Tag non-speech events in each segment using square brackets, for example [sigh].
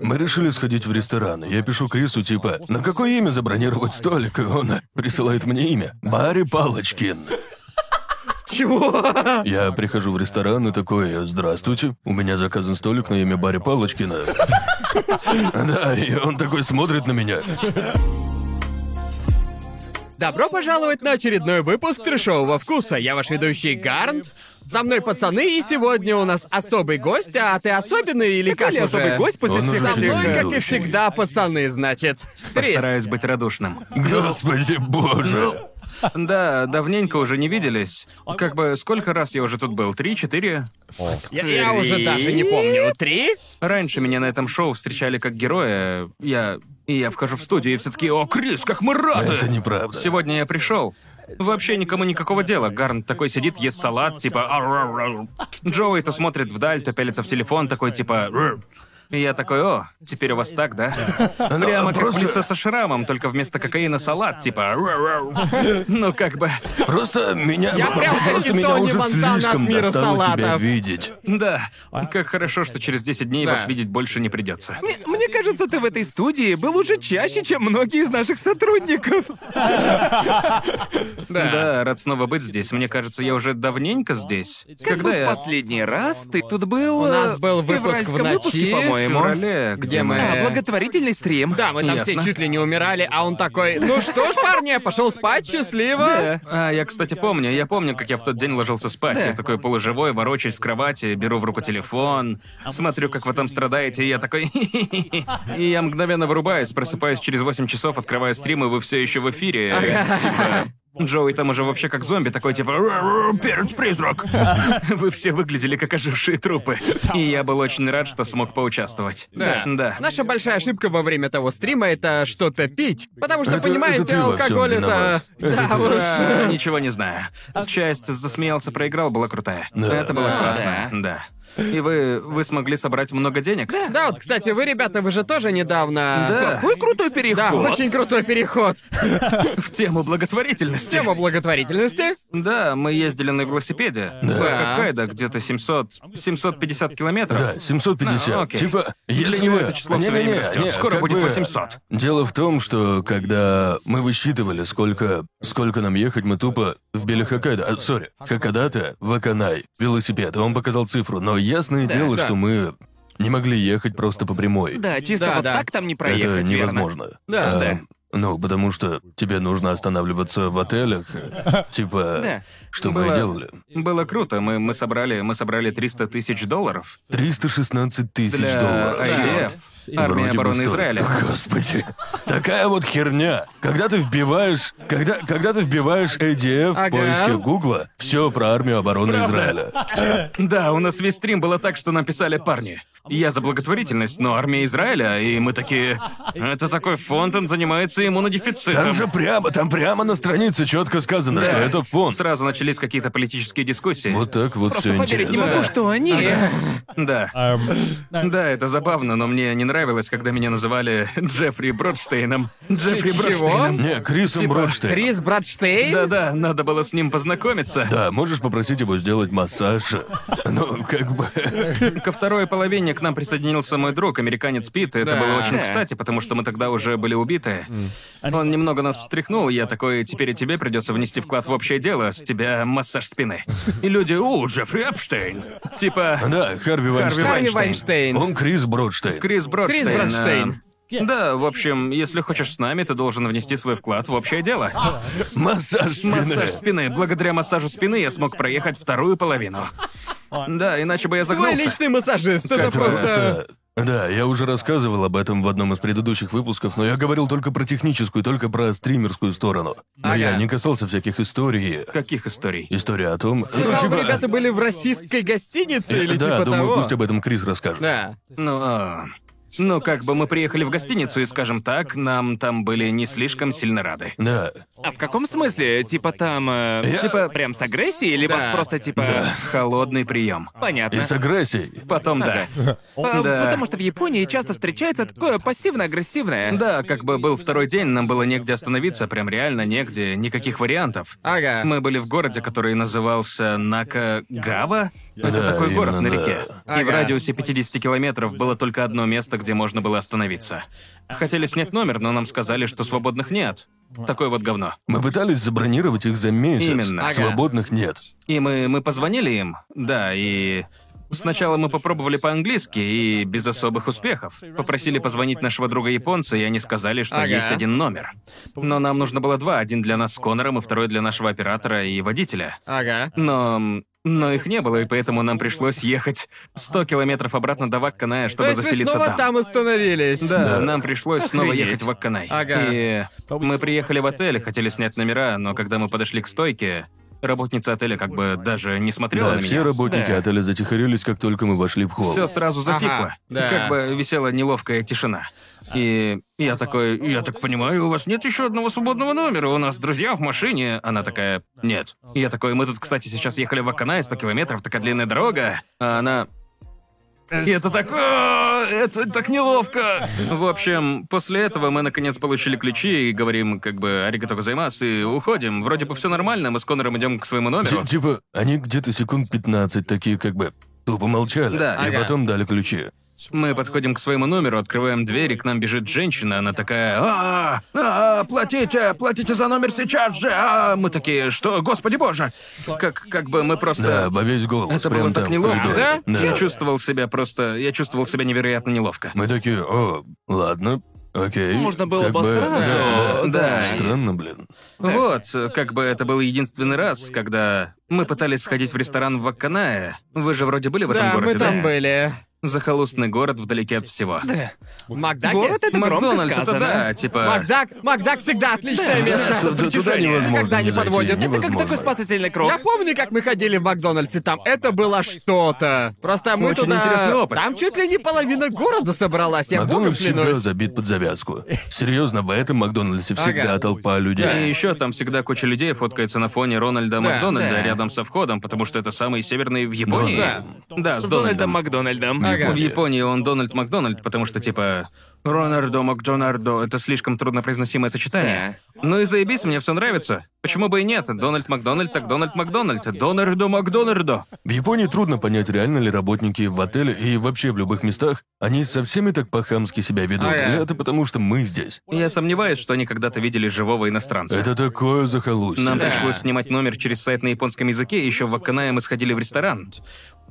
Мы решили сходить в ресторан. и Я пишу Крису, типа, на какое имя забронировать столик? И он присылает мне имя. Барри Палочкин. Чего? Я прихожу в ресторан и такой, здравствуйте, у меня заказан столик на имя Барри Палочкина. [laughs] Да, и он такой смотрит на меня. Добро пожаловать на очередной выпуск трешового вкуса. Я ваш ведущий Гарнт. За мной пацаны, и сегодня у нас особый гость, а ты особенный или как ли уже? особый гость после Он уже Со всех мной, всех как и ведущий. всегда, пацаны, значит. Крис, Стараюсь быть радушным. Господи боже. Да, давненько уже не виделись. Как бы сколько раз я уже тут был? Три, четыре? я, я уже даже не помню. Три? Раньше меня на этом шоу встречали как героя. Я... И я вхожу в студию, и все таки «О, Крис, как мы рады!» Это неправда. Сегодня я пришел. Вообще никому никакого дела. Гарн такой сидит, ест салат, типа... «Ар-ар-ар». Джоуи то смотрит вдаль, то пялится в телефон, такой типа... «Р». И я такой, о, теперь у вас так, да? Она Прямо как просто, улица со шрамом, только вместо кокаина салат, типа... «Ар-ар-ар». Ну, как бы... просто меня, Я прям как просто не меня Тони уже Монтана от слишком мира достало тебя салатов. видеть. Да. Как хорошо, что через 10 дней Да. вас видеть больше не придется. Мне, мне кажется, ты в этой студии был уже чаще, чем многие из наших сотрудников. [laughs] Да. Да, рад снова быть здесь. Мне кажется, я уже давненько здесь. Когда Когда в я последний раз ты тут был? У э, нас был в выпуск февральском в ночи, выпуске, в по-моему. феврале, где мы... Да, благотворительный стрим. Да, мы там все Ясно. чуть ли не умирали, а он такой, ну что ж, парни, я пошел спать, счастливо. А, я, кстати, помню. Я помню, как я в тот день ложился спать. Да. Я такой полуживой, ворочаюсь в кровати, беру в руку телефон, смотрю, как вы там страдаете, и я такой... И я мгновенно вырубаюсь, просыпаюсь через 8 часов, открываю стрим, и вы все еще в эфире. Типа, Джоуи там уже вообще как зомби, такой типа «Ру-ру, «Перец-призрак». Вы все выглядели как ожившие трупы. И я был очень рад, что смог поучаствовать. Да. Да. Наша большая ошибка во время того стрима это что-то пить. Потому что, Это- понимаете, это ты во всем алкоголь это. виноват. Это Да ты. уж. А, Ничего не знаю. Часть засмеялся, проиграл, была крутая. Да. Это было Да. классно, да. И вы, вы смогли собрать много денег? Да, вот, кстати, вы, ребята, вы же тоже недавно. Да. Какой крутой переход. Да, очень крутой переход. В тему благотворительности. Тема благотворительности. Да, мы ездили на велосипеде. В Хоккайдо где-то 700... 750 километров. Да, 750. А, окей. Типа, Для если него вы- это число всё Не-не-не, время растёт. не, Скоро как будет бы- 800. Дело в том, что когда мы высчитывали, сколько, сколько нам ехать, мы тупо вбили Хоккайдо, а, сори, Хакадата, Ваканай, велосипед. Он показал цифру, но ясное дело, да. что мы не могли ехать просто по прямой. Да, чисто Да, вот да. так там не проехать, Это верно? невозможно. Да, А, да. Ну, потому что тебе нужно останавливаться в отелях, э, типа, Да. что мы и Было- делали. Было круто. Мы, мы, собрали, мы собрали 300 тысяч долларов 316 тысяч для долларов. IDF, Вроде Армии бы обороны столько. Израиля. [laughs] Господи, такая вот херня. Когда ты вбиваешь, когда, когда ты вбиваешь ADF Ага. в поиске Гугла, все про армию обороны Израиля. Да, у нас весь стрим было так, что нам писали парни. Я за благотворительность, но армия Израиля, и мы такие... Это такой фонд, он занимается иммунодефицитом. Там же прямо, там прямо на странице четко сказано, что это фонд. Сразу начались какие-то политические дискуссии. Вот так вот Просто все поверить интересно. не могу, Ну, что они... Да, да, это забавно, но мне не нравилось, когда меня называли Джеффри Бродштейном. Джеффри Чего? Бродштейном. Не, Крисом Типа Бродштейн. Крис Братштейн. Да-да, надо было с ним познакомиться. Да, можешь попросить его сделать массаж. [laughs] Ну, как бы... [laughs] Ко второй половине к нам присоединился мой друг, американец Пит, и это Да. было очень Да. кстати, потому что мы тогда уже были убиты. Он немного нас встряхнул, и я такой, теперь и тебе придется внести вклад в общее дело, с тебя массаж спины. И люди, у, Джеффри Эпштейн. Типа, Да, Харви Вайнштейн. Харви Вайнштейн. Вайнштейн. Он Крис Бродштейн. Крис Бродштейн. Крис э, Бродштейн. Да, в общем, если хочешь с нами, ты должен внести свой вклад в общее дело. А, Массаж спины. Массаж спины. Благодаря массажу спины я смог проехать вторую половину. Да, иначе бы я А. Твой загнулся. личный массажист, это Это просто. просто- Да, я уже рассказывал об этом в одном из предыдущих выпусков, но я говорил только про техническую, только про стримерскую сторону. Но я Ага. не касался всяких историй. Каких историй? История о том... Типа, ну, вы, типа- э, ребята были в расистской гостинице или да, типа думаю, того. пусть об этом Крис расскажет. Да. Ну, а, ну, как бы мы приехали в гостиницу, и, скажем так, нам там были не слишком сильно рады. Да. А в каком смысле? Типа там... э, Я- Типа прям с агрессией, или вас Да. просто типа... Холодный прием. Понятно. И с агрессией. Потом, да. А, Да. Потому что в Японии часто встречается такое пассивно-агрессивное. Да, как бы был второй день, нам было негде остановиться, прям реально негде, никаких вариантов. Ага. Мы были в городе, который назывался Накагава. Это Да, такой город на именно, реке. да. И в Ага. радиусе 50 километров было только одно место, где где можно было остановиться. Хотели снять номер, но нам сказали, что свободных нет. Такое вот говно. Мы пытались забронировать их за месяц. Именно. Ага. Свободных нет. И мы, мы позвонили им, да, и... Сначала мы попробовали по-английски и без особых успехов. Попросили позвонить нашего друга японца, и они сказали, что Ага. есть один номер. Но нам нужно было два, один для нас с Конором и второй для нашего оператора и водителя. Ага. Но... Но их не было, и поэтому нам пришлось ехать 100 километров обратно до Вакканая, То чтобы есть вы заселиться снова там остановились. да, нам пришлось снова Охренеть. ехать в Акканай. Ага. И мы приехали в отель, и хотели снять номера, но когда мы подошли к стойке, работница отеля как бы даже не смотрела Да, на все меня. работники Да. отеля затихарились, как только мы вошли в холл. Все сразу затихло. Ага, да. Как бы висела неловкая тишина. И я такой, я так понимаю, у вас нет еще одного свободного номера, у нас друзья в машине. Она такая, нет. И я такой, мы тут, кстати, сейчас ехали в Аканай, 100 километров, такая длинная дорога. А она... И это так... «А, Это так неловко. В общем, после этого мы наконец получили ключи и говорим, как бы, аригато гозаймас, и уходим. Вроде бы все нормально, мы с Конором идем к своему номеру. Ти- Типа, они где-то секунд 15 такие как бы тупо молчали. Да. И Ага. потом дали ключи. Мы подходим к своему номеру, открываем дверь, и к нам бежит женщина, она такая «А, а, платите, платите за номер сейчас же!» а!» Мы такие «Что? Господи боже!» Как, как бы мы Да, просто... во весь голос. Это прям было там, так в неловко, коридоре. да? Да. Я чувствовал себя просто... Я чувствовал себя невероятно неловко. Мы такие, о, ладно, окей. Можно было Как бы, обосраться. да, Да, да. Странно, блин. Вот, как бы это был единственный раз, когда мы пытались сходить в ресторан в Вакканае. Вы же вроде были в этом Да, городе, мы там были. Захолустный город вдалеке от всего. Да. Макдаки? Город это громко Макдональдс, это сказано. да, типа... Макдак, Макдак всегда отличное место. Туда- Туда невозможно Когда не они зайти, подводят. Это как невозможно. такой спасательный круг. Я помню, как мы ходили в Макдональдс, и там это было что-то. Просто мы Очень туда... интересный опыт. Там чуть ли не половина города собралась, я богом Макдональдс всегда клянусь. забит под завязку. Серьезно, в этом Макдональдсе всегда Ага. толпа людей. И еще там всегда куча людей фоткается на фоне Рональда Макдональда да. рядом со входом, потому что это самый северный в Японии. Да. Да, с С Дональдом. Дональдом Макдональдом. В Ага. Японии он Дональд Макдональд, потому что типа Рональдо Макдональдо это слишком труднопроизносимое сочетание. Ну и заебись, мне все нравится. Почему бы и нет? Дональд Макдональд, так Дональд Макдональд, Дональдо Макдональдо. В Японии трудно понять, реально ли работники в отеле и вообще в любых местах, они со всеми так по-хамски себя ведут, Ага. или это потому, что мы здесь. Я сомневаюсь, что они когда-то видели живого иностранца. Это такое захолустье. Нам пришлось снимать номер через сайт на японском языке, еще в Аканае мы сходили в ресторан.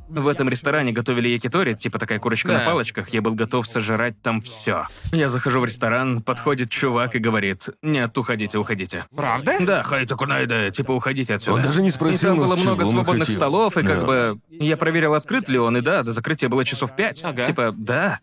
В этом ресторане готовили якитори, типа такая курочка на Да. палочках, я был готов сожрать там все. Я захожу в ресторан, подходит чувак и говорит, «Нет, уходите, уходите». Правда? Да, хайтакунайда, типа уходите отсюда. Он даже не И спросил там нас, было много чего мы свободных хотим. столов, и как Да. бы... Я проверил, открыт ли он, и да, до закрытия было часов пять. Ага. Типа, да,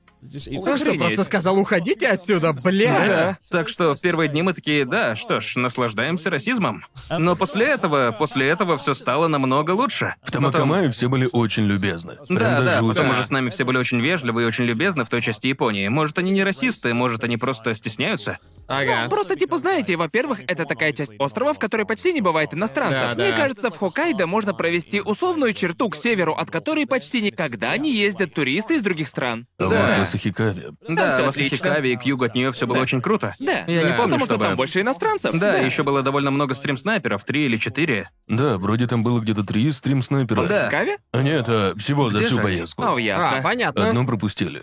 Ну что, просто сказал, уходите отсюда, блядь. да. Так что в первые дни мы такие, да, что ж, наслаждаемся расизмом. Но после этого, после этого все стало намного лучше. В Тамакамае все были очень любезны. Прям Да, до да, жути. потом уже с нами все были очень вежливы и очень любезны в той части Японии. Может, они не расисты, может, они просто стесняются. Ага. Просто типа знаете, во-первых, это такая часть острова, в которой почти не бывает иностранцев. Да, да. Мне кажется, в Хоккайдо можно провести условную черту к северу, от которой почти никогда не ездят туристы из других стран. А вот да. в Асахикаве. Да, всё в отлично. Асахикаве и к югу от нее все было очень круто. Да. Я не Да. помню, Потому что чтобы- там больше иностранцев. Да, еще было довольно много стрим-снайперов, три или четыре. Да, вроде там было где-то три стрим-снайпера. Да. Каве? А нет, а всего за Где всю же они? поездку. О, А, ясно. понятно. Одну пропустили.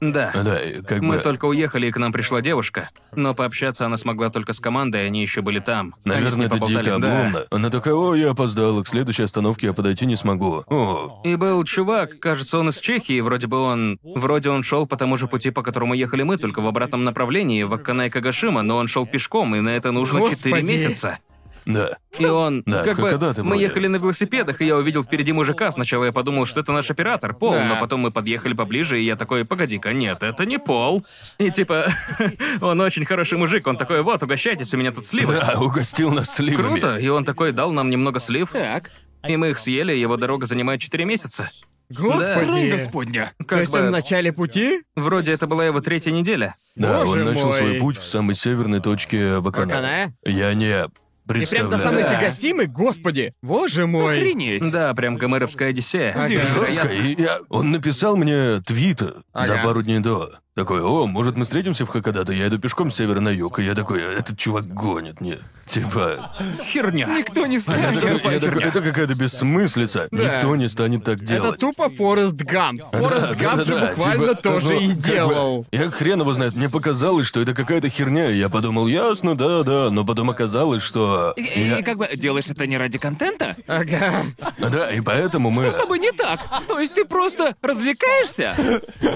Да. А, Да, и как Мы бы... только уехали, и к нам пришла девушка. Но пообщаться она смогла только с командой, и они еще были там. Они с ней Наверное, это поболтали, дико да. обломно. Она такая, о, я опоздала, к следующей остановке я подойти не смогу. О, И был чувак, кажется, он из Чехии, вроде бы он... Вроде он шел по тому же пути, по которому ехали мы, только в обратном направлении, в Акканай Кагашима, но он шел пешком, и на это нужно Господи. 4 месяца. да. И он... Да, как бы... Хакодате мы вроде. ехали на велосипедах, и я увидел впереди мужика. Сначала я подумал, что это наш оператор, Пол, Да. но потом мы подъехали поближе, и я такой, погоди-ка, нет, это не Пол. И типа, [laughs] он очень хороший мужик, он такой, вот, угощайтесь, у меня тут сливы. Да, угостил нас сливами. Круто, и он такой дал нам немного слив, Так. и мы их съели, и его дорога занимает 4 месяца. Хрань Господи. господня. Как То есть бы- он в начале пути? Вроде это была его третья неделя. Да, Боже он начал мой. свой путь в самой северной точке Вакана. Вакана? Я не И прям представляю. до самой Да. Кагасимы, господи. Боже мой. Охренеть. Да, прям гомеровская Одиссея. Ага. Жестко, и я- Он написал мне твит за Ага. пару дней до. Такой, о, может, мы встретимся в Хакадате, я иду пешком с севера на юг, и я такой, этот чувак гонит мне. Типа, Херня. Никто не я [laughs] знает. такой, Херня. я такой, это какая-то бессмыслица, Да. никто не станет так Это делать. [laughs] тупо Форест Гамп. Форест Гамп же Да-да-да, буквально типа, тоже ну, и как бы, делал. Я хрен его знает, мне показалось, что это какая-то херня, и я подумал, ясно, да, да, но потом оказалось, что... И, я- и как бы делаешь это не ради контента? Ага. Да, и поэтому мы... С тобой не так. То есть ты просто развлекаешься?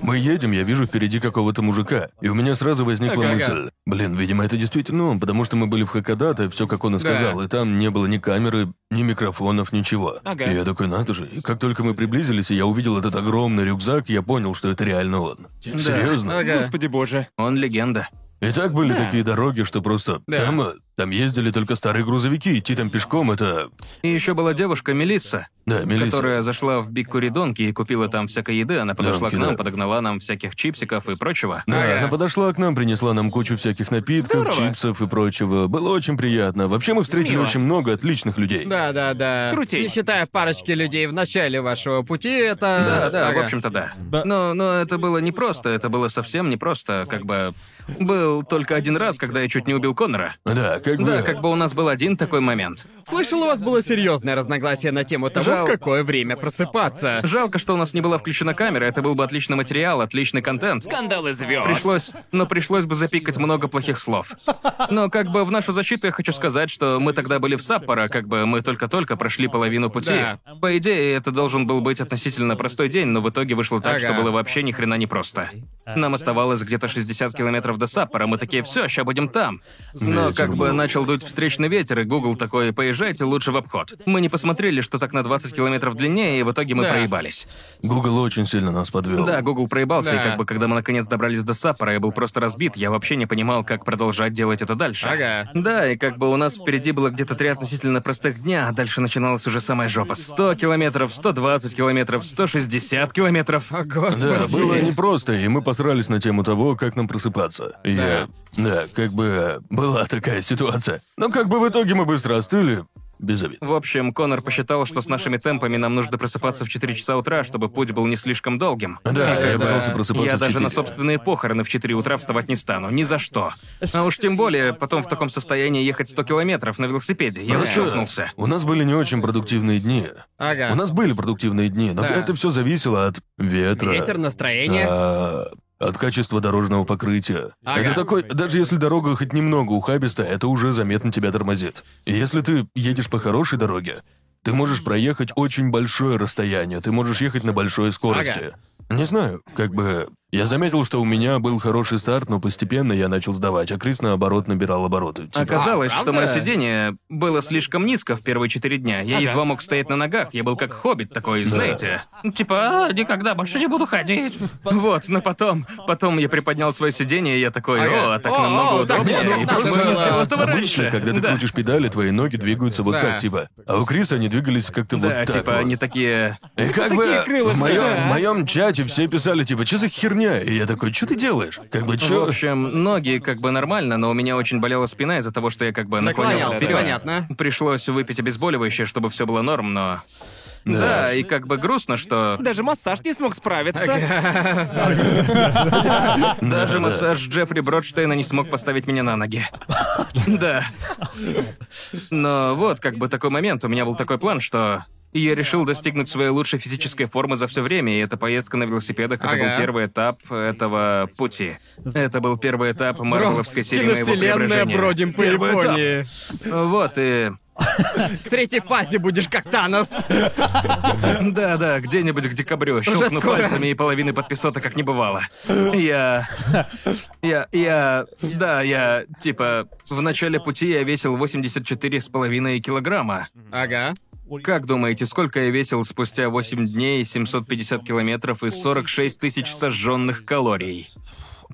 Мы едем, я вижу впереди какого-то мужика, и у меня сразу возникла Ага, ага. мысль. Блин, видимо, это действительно он, потому что мы были в Хакадате, все как он и сказал, и там не было ни камеры, ни микрофонов, ничего. Ага. И я такой, надо же. И как только мы приблизились, и я увидел этот огромный рюкзак, я понял, что это реально он. Серьезно? Ага. Господи боже. Он легенда. И так были такие дороги, что просто Да. там, э, там ездили только старые грузовики, идти там пешком это. И еще была девушка Мелисса, Да, Мелисса. которая зашла в Биг Куридонки и купила там всякой еды. Она подошла к кидаю. нам, подогнала нам всяких чипсиков и прочего. Да, Ага. она подошла к нам, принесла нам кучу всяких напитков, Здорово. чипсов и прочего. Было очень приятно. Вообще мы встретили Мило. очень много отличных людей. Да, да, да. Крутей. Не считая парочки людей в начале вашего пути, это. Да, да, Ага. в общем-то, да. Но, но это было непросто, это было совсем непросто, как бы... Был только один раз, когда я чуть не убил Коннора. Да, как бы. Да, как бы у нас был один такой момент. Слышал, у вас было серьезное разногласие на тему того, Жал. в какое время просыпаться. Жалко, что у нас не была включена камера, это был бы отличный материал, отличный контент. Скандалы звезд. Пришлось, но пришлось бы запикать много плохих слов. Но как бы в нашу защиту я хочу сказать, что мы тогда были в Саппоро, как бы мы только-только прошли половину пути. Да. По идее, это должен был быть относительно простой день, но в итоге вышло так, Ага. что было вообще ни хрена не просто. Нам оставалось где-то 60 километров до Саппора, мы такие, все, ща будем там. Но Ветер как бы был. начал дуть встречный ветер, и Google такой, поезжайте лучше в обход. Мы не посмотрели, что так на 20 километров длиннее, и в итоге мы Да. проебались. Google очень сильно нас подвел. Да, Google проебался, Да. и как бы когда мы наконец добрались до Саппора, я был просто разбит, я вообще не понимал, как продолжать делать это дальше. Ага. Да, и как бы у нас впереди было где-то три относительно простых дня, а дальше начиналась уже самая жопа. 100 километров, 120 километров, 160 километров. О, господи. Да, было непросто, и мы посрались на тему того, как нам просыпаться. И Да. э, да, как бы э, была такая ситуация. Но как бы в итоге мы быстро остыли, без обид. В общем, Конор посчитал, что с нашими темпами нам нужно просыпаться в 4 часа утра, чтобы путь был не слишком долгим. Да, я когда- пытался просыпаться Я в даже на 4. собственные похороны в 4 утра вставать не стану, ни за что. А уж тем более, потом в таком состоянии ехать 100 километров на велосипеде. Я Просто расчухнулся. У нас были не очень продуктивные дни. Ага. У нас были продуктивные дни, но Да. это все зависело от ветра. Ветер, настроение. а, От качества дорожного покрытия. Ага. Это такой, даже если дорога хоть немного ухабистая, это уже заметно тебя тормозит. И если ты едешь по хорошей дороге, ты можешь проехать очень большое расстояние, ты можешь ехать на большой скорости. Не знаю, как бы... Я заметил, что у меня был хороший старт, но постепенно я начал сдавать, а Крис, наоборот, набирал обороты. Типа, Оказалось, А, что мое правда? сидение было слишком низко в первые четыре дня. Я едва мог стоять на ногах, я был как хоббит такой, знаете. Типа, «А, никогда больше не буду ходить. Вот, но потом, потом я приподнял свое сидение, и я такой, Ага. о, так О, намного о, так удобнее. не, ну, и так просто было. не сделал этого Обычно, раньше. когда ты да. крутишь педали, твои ноги двигаются вот Да. так, типа. А у Криса они двигались как-то вот Да, так. типа, вот. они такие... И как бы такие крылышки, в моем, да. в моем чате все писали, типа, что за херня? И я такой, что ты делаешь? Как бы, В что? общем, ноги как бы нормально, но у меня очень болела спина из-за того, что я как бы наклонялся Наклонялся, вперед. понятно. Пришлось выпить обезболивающее, чтобы все было норм, но... Да, и как бы грустно, что... Даже массаж не смог справиться. Даже массаж Джеффри Бродштейна не смог поставить меня на ноги. [laughs] Да. Но вот как бы такой момент. У меня был такой план, что я решил достигнуть своей лучшей физической формы за все время, и эта поездка на велосипедах это Ага. был первый этап этого пути. Это был первый этап Марвеловской серии моего Киновселенная преображения. бродим по Первый этап. Японии. Вот и В третьей фазе будешь как Танос. Да, да, где-нибудь к декабрю. Щелкну скоро. пальцами и половины подписота как не бывало. Я... Я... Я... Да, я... Типа, в начале пути я весил 84,5 килограмма. Ага. Как думаете, сколько я весил спустя 8 дней, 750 километров и 46 тысяч сожженных калорий?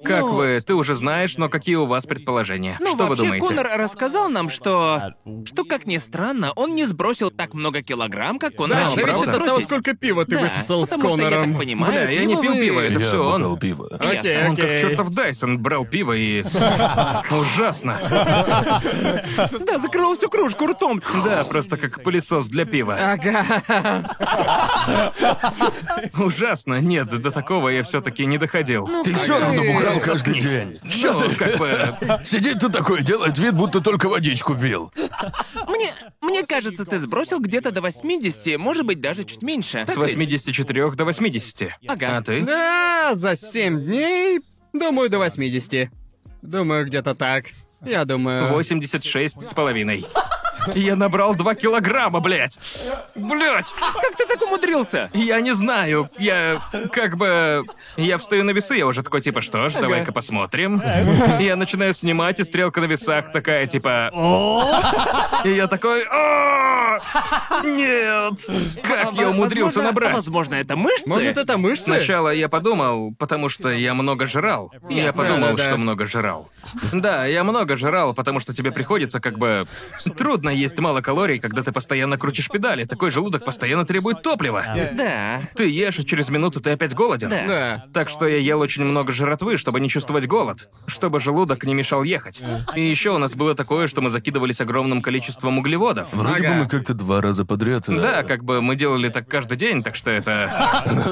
Как Ну, вы, ты уже знаешь, но какие у вас предположения? Ну, что вы вообще, думаете? Конор рассказал нам, что... Что, как ни странно, он не сбросил так много килограмм, как он Да, ожидал зависит правда? от того, сбросить. сколько пива ты Да, высосал с потому что, я Конором. так понимаю, Бля, я не пил пиво вы- пиво, это я все бухал он. А, пиво. ну, Ясно. Окей, Он как окей. чертов Дайсон брал пиво и... Ужасно. Да, закрыл всю кружку ртом. Да, просто как пылесос для пива. Ага. Ужасно. Нет, до такого я все-таки не доходил. Ну, Ты все равно Ты бухал каждый заткнись. день. Ну, как бы... Сидит тут такой, делает вид, будто только водичку пил. Мне, мне кажется, ты сбросил где-то до 80, может быть, даже чуть меньше. С Так ведь? 84 до 80. Ага. А ты? Да, за 7 дней, думаю, до 80. Думаю, где-то так. Я думаю... 86 с половиной. Я набрал 2 килограмма, блядь. Блядь. Как ты так умудрился? Я не знаю. Я как бы... Я встаю на весы, я уже такой типа, что ж, давай-ка посмотрим. Я начинаю снимать, и стрелка на весах такая типа... И я такой... «А, Нет! Как я умудрился Возможно- набрать? Возможно, это мышцы? Может, это мышцы? Сначала я подумал, потому что я много жрал. Я Ясно, подумал, да-да. что много жрал. Да, я много жрал, потому что тебе приходится как бы... Трудно есть мало калорий, когда ты постоянно крутишь педали. Такой желудок постоянно требует топлива. Да. Ты ешь, и через минуту ты опять голоден. Да. Да. Так что я ел очень много жратвы, чтобы не чувствовать голод, чтобы желудок не мешал ехать. И еще у нас было такое, что мы закидывались огромным количеством углеводов. Вроде бы мы Ну, как-то два раза подряд. э, Да, как бы мы делали так каждый день, так что это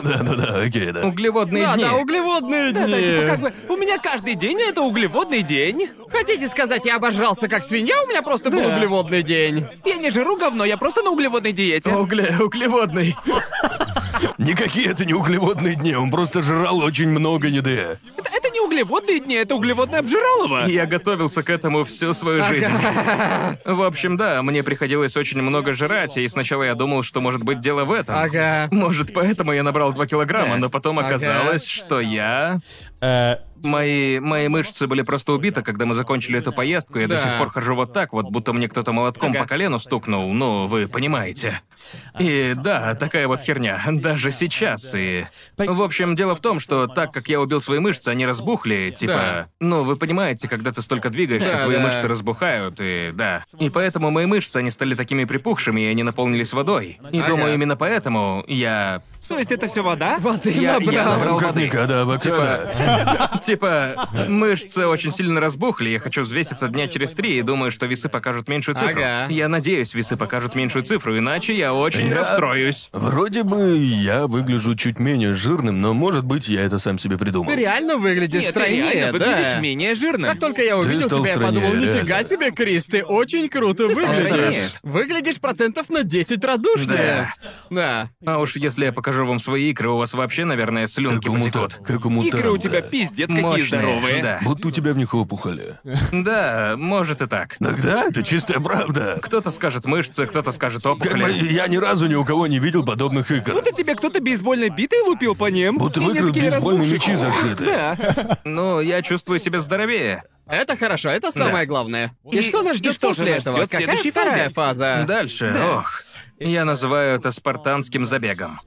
Да-да-да, окей, [laughs] да. углеводные Да, дни. да, углеводные Да, типа, как дни. бы, у меня каждый день это углеводный день. Хотите сказать, я обожрался как свинья, у меня просто был углеводный день. Я не жру говно, я просто на углеводной диете. Угле- углеводный. Никакие это не углеводные дни, он просто жрал очень много еды. Это, это не углеводные дни, это углеводное обжиралово. Я готовился к этому всю свою [laughs] жизнь. В общем, да, мне приходилось очень много жрать, и сначала я думал, что может быть дело в этом. Ага. Может, поэтому я набрал 2 килограмма, но потом Ага. оказалось, что я... Э, Мои, мои мышцы были просто убиты, когда мы закончили эту поездку. Я Да. до сих пор хожу вот так, вот будто мне кто-то молотком по колену стукнул. Ну, вы понимаете. И да, такая вот херня. Даже сейчас. И... В общем, дело в том, что так как я убил свои мышцы, они разбухли. Типа, Да. ну, вы понимаете, когда ты столько двигаешься, Да, твои да. мышцы разбухают, и да. И поэтому мои мышцы, они стали такими припухшими, и они наполнились водой. И Ага. думаю, именно поэтому я... То есть это все вода? Воды Я- я набрал. набрал. Как воды. никогда, авокадо. Типа, мышцы очень сильно разбухли, я хочу взвеситься дня через три, и думаю, что весы покажут меньшую цифру. Ага. Я надеюсь, весы покажут меньшую цифру, иначе я очень расстроюсь. Вроде бы я выгляжу чуть менее жирным, но может быть я это сам себе придумал. Ты реально выглядишь Нет, ты стройнее, реально выглядишь да. менее жирным. Как только я увидел стал тебя, я подумал, стройнее, нифига реально. себе, Крис, ты очень круто выглядишь. стройнее. Выглядишь процентов на 10 радушнее. Да. А уж если я покажу вам свои икры, у вас вообще, наверное, слюнки Как у мута- потекут. Как у мутанта. Игры у тебя пиздец какие Мощные, здоровые. да. Будто у тебя в них опухоли. Да, может и так. Тогда это чистая правда. Кто-то скажет мышцы, кто-то скажет Как бы опухоли. я ни разу ни у кого не видел подобных игр. Будто тебе кто-то бейсбольной битой лупил по ним. Будто и они выкрыл такие бейсбольные мячи разбухшие. зашиты. Да. Ну, я чувствую себя здоровее. Это хорошо, это самое главное. И, И- что нас и ждет что же после нас этого? ждет в Какая следующей вторая фазе? фаза? Дальше, ох. Я называю это спартанским забегом.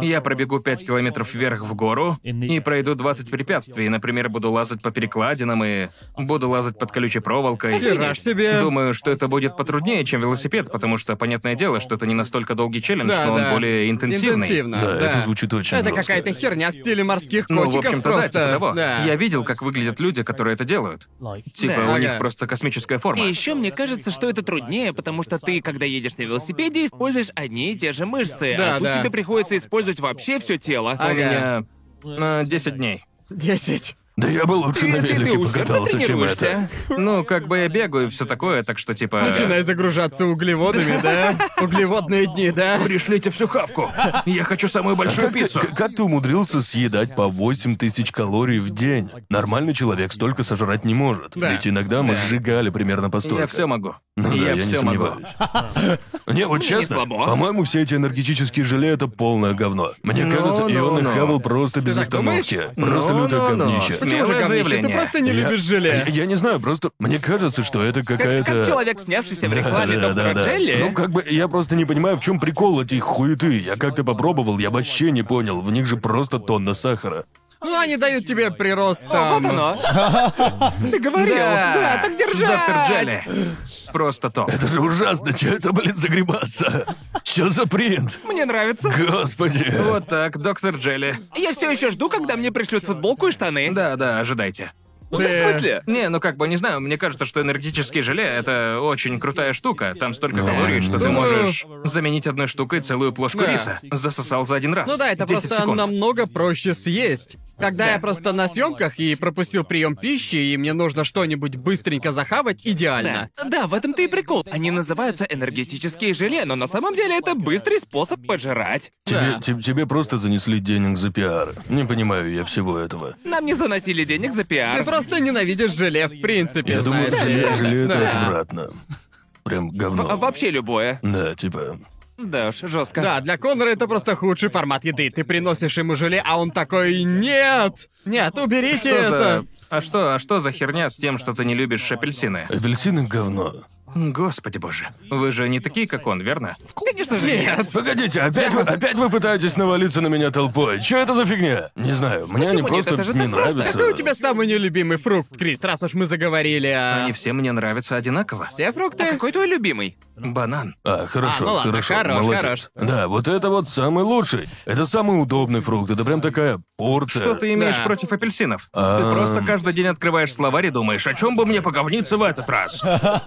Я пробегу 5 километров вверх в гору и пройду 20 препятствий. Например, буду лазать по перекладинам и буду лазать под колючей проволокой. Хераж себе. Думаю, что это будет потруднее, чем велосипед, потому что, понятное дело, что это не настолько долгий челлендж, Да, но он да. более интенсивный. Интенсивно, Да, да. это звучит очень Это жестко. какая-то херня в стиле морских Ну, котиков в общем-то, да, просто. типа того. Да. Я видел, как выглядят люди, которые это делают. Типа, Да, у ага. них просто космическая форма. И еще мне кажется, что это труднее, потому что ты, когда едешь на велосипеде, используешь одни и те же мышцы, Да, а тут да. тебе приходится использовать вообще все тело. У Ага. меня э, 10 дней. 10. Да я бы лучше Ты, на ты- ты велике усердно покатался, чем тренируешься. это. Ну, как бы я бегаю и все такое, так что типа... Начинай загружаться углеводами, да? Углеводные дни, да? Пришлите всю хавку. Я хочу самую большую А Как ты, пиццу. к- как ты умудрился съедать по 8 тысяч калорий в день? Нормальный человек столько сожрать не может. Да. Ведь иногда мы сжигали примерно по столько. Я все могу. Ну да, я, не все могу. сомневаюсь. [laughs] Не, вот честно, слабо. по-моему, все эти энергетические желе — это полное говно. Мне Ну, кажется, и он ну, их ну. хавал просто без так остановки. думаешь? Просто Ну, лютое ну, ну. говнище. Почему же Смелое говнище? Ты заявление. просто не Я- любишь желе. Я, я не знаю, просто мне кажется, что это Как, какая-то... как человек, снявшийся в рекламе Да, да, доктора да. Джелли. Ну, как бы, я просто не понимаю, в чем прикол этих хуеты. Я как-то попробовал, я вообще не понял. В них же просто тонна сахара. Ну, они дают тебе прирост О, там... вот оно. [laughs] Ты говорил. Да. Да, так Доктор держать. Джелли. [laughs] Просто топ. Это же ужасно, что это, блин, за грибаса? Что за принт? Мне нравится. Господи. Вот так, доктор Джелли. Я все еще жду, когда мне пришлют футболку и штаны. Да, да, ожидайте. Ну, В смысле? Не, ну как бы, не знаю, мне кажется, что энергетические желе — это очень крутая штука. Там столько Ну, калорий, что ты думаю- можешь заменить одной штукой целую плошку Да. риса. Засосал за один раз. Ну да, это 10 просто секунд. намного проще съесть. Когда я просто на съемках и пропустил прием пищи, и мне нужно что-нибудь быстренько захавать, идеально. Да. да, в этом-то и прикол. Они называются энергетические желе, но на самом деле это быстрый способ пожрать. Тебе, Да. те- тебе просто занесли денег за пиар. Не понимаю я всего этого. Нам не заносили денег за Ты пиар. просто ненавидишь желе в принципе, Я думаю, знаешь ли. желе, желе это Да. обратно. Прям А говно. вообще любое. Да, типа. Да уж, жестко. Да, для Конора это просто худший формат еды. Ты приносишь ему желе, а он такой «Нет! Нет, уберите Что за- это!» А что, а что за херня с тем, что ты не любишь апельсины? Апельсины говно. Господи боже. Вы же не такие, как он, верно? Конечно же, нет. Погодите, опять вы, опять вы пытаетесь навалиться на меня толпой. Что это за фигня? Не знаю, мне они Почему нет? просто Это же не так просто. нравятся. Какой у тебя самый нелюбимый фрукт, Крис, раз уж мы заговорили о... Они все мне нравятся одинаково. Все фрукты? а Какой твой любимый? Банан. А, хорошо, А, ну ладно, хорошо. хорош, молодец. хорош. Да, вот это вот самый лучший. Это самый удобный фрукт. Это прям такая порция. Что ты имеешь Да. против апельсинов? А. Ты просто каждый день открываешь словарь и думаешь, о чем бы мне поговниться в [laughs] этот раз?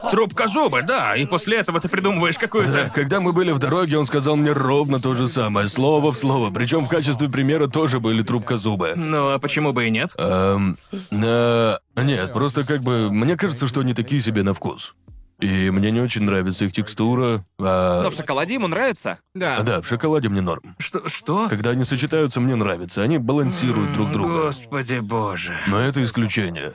Трубкозубы, да, и после этого ты придумываешь Да, какую-то... когда мы были в дороге, он сказал мне ровно то же самое, слово в слово. Причем в качестве примера тоже были трубкозубы. Ну, а почему бы и нет? Эм, э, нет, просто как бы мне кажется, что они такие себе на вкус. И мне не очень нравится их текстура. а- Но в шоколаде ему нравится. а, Да. да, в шоколаде мне норм. Что? что? Когда они сочетаются, мне нравится. Они балансируют друг друга. Господи боже. Но это исключение.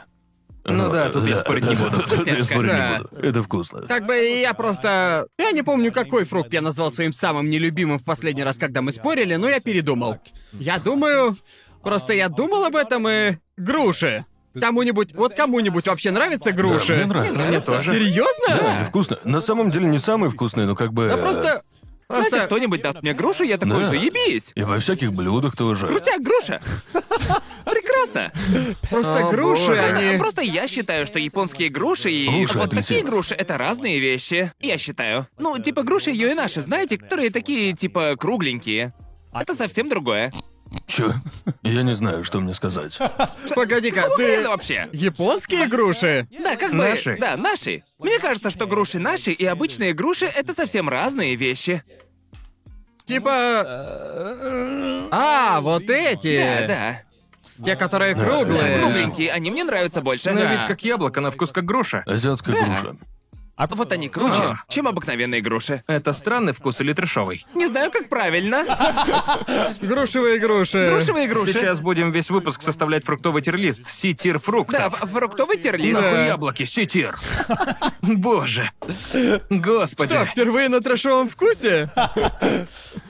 Ну да, тут я спорить не буду. Тут я спорить не Да. буду. Это вкусно. Как бы я просто... Я не помню, какой фрукт я назвал своим самым нелюбимым в последний раз, когда мы спорили, но я передумал. Я думаю... Просто я думал об этом и... Груши. Кому-нибудь... Вот кому-нибудь вообще нравятся груши? мне нравится. Мне тоже. Серьезно? Да, они вкусно. На самом деле не самые вкусные, но как бы... Да э, просто... Знаете, Просто... кто-нибудь даст мне грушу, я такой, Да. заебись. И во всяких блюдах тоже. У тебя груша. [laughs] Прекрасно. а Просто О, груши, боже. они... Просто я считаю, что японские груши и Лучше вот такие апельсинов. груши это разные вещи. Я считаю. Ну, типа груши ее и наши, знаете, которые такие типа кругленькие. Это совсем другое. Чё? Я не знаю, что мне сказать. [laughs] Погоди-ка, ты... Хрена вообще. Японские груши? Да, как бы... Наши? Да, наши. Мне кажется, что груши наши и обычные груши это совсем разные вещи. Типа... А, вот эти. Э. Да, Э, да. Те, которые круглые. Кругленькие, Э, они мне нравятся больше. На Да. Ну, вид как яблоко, на вкус как груша. Азиатская груша. Вот они круче, А. чем обыкновенные груши. Это странный вкус или трешовый? Не знаю, как правильно. Грушевые груши. Грушевые груши. Сейчас будем весь выпуск составлять фруктовый тирлист. Си-тир Да, фруктов. ф- фруктовый терлист. Нахуй яблоки, си-тир. [laughs] Боже. Господи. Что, впервые на трэшовом вкусе?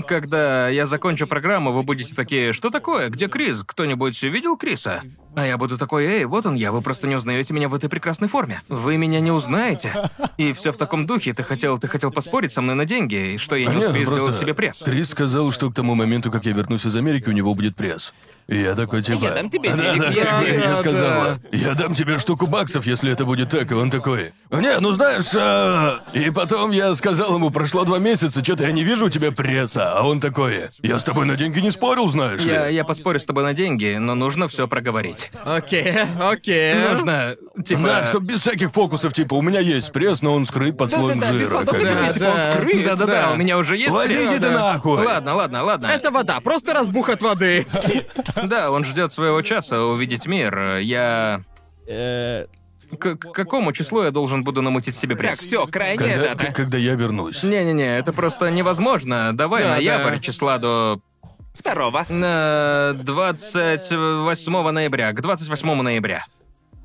Когда я закончу программу, вы будете такие, что такое? Где Крис? Кто-нибудь видел Криса? А я буду такой, эй, вот он я, вы просто не узнаете меня в этой прекрасной форме. Вы меня не узнаете. И все в таком духе. Ты хотел, ты хотел поспорить со мной на деньги, и что я не А Нет, успею просто сделать себе пресс. Крис сказал, что к тому моменту, как я вернусь из Америки, у него будет пресс. И я такой, типа... Я дам тебе «Да, денег, да, я- как бы да, я да. сказала, я дам тебе штуку баксов, если это будет так. И он такой, не, ну знаешь... а, И потом я сказал ему, прошло два месяца, что-то я не вижу у тебя пресса. А он такой, я с тобой на деньги не спорил, знаешь ли. Я, я поспорю с тобой на деньги, но нужно все проговорить. Окей, окей. Нужно, типа... Да, чтоб без всяких фокусов, типа, у меня есть пресс, но он скрыт под слоем Да-да-да, без жира. как подобных бы. критик, да. он скрыт. Да-да-да, у меня уже есть... Влади, пресс. иди ты нахуй! Ладно, ладно, ладно. Это вода, просто разбух от воды. Да, он ждет своего часа увидеть мир. Я... Э, К, к какому числу я должен буду намутить себе Так, пресс? все, крайняя Когда, к- дата. когда я вернусь. Не-не-не, это просто невозможно. Давай Да, ноябрь да. числа до... Второго. э, 28 ноября. К 28 ноября.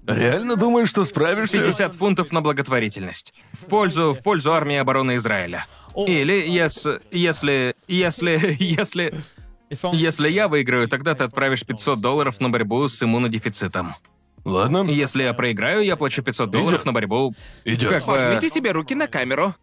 Реально думаешь, что справишься? 50 фунтов на благотворительность. В пользу, в пользу армии обороны Израиля. Или, ес, если, если, [laughs] если... Если я выиграю, тогда ты отправишь 500 долларов на борьбу с иммунодефицитом. Ладно, Если я проиграю, я плачу 500 долларов на борьбу. идет. Как бы- Пожмите себе руки на камеру.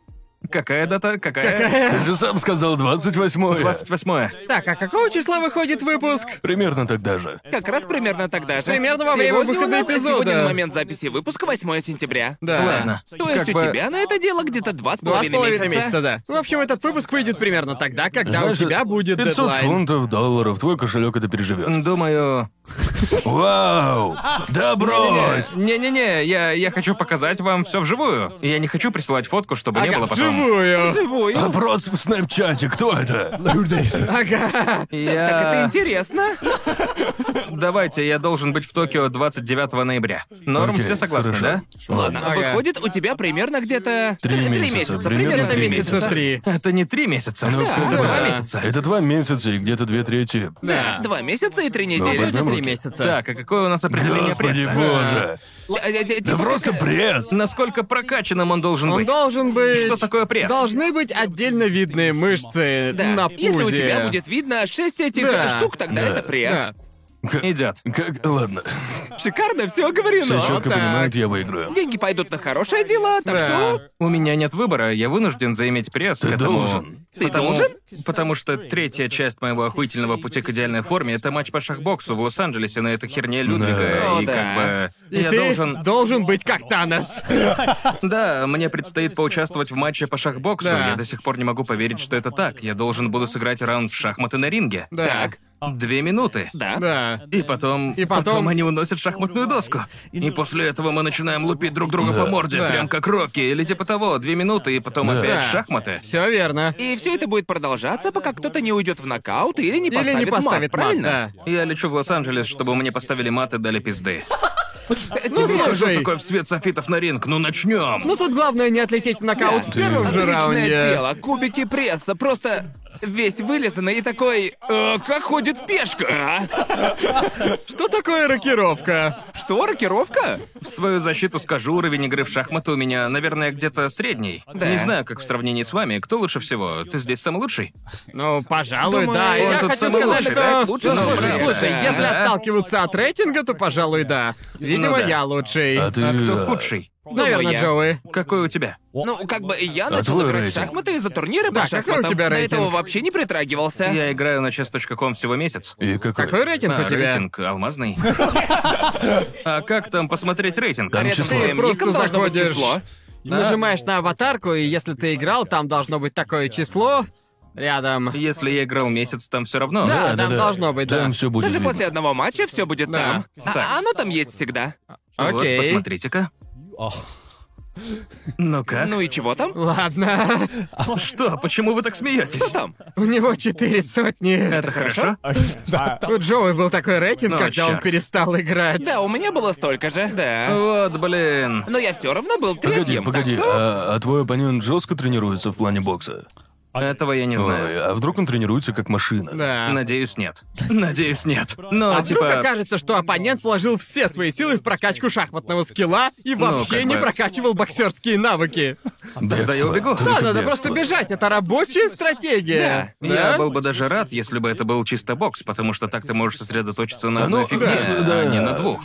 Какая дата? Какая? Ты же сам сказал 28 28-е. Так, а какого числа выходит выпуск? Примерно тогда же. Как раз примерно тогда же. Примерно во время Сегодня выхода у нас, а эпизода. Сегодня на момент записи выпуска 8 сентября. Да. Ладно. То есть Как у бы- тебя на это дело где-то два с Два с половиной половиной месяца. месяца, да. В общем, этот выпуск выйдет примерно тогда, когда у Знаешь, тебя будет 500 дедлайн. фунтов, долларов, твой кошелек это переживет. Думаю... Вау! Да [laughs] брось! Не-не-не, я, я хочу показать вам все вживую. Я не хочу присылать фотку, чтобы не Ага, было потом. вживую. Живой. Опрос в снэпчате, кто это? Ага. Я... Так это интересно. Давайте, я должен быть в Токио 29 ноября. Норм, Окей, все согласны, хорошо. Ладно. Ага. Выходит, у тебя примерно где-то... Три месяца, примерно Примерно Это три месяца месяца. три. да? Это не три месяца, Ну, это да. два месяца. Это два месяца и где-то две трети. Да. Два месяца и три Ну, недели. вот. Сегодня три руки. месяца. Так, а какое у нас определение Господи пресса? боже! А, а, а, типа, Да просто пресс! Насколько прокачанным он должен Он быть? должен быть... Что такое пресс? Должны быть отдельно видные мышцы Да. на пузе. Если у тебя будет видно шесть этих Да. э, штук, тогда Да. это пресс. Да. Идет. Как? Ладно. Шикарно, все говорено. Все четко Ну, так. понимают, я выиграю. Деньги пойдут на хорошее дело, так Да. что... Ну, У меня нет выбора, я вынужден заиметь пресс. Ты поэтому- должен. Ты потому- должен? Потому что третья часть моего охуительного пути к идеальной форме — это матч по шахбоксу в Лос-Анджелесе, но это херня Людвига, Да. и О, да. как бы... И я ты должен... быть как Танос. [laughs] Да, мне предстоит поучаствовать в матче по шахбоксу. Да. Я до сих пор не могу поверить, что это так. Я должен буду сыграть раунд в шахматы на ринге. Да. Так, Две минуты. да. Да. И потом... И потом- ну, они уносят шахматную доску. И после этого мы начинаем лупить друг друга по морде, Да. прям как Рокки, или типа того. Две минуты, и потом Да. опять Да. шахматы. Все верно. И все это будет продолжаться, пока кто-то не уйдет в нокаут или не поставит, Или не мат, поставит мат, правильно? да. Я лечу в Лос-Анджелес, чтобы мне поставили мат и дали пизды. Э, Ну, типа, Что слушай, такое в свет софитов на ринг? Ну начнем! ну тут главное не отлететь в нокаут в первом же Отличное раунде. тело, кубики пресса, просто весь вылизанный и такой... «Э, как ходит пешка, а? Что такое рокировка? Что, рокировка? В свою защиту скажу, уровень игры в шахматы у меня, наверное, где-то средний. Да. Не знаю, как в сравнении с вами. Кто лучше всего? Ты здесь самый лучший? Ну, пожалуй, Думаю, да. он Я тут хочу самый сказать, лучший, что... да? Лучший, Ну, лучший, слушай, да. слушай, Да. если отталкиваться от рейтинга, то, пожалуй, да. Видимо, да. я лучший. А ты... А э, кто худший? Наверное, я. Джоуи. Какой у тебя? Ну, как бы я начал твой играть в рейтинг? шахматы из-за турнира А Да, по какой у шахматам. тебя До рейтинг? этого вообще не притрагивался. Я играю на chess.com всего месяц. И какой? Какой рейтинг А, у тебя? рейтинг алмазный. А как там посмотреть рейтинг? Там Рядом число. с Ты твоим просто ником должно быть заходишь. число. Нажимаешь на аватарку, и если ты играл, там должно быть такое число рядом. Если я играл месяц, там все равно. Да, Да. да, там да. должно быть, да. Там все будет Даже видно. после одного матча все будет Да. там. Так. А оно там есть всегда. Вот, Окей. посмотрите-ка. Ну как? Ну и чего там? Ладно. [laughs] Что? Почему вы так Что смеетесь? там? У него четыре сотни. Это хорошо? У Джоуи был такой рейтинг, Ну, когда он чёрт. перестал играть. Да, у меня было столько же, да. Вот, блин. Но я все равно был Погоди, третьим. погоди, так что- а, а твой оппонент жестко тренируется в плане бокса? Этого я не знаю. Ой, а вдруг он тренируется как машина? Да. Надеюсь, нет. Надеюсь, нет. Но, А вдруг типа... окажется, что оппонент вложил все свои силы в прокачку шахматного скилла и Ну, вообще как не бы. прокачивал боксерские навыки. Бегство, я убегу. только Да, надо бегство. просто бежать, это рабочая стратегия. Я Да? был бы даже рад, если бы это был чисто бокс, потому что так ты можешь сосредоточиться на А ну, одной фигне, да, да. а не на двух.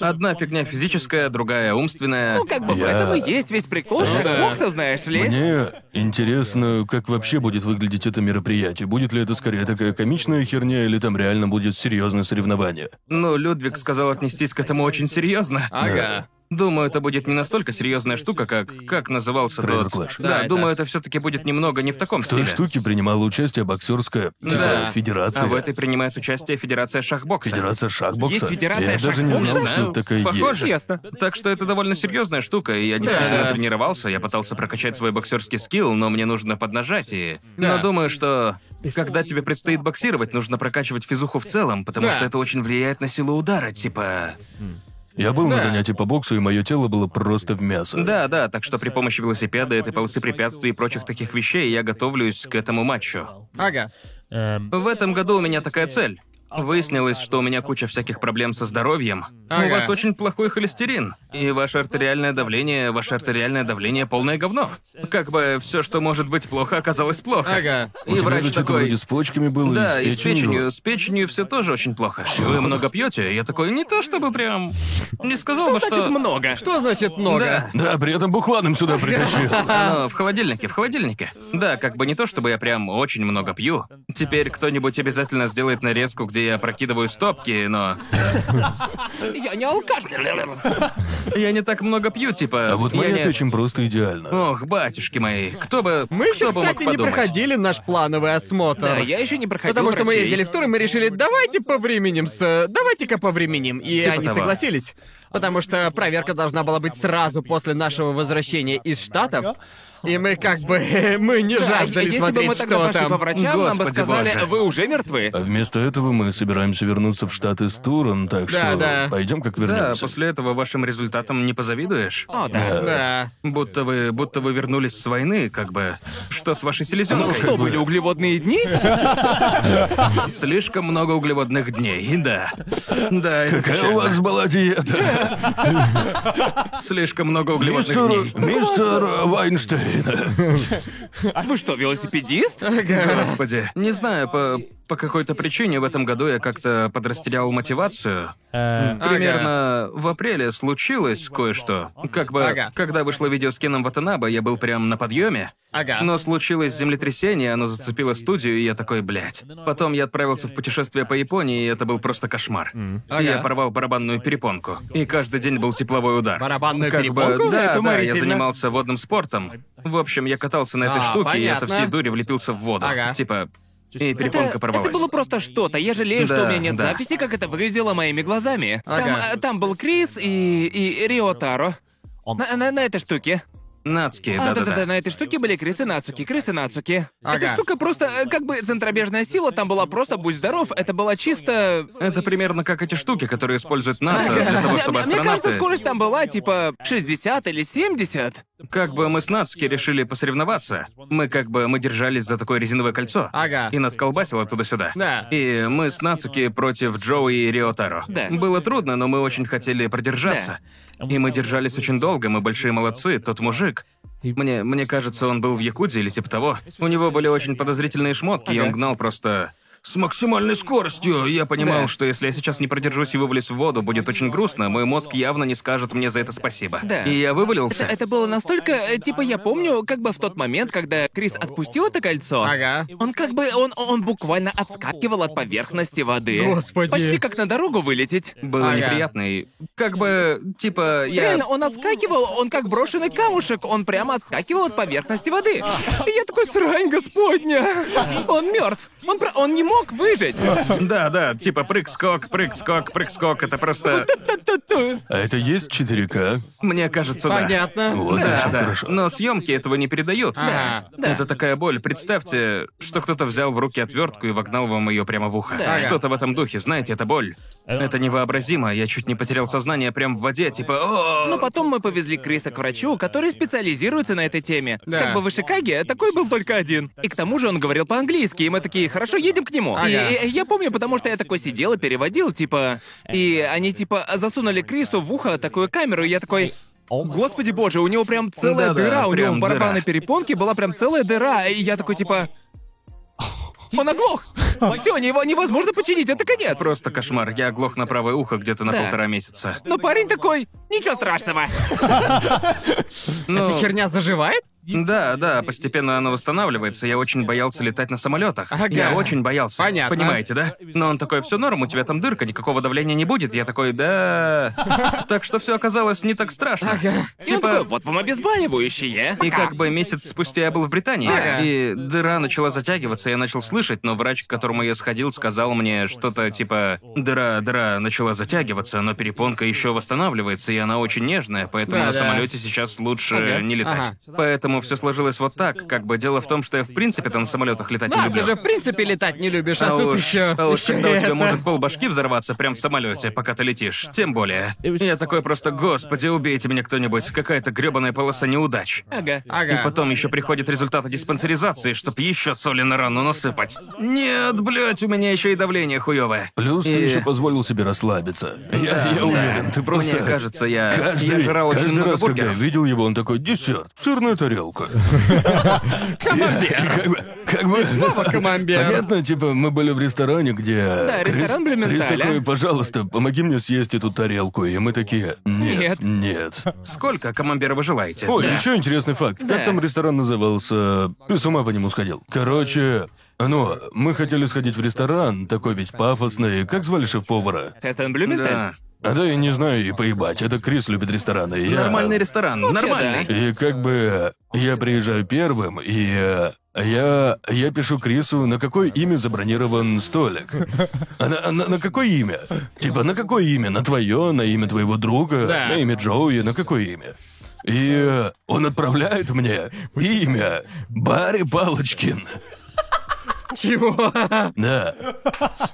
Одна фигня физическая, другая умственная. Ну, как бы в Я- этом и есть весь прикол шахбокса, знаешь ли. Мне интересно, как вообще будет выглядеть это мероприятие. Будет ли это скорее такая комичная херня, или там реально будет серьезное соревнование? Ну, Людвиг сказал отнестись к этому очень серьезно. Ага. Э, Думаю, это будет не настолько серьезная штука, как как назывался Трейлер тот. Clash. Да, Да, думаю, это все-таки будет немного не в таком В той стиле. штуке принимала участие боксерская типа, Да. федерация. А в этой принимает участие Федерация шахбокса. Федерация шахбокса. Есть федерация Я даже не шахбокса? знал, Не что знаю. это такая Похоже. есть. Ясно. Так что это довольно серьезная штука, и я действительно Да. тренировался, я пытался прокачать свой боксерский скилл, но мне нужно поднажать и. Да. Но думаю, что когда тебе предстоит боксировать, нужно прокачивать физуху в целом, потому Да. что это очень влияет на силу удара, типа. Я был на Да. занятии по боксу, и мое тело было просто в мясо. Да, да, так что при помощи велосипеда, этой полосы препятствий и прочих таких вещей я готовлюсь к этому матчу. Ага. В этом году у меня такая цель. Выяснилось, что у меня куча всяких проблем со здоровьем. У Ага. вас очень плохой холестерин. И ваше артериальное давление, ваше артериальное давление полное говно. Как бы все, что может быть плохо, оказалось плохо. Ага. И тебя врач что-то такой... вроде с почками было, Да, и и с с печенью. печенью. С печенью все тоже очень плохо. Вы много пьете? Я такой, не то чтобы прям. Не сказал бы, Ну, Значит, Ну что. много. Что значит много? Да. Да, при этом бухланом [laughs] сюда притащил. Но в холодильнике, в холодильнике. Да, как бы не то, чтобы я прям очень много пью. Теперь кто-нибудь обязательно сделает нарезку, где я прокидываю стопки, но Я не алкаш. я не так много пью, типа. А вот я моя не- Ну. печень просто идеальна. Ох, батюшки мои, кто бы, Мы еще, кто бы мог кстати, не подумать? проходили наш плановый осмотр. Да, я еще не проходил Потому что мы врачей. ездили в тур, и мы решили, давайте повременим с... э, Давайте-ка повременим. И Типа они того. согласились. Потому что проверка должна была быть сразу после нашего возвращения из Штатов. И мы как бы... [laughs] Мы не Да, жаждали если бы смотреть, мы тогда что пошли там. по врачам, нам бы Господи сказали, боже. вы уже мертвы. А вместо этого мы собираемся вернуться в Штаты с туром, так Да, что да. пойдем как Да, вернемся. после этого вашим результатам не позавидуешь. О, А, да. Да. Будто вы, будто вы вернулись с войны, как бы. Что с вашей селезенкой? Ну что, были углеводные дни? Слишком много углеводных дней, да. Да, это Какая у печально. вас была [laughs] диета, Слишком много углеводных мистер, дней. мистер Вайнштейн? Вы что, велосипедист? Господи. Не знаю, по, по какой-то причине в этом году я как-то подрастерял мотивацию. Примерно в апреле случилось кое-что. Как бы, Ага. когда вышло видео с Кеном Ватанаба, я был прям на подъеме. Ага. Но случилось землетрясение, оно зацепило студию, и я такой, блядь. Потом я отправился в путешествие по Японии, и это был просто кошмар. Я Ага. порвал барабанную перепонку. И каждый день был тепловой удар. Барабанную Ну, Как бы- перепонку? да, Это да, я уморительно. занимался водным спортом. В общем, я катался на этой А, штуке, и я со понятно. всей дури влепился в воду. Ага. Типа, и Это, перепонка порвалась. это было просто что-то. Я жалею, что Да, у меня нет да. записи, как это выглядело моими глазами. Там, Ага. э, там был Крис и, и Рио Таро. На, на- на этой штуке. Нацки, А, да-да-да. да-да-да, на этой штуке были Крис и Нацуки, Крис и Нацуки. Эта Ага. штука просто, э, как бы центробежная сила, там была просто «Будь здоров», это была чисто... Это примерно как эти штуки, которые используют НАСА для того, чтобы Мне- мне, мне астронавты... кажется, скорость там была типа 60 или 70. Как бы мы с Нацки решили посоревноваться. Мы как бы мы держались за такое резиновое кольцо. Ага. И нас колбасило туда-сюда. Да. И мы с Нацуки против Джоуи и Риотаро. Да. Было трудно, но мы очень хотели продержаться. И мы держались очень долго, мы большие молодцы, тот мужик. Мне, мне кажется, он был в Якуде или типа того. У него были очень подозрительные шмотки, и он Ага. гнал просто с максимальной скоростью. И Я понимал, Да. что если я сейчас не продержусь и вывалюсь в воду, будет очень грустно. Мой мозг явно не скажет мне за это спасибо. Да. И я вывалился. Это, это было настолько, э, типа, я помню, как бы в тот момент, когда Крис отпустил это кольцо, Ага. он как бы, он, он буквально отскакивал от поверхности воды. Господи. Почти как на дорогу вылететь. Было Ага. неприятно и... Как [laughs] бы, типа, я... [laughs] Реально, он отскакивал, он как брошенный камушек, он прямо отскакивал от поверхности воды. И я такой, срань господня! Он мертв. Он, про- он не мог выжить. Да, да, типа прыг-скок, прыг-скок, прыг-скок, это просто... Ту-ту-ту. А это есть 4К? Мне кажется, да. Понятно. Вот, Да, очень да. хорошо. Но съемки этого не передают. Да, Да. Это такая боль. Представьте, что кто-то взял в руки отвертку и вогнал вам ее прямо в ухо. Да. Что-то в этом духе, знаете, это боль. Это невообразимо. Я чуть не потерял сознание прям в воде, типа. «О!» Но потом мы повезли Криса к врачу, который специализируется на этой теме. Да. Как бы в Ишикаге такой был только один. И к тому же он говорил по-английски, и мы такие, хорошо, едем к нему. И- Ага. И, я помню, потому что я такой сидел и переводил, типа... И они, типа, засунули Крису в ухо такую камеру, и я такой... Господи боже, у него прям целая Да-да, дыра, у него прям в барабанной дыра. перепонке была прям целая дыра, и я такой, типа... Он оглох! Все, его невозможно починить, это конец! Просто кошмар. Я оглох на правое ухо где-то на Да. полтора месяца. Но парень такой, ничего страшного. Ну, Эта херня заживает? Да, да, постепенно оно восстанавливается. Я очень боялся летать на самолетах. Ага. Я очень боялся. Понятно. Понимаете, да? Но он такой, все норм, у тебя там дырка, никакого давления не будет. Я такой, да. Так что все оказалось не так страшно. Типа, И он такой, Типа, вот вам э?» обезболивающее. И как бы месяц спустя я был в Британии, Ага. и дыра начала затягиваться, я начал слышать, но врач, к которому я сходил, сказал мне что-то типа «Дыра, дыра начала затягиваться, но перепонка еще восстанавливается, и она очень нежная, поэтому Да, на да. самолете сейчас лучше Ага. не летать». Ага. Поэтому все сложилось вот так, как бы дело в том, что я в принципе-то на самолетах летать не Да, люблю. ты же в принципе летать не любишь, а, А тут уж, еще. а уж когда у тебя может пол башки взорваться прямо в самолете, пока ты летишь. Тем более. Я такой просто, господи, убейте меня кто-нибудь. Какая-то гребаная полоса неудач. Ага. Ага. И потом еще приходят результаты диспансеризации, чтоб еще соли на рану насыпать. Нет, Вот, блядь, у меня еще и давление хуевое. Плюс ты И- еще позволил себе расслабиться. Я, я уверен, ты просто... Мне кажется, я... Каждый, я жрал очень каждый много раз, когда я бургеров. видел его, он такой, десерт, сырная тарелка. И Как бы... Как бы... Камамбер. Понятно, типа, мы были в ресторане, где... Да, Крис, ресторан Крис Блюменталя. такой, пожалуйста, помоги мне съесть эту тарелку. И мы такие, нет, Нет. нет. Сколько камамбера вы желаете? Ой, Да. еще интересный факт. Как Да. там ресторан назывался? Ты с ума по нему сходил. Короче, ну, мы хотели сходить в ресторан, такой весь пафосный. Как звали шеф-повара? Хестон Блюменталь? Да. А да, я не знаю, и поебать. Это Крис любит рестораны. и я- Нормальный ресторан, нормальный. И как бы э, я приезжаю первым, и э, я, я пишу Крису, на какое имя забронирован столик. А На, на- на какое имя? Типа, на какое имя? На твое, на имя твоего друга, Да. на имя Джоуи, на какое имя? И э, он отправляет мне имя Барри Палочкин. Чего? Да.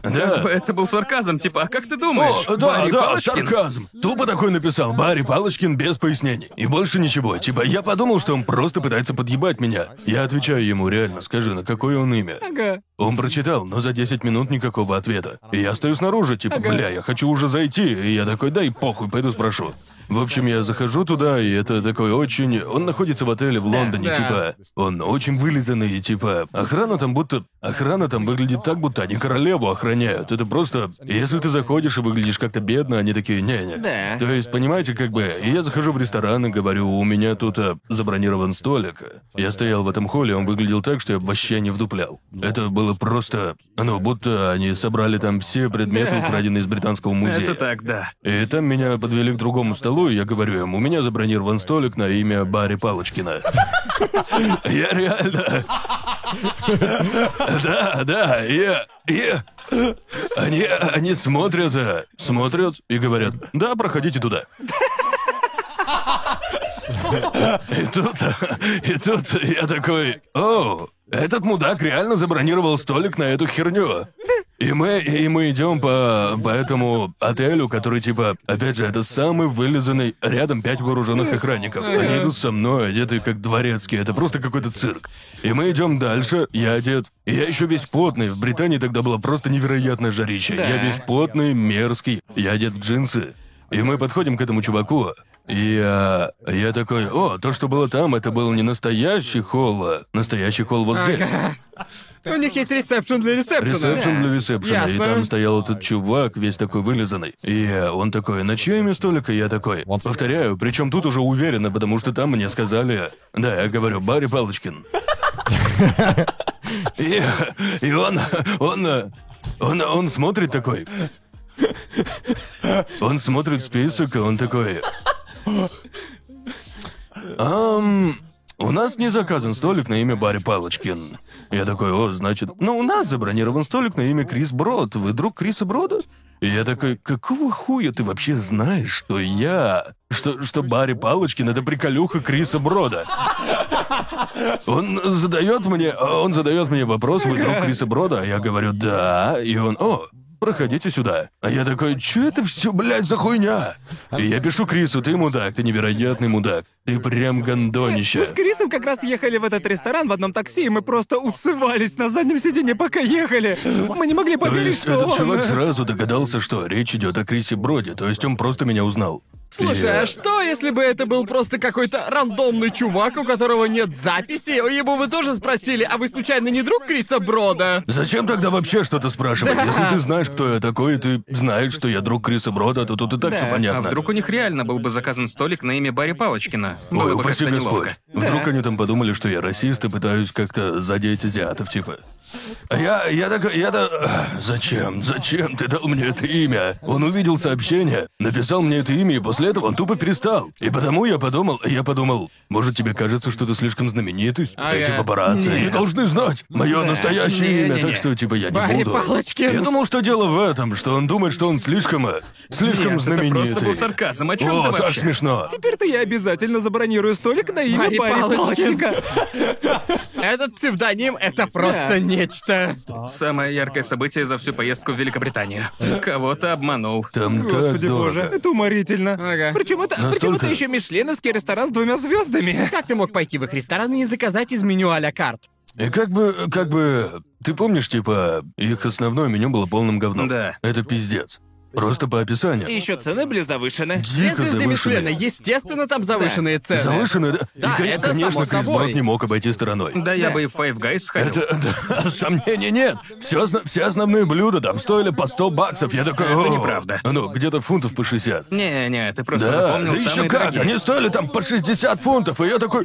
Да. Это был сарказм, типа, а как ты думаешь? О, да, Барри да, Палочкин? сарказм. Тупо такой написал Барри Палочкин без пояснений. И больше ничего. Типа, я подумал, что он просто пытается подъебать меня. Я отвечаю ему, реально, скажи, на какое он имя? Ага. Он прочитал, но за 10 минут никакого ответа. И я стою снаружи, типа, бля, я хочу уже зайти. И я такой, дай похуй, пойду спрошу. В общем, я захожу туда, и это такой очень... Он находится в отеле в Лондоне, да. типа... Он очень вылизанный, и типа... Охрана там будто... Охрана там выглядит так, будто они королеву охраняют. Это просто... Если ты заходишь и выглядишь как-то бедно, они такие, не-не. Да. То есть, понимаете, как бы... И я захожу в ресторан и говорю, у меня тут э, забронирован столик. Я стоял в этом холле, он выглядел так, что я вообще не вдуплял. Это было просто... Ну, будто они собрали там все предметы, украденные из британского музея. Это так, да. И там меня подвели к другому столу, и я говорю им, у меня забронирован столик на имя Барри Палочкина. Я реально... Да, да, я... я- Они, они смотрят, э, смотрят и говорят, да, проходите туда. И тут, и тут я такой, о, этот мудак реально забронировал столик на эту херню. И мы, и мы идем по, по этому отелю, который типа, опять же, это самый вылизанный, рядом пять вооруженных охранников. Они идут со мной, одеты как дворецкие, это просто какой-то цирк. И мы идем дальше, я одет, и я еще весь потный, в Британии тогда было просто невероятное жарище. Я весь потный, мерзкий, я одет в джинсы. И мы подходим к этому чуваку, и а, я такой, о, то, что было там, это был не настоящий холл, а настоящий холл вот здесь. У них есть ресепшн для ресепшена. Ресепшн для ресепшена. И Ясно. там стоял этот чувак, весь такой вылизанный. И э, он такой, на чье имя столик? И я такой, повторяю, причем тут уже уверенно, потому что там мне сказали... Да, я говорю, Барри Палочкин. [laughs] И, и он, он, э, он, он смотрит такой. Он смотрит список, и он такой... «Ам, у нас не заказан столик на имя Барри Палочкин. Я такой, о, значит, ну у нас забронирован столик на имя Крис Брод. Вы друг Криса Брода? И я такой, какого хуя ты вообще знаешь, что я... Что, что Барри Палочкин — это приколюха Криса Брода. Он задает мне... Он задает мне вопрос, вы друг Криса Брода? А я говорю, да. И он, о, проходите сюда. А я такой, что это все, блядь, за хуйня? И я пишу Крису, ты мудак, ты невероятный мудак. Ты прям гондонище. Мы с Крисом как раз ехали в этот ресторан в одном такси, и мы просто усывались на заднем сиденье, пока ехали. Мы не могли То поверить, есть что этот он... чувак сразу догадался, что речь идет о Крисе Броди, то есть он просто меня узнал. И, Слушай, э, а что, если бы это был просто какой-то рандомный чувак, у которого нет записи, его бы тоже спросили, а вы случайно не друг Криса Брода? Зачем тогда вообще что-то спрашивать? Если ты знаешь, кто я такой, и ты знаешь, что я друг Криса Брода, то тут и так Да. все А понятно. вдруг у них реально был бы заказан столик на имя Барри Палочкина? Ой, Было бы упаси как-то Господь. неловко. Вдруг они там подумали, что я расист и пытаюсь как-то задеть азиатов, типа. А Я, я так, я так... Ах, Зачем, зачем ты дал мне это имя? Он увидел сообщение, написал мне это имя, и после этого он тупо перестал. И потому я подумал, я подумал, может тебе кажется, что ты слишком знаменитость? Ага. Эти папарацци не А Нет. должны знать мое настоящее имя, Не-не-не. так что типа я не Барри буду. Палочкин. Я думал, что дело в этом, что он думает, что он слишком, э, слишком Нет, это знаменитый. просто был сарказм. О чем О, ты так вообще? Типа, смешно. Теперь-то я обязательно забронирую столик на имя Барри Барри Палочкин. Палочкина. Этот псевдоним — это просто нечто. Самое яркое событие за всю поездку в Великобританию. Кого-то обманул. Там так Господи дорого. боже, это уморительно. Ага. Причем это, причем Настолько- это еще мишленовский ресторан с двумя звездами. Как ты мог пойти в их ресторан и не заказать из меню а-ля карт? И как бы, как бы, ты помнишь, типа, их основное меню было полным говном? Да. Это пиздец. Просто по описанию. И еще цены были завышены. Две Дико звезды Мишлена, завышенные. естественно, там завышенные цены. Завышенные, да. Да, и, кон- это конечно, само Крис собой. Бак не мог обойти стороной. Да, я бы и в Five Guys сходил. Это, [laughs] да, сомнений нет. Все, озна- все основные блюда там стоили по 100 баксов. Я такой, Это «О». неправда. Ну, где-то фунтов по 60. Не-не, ты просто Да, запомнил да еще самые как, дорогие. они стоили там по 60 фунтов, и я такой...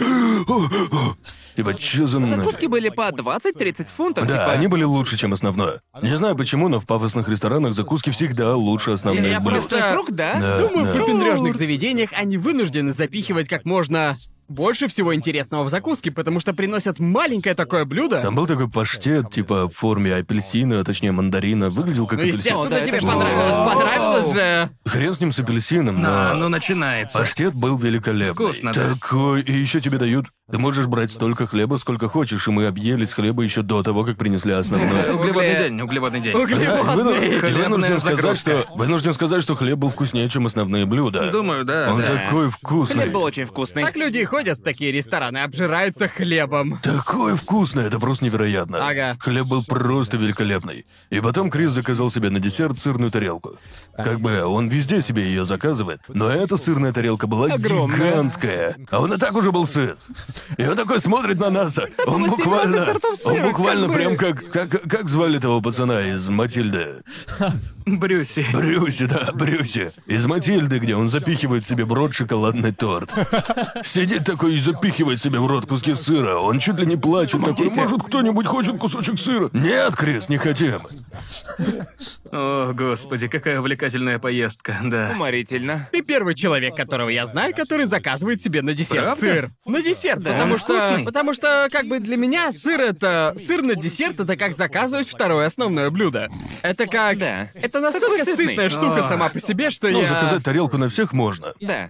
Типа, чё за нафиг? Закуски были по 20-30 фунтов. Да, типа. они были лучше, чем основное. Не знаю почему, но в пафосных ресторанах закуски всегда лучше основных Я блюд. просто- Местный фрукт, да? Да, Думаю, да. в крупнорежных заведениях они вынуждены запихивать как можно больше всего интересного в закуски, потому что приносят маленькое такое блюдо. Там был такой паштет, типа, в форме апельсина, а точнее, мандарина. Выглядел как ну, апельсин. естественно, да, это тебе же- понравилось. Вау. Понравилось же. Хрен с ним с апельсином, А, но... ну начинается. Паштет был великолепный. Вкусно, да. Такой, и еще тебе дают. Ты можешь брать столько хлеба, сколько хочешь, и мы объелись хлеба еще до того, как принесли [laughs] основное. Углеводный день, углеводный день. Да, и выну- и Хлебная вынужден сказать, загрузка. что вынужден сказать, что хлеб был вкуснее, чем основные блюда. Думаю, да, Он да. такой вкусный. Хлеб был очень вкусный. Так люди и ходят в такие рестораны, обжираются хлебом. Такой вкусный, это просто невероятно. Ага. Хлеб был просто великолепный. И потом Крис заказал себе на десерт сырную тарелку. Как бы он везде себе ее заказывает, но эта сырная тарелка была гигантская. А он и так уже был сыт. И он такой смотрит на нас. Он было 17 буквально. сортов сыра, Он буквально как бы. прям как. Как как звали того пацана из Матильды? Брюси. Брюси, да, Брюси. Из Матильды, где он запихивает себе в рот шоколадный торт. Сидит такой и запихивает себе в рот куски сыра. Он чуть ли не плачет. Такой, может, кто-нибудь хочет кусочек сыра? Нет, Крис, не хотим. О, господи, какая увлекательная поездка, да. Уморительно. Ты первый человек, которого я знаю, который заказывает себе на десерт Правда? сыр. На десерт, потому Он что... вкусный. Потому что, как бы, для меня сыр это... Сыр на десерт это как заказывать второе основное блюдо. Это как... Да. Это настолько Такой сытный. сытная штука А. сама по себе, что Ну, я... заказать тарелку на всех можно. Да.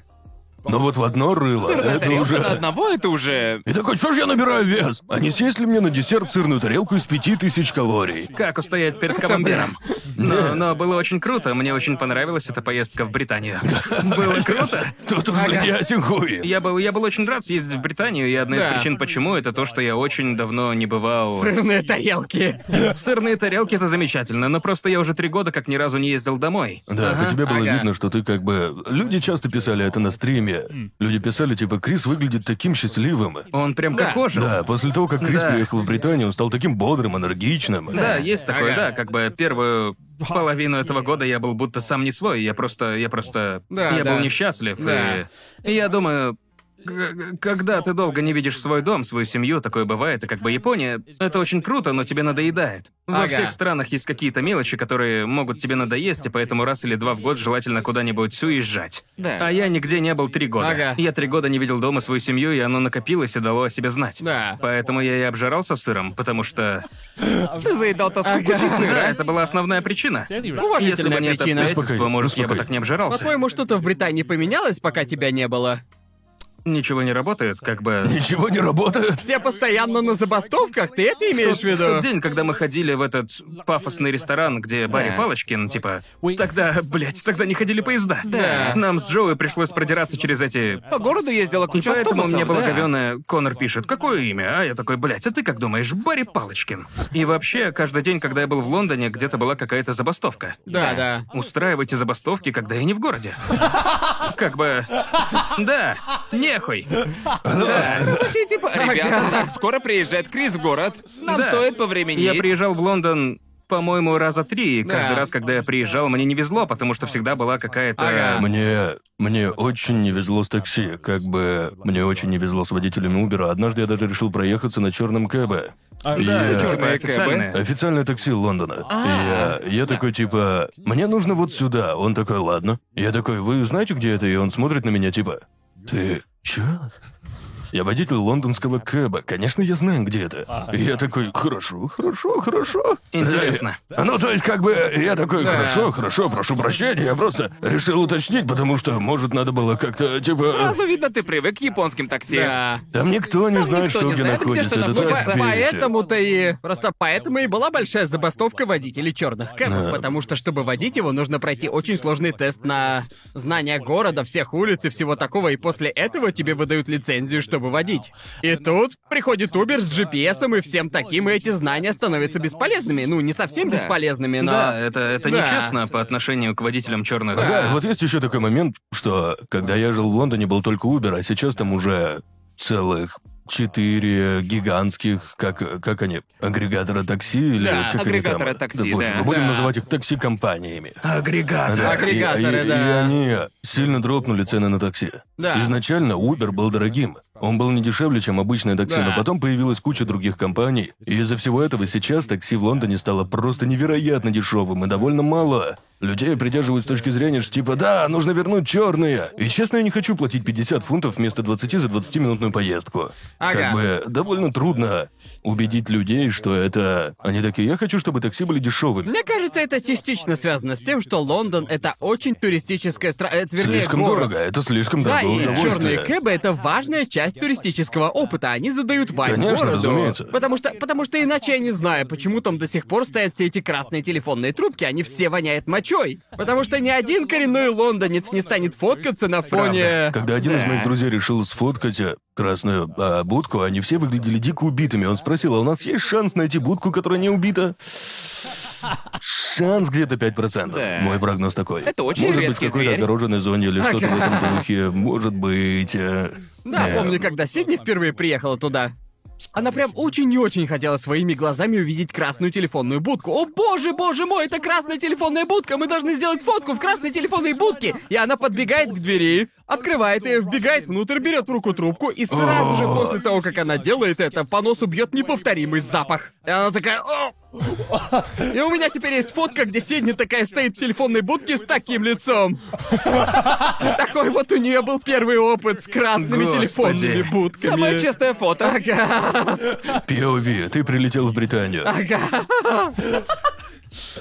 Но вот в одно рыло, это Тарелка на уже... одного это уже... И такой, что же я набираю вес? А не съесть ли мне на десерт сырную тарелку из пяти тысяч калорий? Как устоять перед командиром? Но, но было очень круто, мне очень понравилась эта поездка в Британию. Было круто. Тут уж, блядь, ясен хуй. Я был, я был очень рад съездить в Британию, и одна из Да. причин почему, это то, что я очень давно не бывал. Сырные тарелки. Сырные тарелки — это замечательно, но просто я уже три года как ни разу не ездил домой. Да, Ага, по тебе было ага. видно, что ты как бы... Люди часто писали это на стриме. Люди писали, типа, Крис выглядит таким счастливым. Он прям как Да. ожил. Да, после того, как Крис Да. приехал в Британию, он стал таким бодрым, энергичным. Да, есть такое, Ага. да, как бы первую половину этого года я был будто сам не свой, я просто, я просто, Да, я да. был несчастлив, Да. и, и я думаю, к- когда ты долго не видишь свой дом, свою семью, такое бывает, и как бы Япония, это очень круто, но тебе надоедает. Во Ага. всех странах есть какие-то мелочи, которые могут тебе надоесть, и поэтому раз или два в год желательно куда-нибудь уезжать. Да. А я нигде не был три года. Ага. Я три года не видел дома свою семью, и оно накопилось и дало о себе знать. Да. Поэтому я и обжирался сыром, потому что Ты заедал тоску кучей да, сыра. это была основная причина. Если бы Уважительная не это причина. обстоятельство, Успокой, может, я бы успокой. так не обжирался. По-твоему, что-то в Британии поменялось, пока тебя не было? Ничего не работает, как бы... Ничего не работает. Все постоянно на забастовках, ты это имеешь в В виду? тот день, когда мы ходили в этот пафосный ресторан, где Барри Палочкин, типа, тогда, блядь, тогда не ходили поезда. Да. Нам с Джоуи пришлось продираться через эти... По городу ездила И куча поэтому автобусов, мне было да. говёное, Конор пишет, какое имя? А я такой, блядь, а ты как думаешь, Барри Палочкин? И вообще, каждый день, когда я был в Лондоне, где-то была какая-то забастовка. Да, да. Устраивайте забастовки, когда я не в городе. Как бы... Да, нехуй. Да. Вообще, типа, ребята, так, скоро приезжает Крис в город. Нам Да. стоит повременить. Я приезжал в Лондон, по-моему, раза три, и каждый Да. раз, когда я приезжал, мне не везло, потому что всегда была какая-то... Ага. Мне... Мне очень не везло с такси, как бы... Мне очень не везло с водителем Убера. Однажды я даже решил проехаться на черном кэбе. А, да, Я- типа, Черное официальное. Официальное такси Лондона. А. И я, я такой, типа, мне нужно вот сюда. Он такой, ладно. Я такой, вы знаете, где это? И он смотрит на меня, типа, ты чё? Я водитель лондонского кэба. Конечно, я знаю, где это. И я такой, хорошо, хорошо, хорошо. Интересно. Да. Ну, то есть, как бы, я такой, хорошо, хорошо, прошу прощения. Я просто решил уточнить, потому что, может, надо было как-то, типа... Сразу видно, ты привык к японским такси. Да. Там никто не Там знает, никто что не где знает, где находится. что Это Ну, так по- находится. бесит. поэтому-то и... Просто поэтому и была большая забастовка водителей черных кэбов, Да. потому что, чтобы водить его, нужно пройти очень сложный тест на знание города, всех улиц и всего такого, и после этого тебе выдают лицензию, чтобы водить. И тут приходит Uber с GPS и всем таким, и эти знания становятся бесполезными. Ну, не совсем Да. бесполезными, но... Да, это, это Да. нечестно по отношению к водителям черных. Да, вот есть еще такой момент, что когда я жил в Лондоне, был только Uber, а сейчас там уже целых четыре гигантских, как, как они, агрегатора такси или Да, как они там? агрегатора такси, пофигу, да. Будем Да. называть их такси-компаниями. Агрегатор. Да, и- Агрегаторы, и, да. и они сильно дропнули цены на такси. Да. Изначально Uber был дорогим. Он был не дешевле, чем обычное такси, Да. но потом появилась куча других компаний. И из-за всего этого сейчас такси в Лондоне стало просто невероятно дешевым и довольно мало. Людей придерживают с точки зрения, что типа «да, нужно вернуть черные». И честно, я не хочу платить 50 фунтов вместо 20 за 20-минутную поездку. Ага. Как бы довольно трудно убедить людей, что это... Они такие «я хочу, чтобы такси были дешевыми». Мне кажется, это частично связано с тем, что Лондон — это очень туристическая страна, вернее, Слишком город. дорого, это слишком Да, дорогое и черные удовольствие. кэбы это важная часть туристического опыта. Они задают вайб Конечно, городу. разумеется. Потому что, потому что иначе я не знаю, почему там до сих пор стоят все эти красные телефонные трубки, они все воняют мочой. Потому что ни один коренной лондонец не станет фоткаться на фоне. Когда один из моих друзей решил сфоткать э, красную э, будку, они все выглядели дико убитыми. Он спросил, а у нас есть шанс найти будку, которая не убита? Шанс где-то 5%. Мой прогноз такой. Это очень Может быть, в редкий какой-то зверь. огороженной зоне или что-то в этом духе. Может быть. э, Да, э, помню, когда Сидни впервые приехала туда. Она прям очень и очень хотела своими глазами увидеть красную телефонную будку. О боже, боже мой, это красная телефонная будка! Мы должны сделать фотку в красной телефонной будке! И она подбегает к двери, открывает ее, вбегает внутрь, берет в руку трубку, и сразу же после того, как она делает это, по носу бьет неповторимый запах. И она такая... «О!» И у меня теперь есть фотка, где Сидни такая стоит в телефонной будке с таким лицом. Такой вот у нее был первый опыт с красными Господи. телефонными будками. Самое честное фото. Ага, POV, ты прилетел в Британию. ага.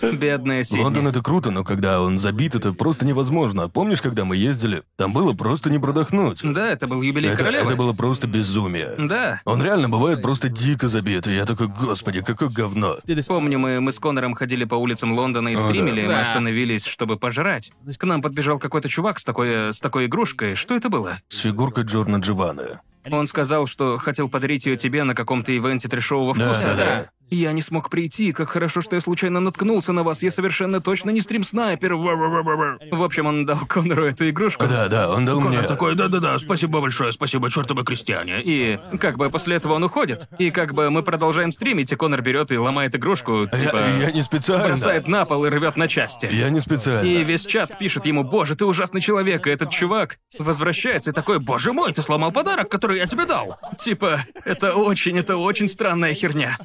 Бедная Сидни. Лондон это круто, но когда он забит, это просто невозможно. Помнишь, когда мы ездили? Там было просто не продохнуть. Да, это был юбилей Это, королевы. это было просто безумие. Да. Он реально бывает просто дико забит, и я такой, господи, какое говно. Помню, мы, мы с Конором ходили по улицам Лондона и да. стримили, мы Да. остановились, чтобы пожрать. К нам подбежал какой-то чувак с такой, э, с такой игрушкой. Что это было? С фигуркой Джорна Дживана. Он сказал, что хотел подарить ее тебе на каком-то ивенте трешового Да, вкуса. да. Я не смог прийти, как хорошо, что я случайно наткнулся на вас. Я совершенно точно не стрим-снайпер. Ва-ва-ва-ва-ва. В общем, он дал Конору эту игрушку. Да, да, он дал мне. Конор такой, да-да-да, спасибо большое, спасибо, чертовы крестьяне. И как бы после этого он уходит. И как бы мы продолжаем стримить, и Конор берет и ломает игрушку, Я, типа... я не специально. бросает на пол и рвет на части. Я не специально. И весь чат пишет ему, боже, ты ужасный человек, и этот чувак возвращается и такой, боже мой, ты сломал подарок, который я тебе дал. Типа, это очень, это очень странная херня.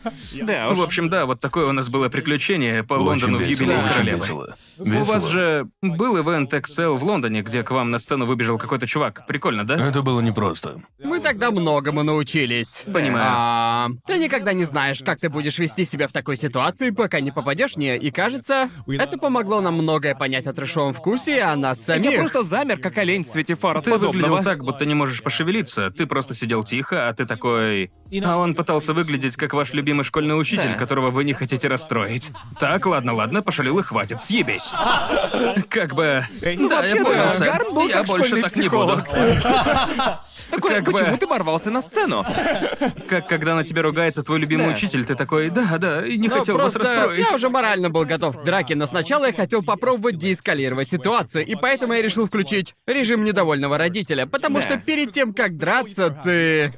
Да В уж. общем, да, вот такое у нас было приключение по Очень Лондону в весело, юбилей очень королевы. Ну, весело. У вас Весело. же был ивент XL в Лондоне, где к вам на сцену выбежал какой-то чувак. Прикольно, да? Это было непросто. Мы тогда многому научились. Понимаю. А, ты никогда не знаешь, как ты будешь вести себя в такой ситуации, пока не попадешь в нее. И кажется, это помогло нам многое понять о трешовом вкусе и о нас самих. Я просто замер, как олень в свете фар от Ты выглядел подобного. так, будто не можешь пошевелиться. Ты просто сидел тихо, а ты такой... А он пытался выглядеть как ваш любимый школьный учитель, которого вы не хотите расстроить. Так, ладно, ладно, пошалил и хватит, съебись. Как бы... Э, ну, Да, я вообще-то, понял, сэр. Гарн был Я как больше школьный так не буду. Такой, как бы- почему ты ворвался на сцену? Как когда на тебя ругается твой любимый Да. учитель, ты такой, да, да, и не Ну, хотел просто вас расстроить. я уже морально был готов к драке, но сначала я хотел попробовать деэскалировать ситуацию, и поэтому я решил включить режим недовольного родителя, потому Да. что перед тем, как драться, ты...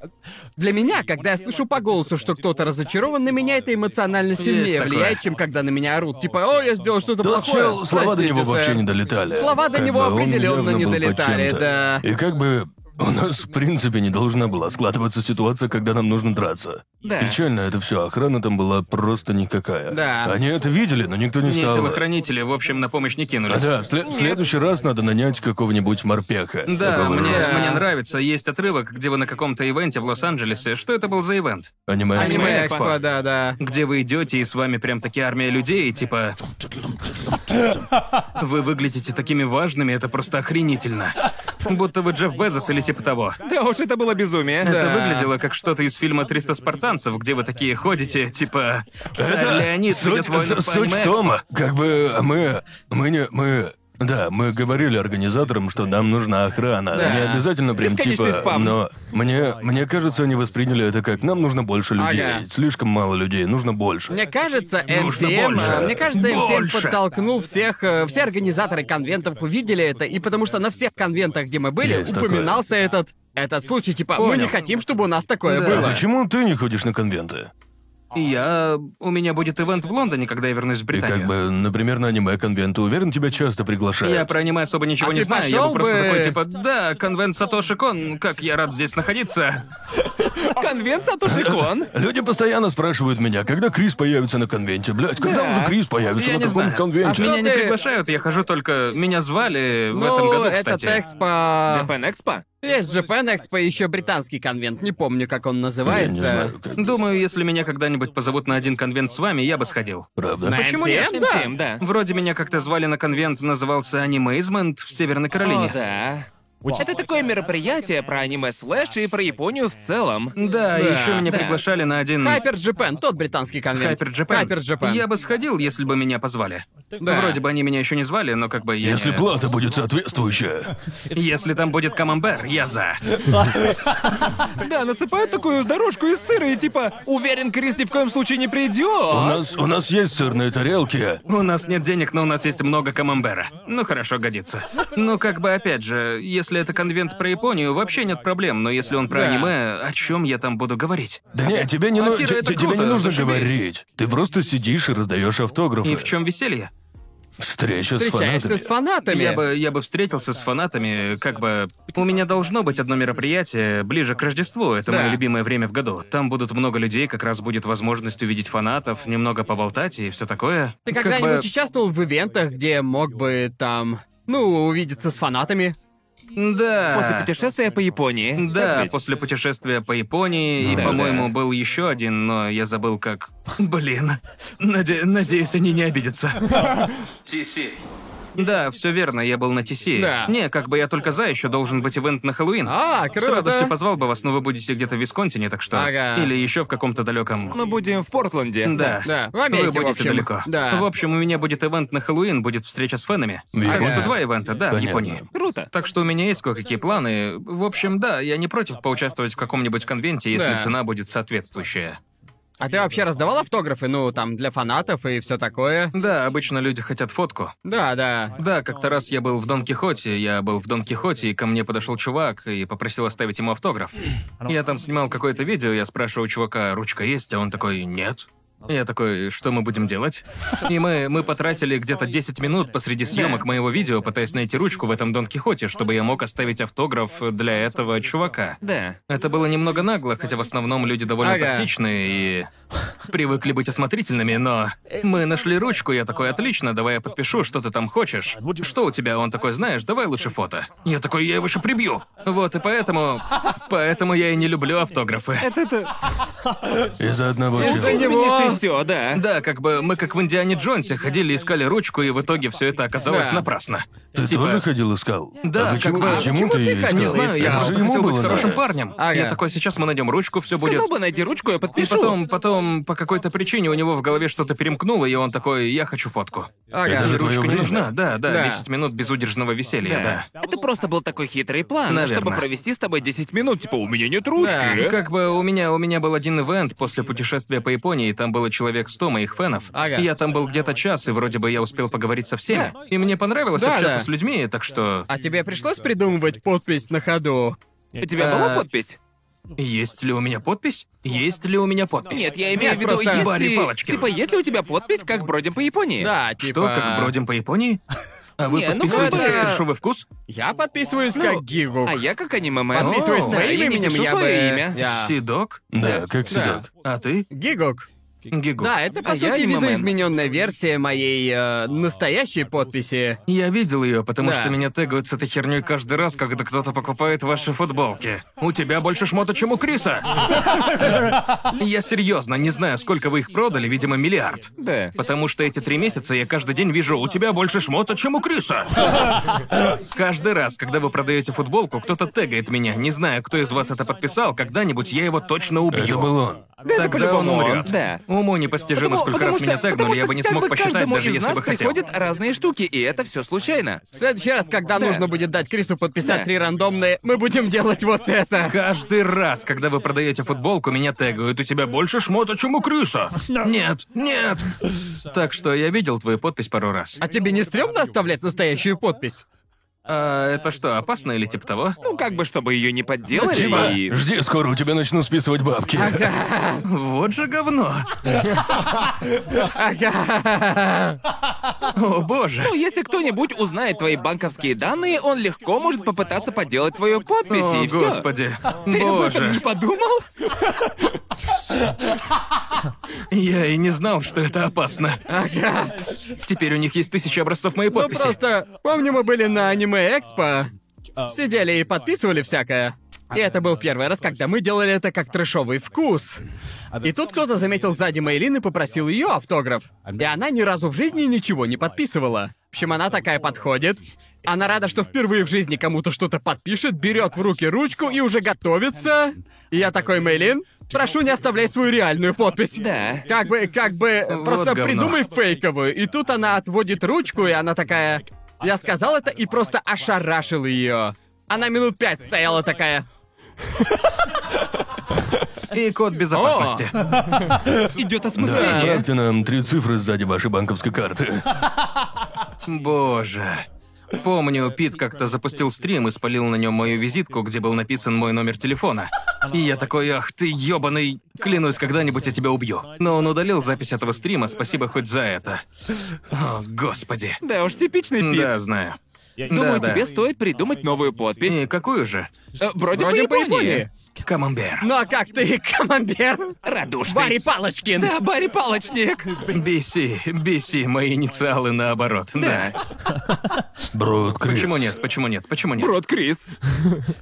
Для меня, когда я слышу по голосу, что кто-то разочарован, на меня это эмоционально сильнее такое. влияет, чем когда на меня орут. Типа, о, я сделал что-то Тот плохое. чел, слова до Простите, него вообще сэр». не долетали. Слова до Как него бы он определенно явно не был под долетали, чем-то. да. И как бы у нас, в принципе, не должна была складываться ситуация, когда нам нужно драться. Да. Печально это все, охрана там была просто никакая. Да. Они это видели, но никто не Мне стал. телохранители, в общем, на помощь не А, кинулись. Да, в, сле- в следующий раз надо нанять какого-нибудь морпеха. Да, Такого мне, же мне нравится. Есть отрывок, где вы на каком-то ивенте в Лос-Анджелесе. Что это был за ивент? аниме. Аниме Экспо. Экспо, да, да. Где вы идете, и с вами прям таки армия людей, и типа... Вы выглядите такими важными, это просто охренительно. Будто вы Джефф Безос или типа того. Да уж, это было безумие. Это выглядело как что-то из фильма «300 спартанцев», где вы такие ходите, типа... «Царь Леонид Суть, ведет войну с- по суть в Аймэкспо». том, как бы мы, мы не, мы Да, мы говорили организаторам, что нам нужна охрана. Да. Не обязательно прям Бесконечный типа. спам. Но мне, мне кажется, они восприняли это как нам нужно больше людей. Ага. Слишком мало людей, нужно больше. Мне кажется, Нужно больше. МСМ, мне кажется, МСМ Больше. подтолкнул всех, э, все организаторы конвентов увидели это, и потому что на всех конвентах, где мы были, Есть такое. упоминался этот этот случай, типа, мы не Понял. хотим, чтобы у нас такое Да. А было. почему ты не ходишь на конвенты? Я... У меня будет ивент в Лондоне, когда я вернусь в И Британию. как бы, например, на аниме-конвенты, уверен, тебя часто приглашают. Я про аниме особо ничего А не ты знаю. Я пошёл был просто бы? такой, типа, да, конвент Сатоши Кон, как я рад здесь находиться. Конвент Сатоши Кон. Люди постоянно спрашивают меня, когда Крис появится на конвенте. Блядь, когда Да. уже Крис появится Я на не каком знаю. А конвенте? что Меня не ты- приглашают, я хожу только... Меня звали в этом Ну, году, этот кстати. Экспо... Japan Expo. Есть Japan Expo, еще британский конвент, не помню, как он Я не называется. знаю, как- Думаю, если меня когда-нибудь позовут на один конвент с вами, я бы сходил. правда. На Почему MCM, нет? да. Всем, да. Вроде меня как-то звали на конвент, назывался Анимейзмент в Северной О, Каролине. да. Это такое мероприятие про аниме слэш и про Японию в целом. Да, и еще меня да. приглашали на один... Hyper Japan, тот британский конвент. Hyper Japan. Hyper Japan. Я бы сходил, если бы меня позвали. Да. Вроде бы они меня еще не звали, но как бы я... Если не- плата будет соответствующая. Если там будет камамбер, я за. Да, насыпают такую дорожку из сыра и типа «Уверен, Крис ни в коем случае не У А? придет. нас, у нас есть сырные тарелки. У нас нет денег, но у нас есть много камамбера. Ну хорошо, годится. Ну как бы опять же, если это конвент про Японию, вообще нет проблем, но если он про Да. аниме, о чем я там буду говорить? Да не, тебе не, ну- Акира, те- А, это те- тебе не круто, нужно зашибись. говорить. Ты просто сидишь и раздаешь автографы. И в чем веселье? Встреча с Встречаешься фанатами. с фанатами. Я бы, я бы встретился с фанатами, как бы... У меня должно быть одно мероприятие ближе к Рождеству, это мое любимое время в году. Там будут много людей, как раз будет возможность увидеть фанатов, немного поболтать и все такое. Ты Ну, Как когда-нибудь бы- участвовал в ивентах, где мог бы там, ну, увидеться с фанатами? Да. После путешествия по Японии. Да, после путешествия по Ну Японии, и, Да, по-моему, был еще один, но я забыл как. Блин. Наде- Надеюсь, они не обидятся. Да, все верно, я был на ТС. Да. Не, как бы я только за, еще должен быть ивент на Хэллоуин. А, С круто. радостью позвал бы вас, но вы будете где-то в Висконсине, так что. Ага. Ну, Или еще в каком-то далеком. Мы будем в Портленде. Да. Да, в Америке, Вы в будете общем. далеко. Да. В общем, у меня будет ивент на Хэллоуин, будет встреча с фенами. Япония. Так что два ивента, да, в Понятно. Японии. Круто. Так что у меня есть кое-какие планы. В общем, да, я не против поучаствовать в каком-нибудь конвенте, если Да. цена будет соответствующая. А ты вообще раздавал автографы, ну, там, для фанатов и все такое? Да, обычно люди хотят фотку. Да, да. Да, как-то раз я был в Дон Кихоте, я был в Дон Кихоте, и ко мне подошел чувак и попросил оставить ему автограф. Я там снимал какое-то видео, я спрашиваю чувака, ручка есть, а он такой, нет. Я такой, что мы будем делать? И мы, мы потратили где-то 10 минут посреди съемок моего видео, пытаясь найти ручку в этом Дон Кихоте, чтобы я мог оставить автограф для этого чувака. Да. Это было немного нагло, хотя в основном люди довольно Ага. тактичные и привыкли быть осмотрительными, но мы нашли ручку, я такой, отлично, давай я подпишу, что ты там хочешь. Что у тебя? Он такой, знаешь, давай лучше фото. Я такой, я его еще прибью. Вот, и поэтому... Поэтому я и не люблю автографы. Из-за одного Из-за человека. него все, да. Да, как бы мы как в Индиане Джонсе ходили, искали ручку, и в итоге все это оказалось Да. напрасно. Ты Типа- тоже ходил искал? Да, а почему, как бы- почему ты, искал? Не знаю, я Это же просто ему хотел быть было хорошим надо. парнем. Ага. Я такой, сейчас мы найдем ручку, все будет... Сказал бы, найди ручку, я И подпишу. потом, потом, по какой-то причине у него в голове что-то перемкнуло, и он такой, я хочу фотку. Ага. Это же твоё Ручка не время. нужна, да, да, Да. 10 минут безудержного веселья, да. Это просто был такой хитрый план, Наверно. чтобы провести с тобой 10 минут. Типа, у меня нет ручки. Да, Как бы у меня, у меня был один ивент после путешествия по Японии, там было человек 100 моих фенов. Ага. Я там был где-то час, и вроде бы я успел поговорить со всеми. И мне понравилось Да, общаться да. с людьми, так что... А тебе пришлось придумывать подпись на ходу? У тебя была Э, подпись? Есть ли у меня подпись? Есть ли у меня подпись? Нет, я имею нет, в виду, просто- если... Бали Палочкин. Типа, если у тебя подпись, как бродим по Японии. Да, Что, типа... как бродим по Японии? А вы Не, ну, подписываетесь как бы- как дешевый вкус? Я подписываюсь Ну, как Гигу. А я как аниме Подписываюсь О, своим я не именем, пишу я свое бы- имя. Я... Седок? Да, как всегда. А ты? Гигук. Гигу. Да, это, по А я сути, аниме-мен. видоизмененная версия моей э, настоящей подписи. Я видел ее, потому Да. что меня тегают с этой херней каждый раз, когда кто-то покупает ваши футболки. У тебя больше шмота, чем у Криса. Я серьезно, не знаю, сколько вы их продали, видимо, миллиард. Да. Потому что эти три месяца я каждый день вижу, у тебя больше шмота, чем у Криса. Каждый раз, когда вы продаете футболку, кто-то тегает меня. Не знаю, кто из вас это подписал, когда-нибудь я его точно убью. Это был он. Да это Тогда по-любому он умрет. умрет. Да. Уму непостижимо, Потому- сколько потому раз что- меня тегнули, потому я бы не что смог как бы посчитать, каждому даже из если нас бы хотел. приходят разные штуки, и это все случайно. В следующий раз, когда Да. нужно будет дать Крису подписать Да. три рандомные, мы будем делать вот это. Каждый раз, когда вы продаете футболку, меня тегают, у тебя больше шмота, чем у Крюса. Нет, нет. Так что я видел твою подпись пару раз. А тебе не стрёмно оставлять настоящую [laughs] подпись? А это что, опасно или типа того? Ну, как бы, чтобы ее не подделали, Типа, и... жди, скоро у тебя начнут списывать бабки. А Вот же говно. О боже. Ну, если кто-нибудь узнает твои банковские данные, он легко может попытаться подделать твою подпись, О, Ну, и все. господи. [laughs] Ты об этом Боже. не подумал? Я и не знал, что это опасно. Ага. Теперь у них есть тысячи образцов моей Ну подписи. просто, помню, мы были на аниме-экспо, сидели и подписывали всякое. И это был первый раз, когда мы делали это как трешовый вкус. И тут кто-то заметил сзади Мейлин и попросил ее автограф. И она ни разу в жизни ничего не подписывала. В общем, она такая подходит. Она рада, что впервые в жизни кому-то что-то подпишет, берет в руки ручку и уже готовится. И я такой, Мейлин, прошу, не оставляй свою реальную подпись. Да. Как бы, как бы, э, Вот просто говно. придумай фейковую. И тут она отводит ручку, и она такая... Я сказал это и просто ошарашил ее. Она минут пять стояла такая. И код безопасности. Идет Да, осмысление. отправьте нам три цифры сзади вашей банковской карты. Боже. Помню, Пит как-то запустил стрим и спалил на нем мою визитку, где был написан мой номер телефона. И я такой, ах ты ёбаный, клянусь, когда-нибудь я тебя убью. Но он удалил запись этого стрима, спасибо хоть за это. О, господи. Да уж, типичный пит. Да, знаю. Думаю, да, да. тебе стоит придумать новую подпись. И какую же? Э, вроде, Вроде по по Японии. Японии. Камамбер. Ну а как ты, командир? Радушный. Барри Палочкин. Да, Барри Палочник. BC, BC, мои инициалы наоборот. Да. Да. Брод Крис. Почему нет? Почему нет? Почему нет? Брод Крис.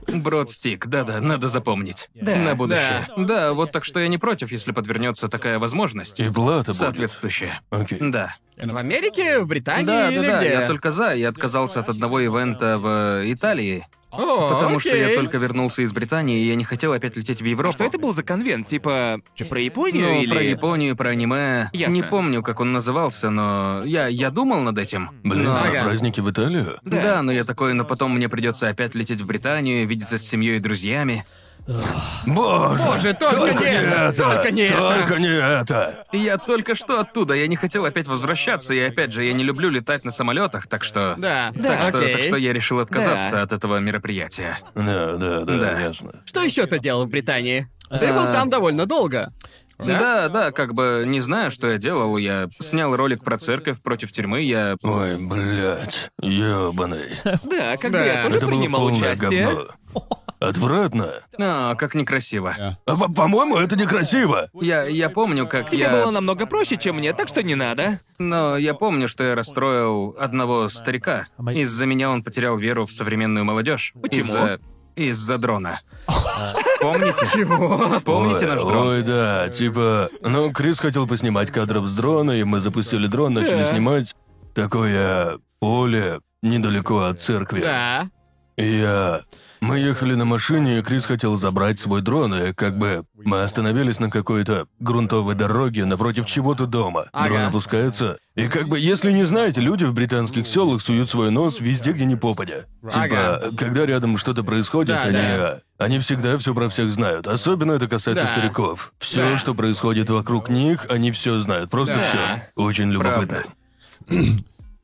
Бродстик, да-да, надо запомнить. На будущее. Да. вот так что я не против, если подвернется такая возможность. И плата будет. Соответствующая. Окей. Да. В Америке, в Британии Да, да, или да, где? я только за. Я отказался от одного ивента в э, Италии, О, потому что я окей. только вернулся из Британии, и я не хотел опять лететь в Европу. Что это был за конвент? Типа, про Японию Ну, или... про Японию, про аниме. Ясно. Не помню, как он назывался, но я, я думал над этим. Блин, но... а Ага. праздники в Италию? Да. но я такой, но потом мне придется опять лететь в Британию, видеться с семьей и друзьями. Боже! Боже, только не это, только не это. Только не это! И Я только что оттуда, я не хотел опять возвращаться, и опять же, я не люблю летать на самолетах, так что... Да, Так, да, что, окей. так что я решил отказаться Да. от этого мероприятия. Да, да, да, Да. ясно. Что еще ты делал в Британии? А. Ты был там довольно долго. Да, да, как бы не знаю, что я делал. Я снял ролик про церковь против тюрьмы, я. Ой, блядь, ёбаный. Да, как Да. бы я тоже Это было принимал полное участие. говно. Отвратно. А, как некрасиво. А, по- по-моему, это некрасиво. Я, я помню, как Тебе я. было намного проще, чем мне, так что не надо. Но я помню, что я расстроил одного старика. Из-за меня он потерял веру в современную молодежь. Почему? Из-за, из-за дрона. Помните? Чего? Помните ой, наш дрон? Ой, да, типа... Ну, Крис хотел поснимать кадров с дрона, и мы запустили дрон, начали Да. снимать такое поле недалеко от церкви. Да. И Я... Мы ехали на машине, и Крис хотел забрать свой дрон, и как бы мы остановились на какой-то грунтовой дороге напротив чего-то дома. Дрон Ага. опускается. И как бы, если не знаете, люди в британских селах суют свой нос везде, где не попадя. Типа, Ага. когда рядом что-то происходит, Да, они... да. Они всегда все про всех знают, особенно это касается Да. стариков. Все, что происходит вокруг них, они все знают, просто Да. все. Очень любопытно.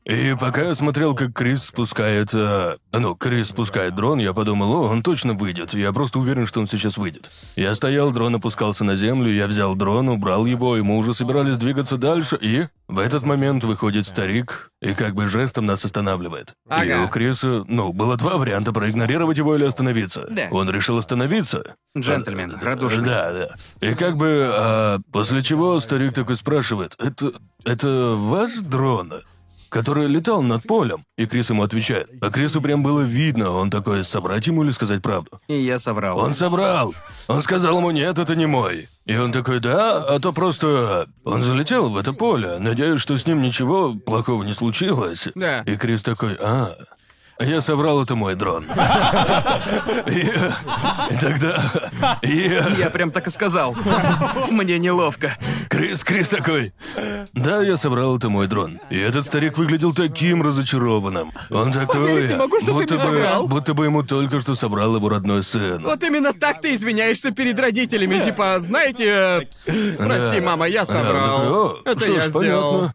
И пока я смотрел, как Крис спускает... э, ну, Крис спускает дрон, я подумал, о, он точно выйдет. Я просто уверен, что он сейчас выйдет. Я стоял, дрон опускался на землю, я взял дрон, убрал его, и мы уже собирались двигаться дальше, и... В этот момент выходит старик и как бы жестом нас останавливает. И Ага. у Криса, ну, было два варианта, проигнорировать его или остановиться. Да. Он решил остановиться. Джентльмен, Э, радушный. Да, да. И как бы, а, после чего старик такой спрашивает, это, это ваш дрон, который летал над полем? И Крис ему отвечает. А Крису прям было видно, он такой, собрать ему или сказать правду? И я соврал. Он собрал. Он сказал ему, нет, это не мой. И он такой, да, а то просто... Он залетел в это поле, надеюсь, что с ним ничего плохого не случилось. Да. И Крис такой, а, Я соврал, это мой дрон. И, и тогда... и- Я прям так и сказал. Мне неловко. Крис, Крис такой. Да, я собрал, это мой дрон. И этот старик выглядел таким разочарованным. Он такой, Поверить не могу, что ты будто, мне бы, собрал. будто бы ему только что собрал его родной сын. Вот именно так ты извиняешься перед родителями, типа, знаете, э, прости, Да. мама, я Да, он такой, соврал. «О, Это что ж, я сделал. понятно».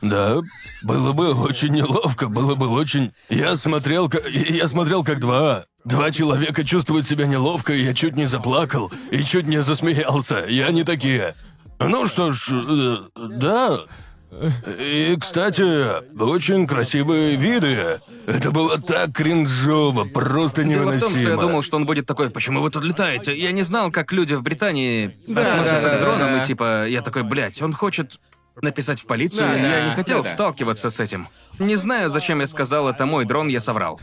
Да, было бы очень неловко, было бы очень. Я смотрел, ка- я смотрел, как два два человека чувствуют себя неловко, и я чуть не заплакал и чуть не засмеялся. Я не такие. Ну что ж, э, да. И, кстати, очень красивые виды. Это было так кринжово, просто Дело в том, что я думал, невыносимо. что он будет такой, почему вы тут летаете? Я не знал, как люди в Британии Да, относятся да, к да, дронам, да. и типа, я такой, блядь, он хочет написать в полицию, Да, и я да, не хотел да, да. сталкиваться с этим. Не знаю, зачем я сказал, это мой дрон, я соврал.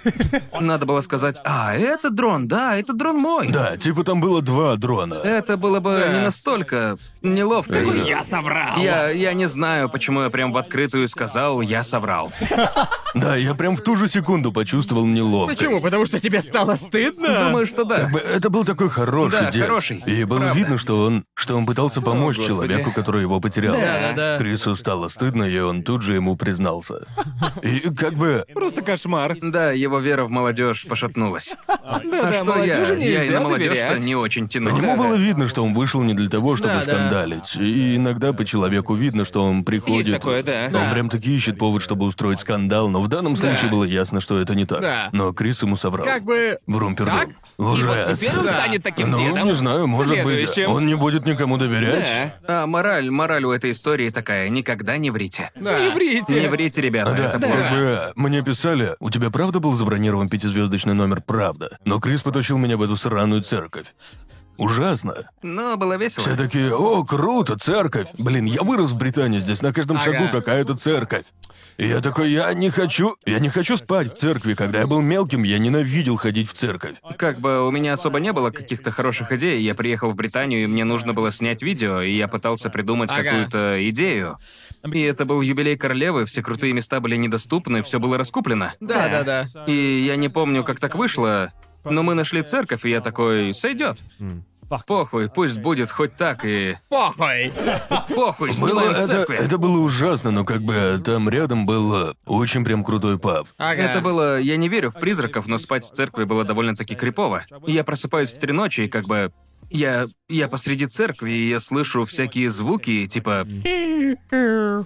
Надо было сказать, а, это дрон, да, это дрон мой. Да, типа там было два дрона. Это было бы Да. не настолько неловко. Я соврал. Я, я не знаю, почему я прям в открытую сказал, я соврал. Да, я прям в ту же секунду почувствовал неловкость. Почему? Потому что тебе стало стыдно? Думаю, что да. Как бы Это был такой хороший Да, дед. хороший. И было Правда. видно, что он, что он пытался помочь человеку, который его потерял. Да, да, да. Крису стало стыдно, и он тут же ему признался. И как бы... Просто кошмар. Да, его вера в молодежь пошатнулась. Да, а да, что я? Я молодежи и на нельзя молодежь-то доверять. не очень тяну. По нему было видно, что он вышел не для того, чтобы Да, да. скандалить. И иногда по человеку видно, что он приходит. Есть такое, да. Он Да. прям таки ищет повод, чтобы устроить скандал, но в данном случае было ясно, что это не так. Да. Но Крис ему соврал. Как бы... Врумпердум. Так? И вот Лжец. теперь он Да. станет таким ну, дедом. не знаю, может быть, Следующим. он не будет никому доверять. Да. А мораль, мораль у этой истории такая, никогда не врите. Да. Не врите. ну, Не врите, ребята, Да, это как плохо. А бы мне писали, у тебя правда был забронирован пятизвездочный номер, правда. Но Крис потащил меня в эту сраную церковь. Ужасно. Но было весело. Все такие, о, круто, церковь. Блин, я вырос в Британии, здесь на каждом шагу какая-то церковь. И я такой, я не хочу, я не хочу спать в церкви. Когда я был мелким, я ненавидел ходить в церковь. Как бы у меня особо не было каких-то хороших идей, я приехал в Британию, и мне нужно было снять видео, и я пытался придумать Ага. какую-то идею. И это был юбилей королевы, все крутые места были недоступны, все было раскуплено. Да, да, да. И я не помню, как так вышло, но мы нашли церковь, и я такой, сойдет. Похуй, пусть будет хоть так и... Похуй. Похуй, Было сделаем это, церковь. это было ужасно, но как бы там рядом был э, очень прям крутой паб. Ага. Это было... Я не верю в призраков, но спать в церкви было довольно-таки крипово. И Я просыпаюсь в три ночи, и как бы... Я... Я посреди церкви, и я слышу всякие звуки, типа... Я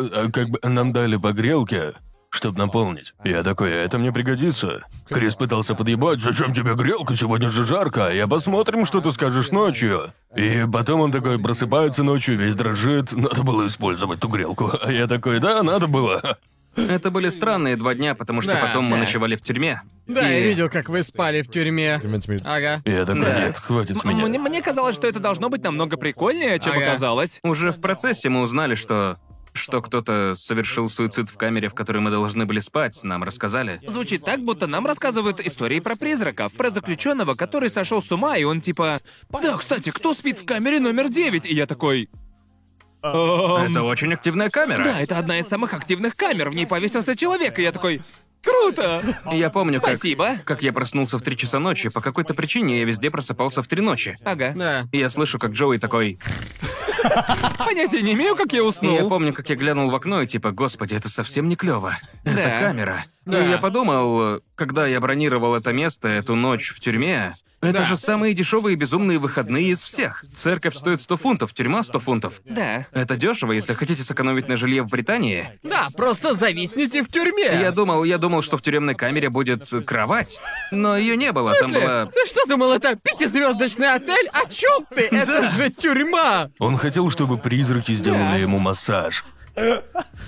э, как бы нам дали по грелке, чтобы наполнить. Я такой, это мне пригодится. Крис пытался подъебать, зачем тебе грелка, сегодня же жарко, я посмотрим, что ты скажешь ночью. И потом он такой просыпается ночью, весь дрожит, надо было использовать ту грелку. А я такой, да, надо было. Это были странные два дня, потому что Да, потом мы да. ночевали в тюрьме. Да, И- я видел, как вы спали в тюрьме. Ага. И я такой, Да. нет, хватит с меня. Ну, Мне, мне казалось, что это должно быть намного прикольнее, чем Ага. оказалось. Уже в процессе мы узнали, что... Что кто-то совершил суицид в камере, в которой мы должны были спать, нам рассказали. Звучит так, будто нам рассказывают истории про призраков, про заключенного, который сошел с ума, и он типа. Да, кстати, кто спит в камере номер девять? И я такой. «Эм, Это очень активная камера. Да, это одна из самых активных камер. В ней повесился человек, и я такой. Круто! Я помню, как... Спасибо. Как я проснулся в три часа ночи, по какой-то причине я везде просыпался в три ночи. Ага. Да. И я слышу, как Джоуи такой... Понятия не имею, как я И я уснул. помню, как я глянул в окно и типа, господи, это совсем не клево. Это Да. камера. Да. И я подумал, э, когда я бронировал это место, эту ночь в тюрьме, это Да. же самые дешевые безумные выходные из всех. Церковь стоит 100 фунтов, тюрьма 100 фунтов. Да. Это дешево, если хотите сэкономить на жилье в Британии. Да, просто зависните в тюрьме. Я думал, я думал, что в тюремной камере будет э, кровать, но ее не было. Там была Ты что думал, это пятизвездочный отель? О чем ты? Это же тюрьма! Он хотел, чтобы призраки сделали ему массаж.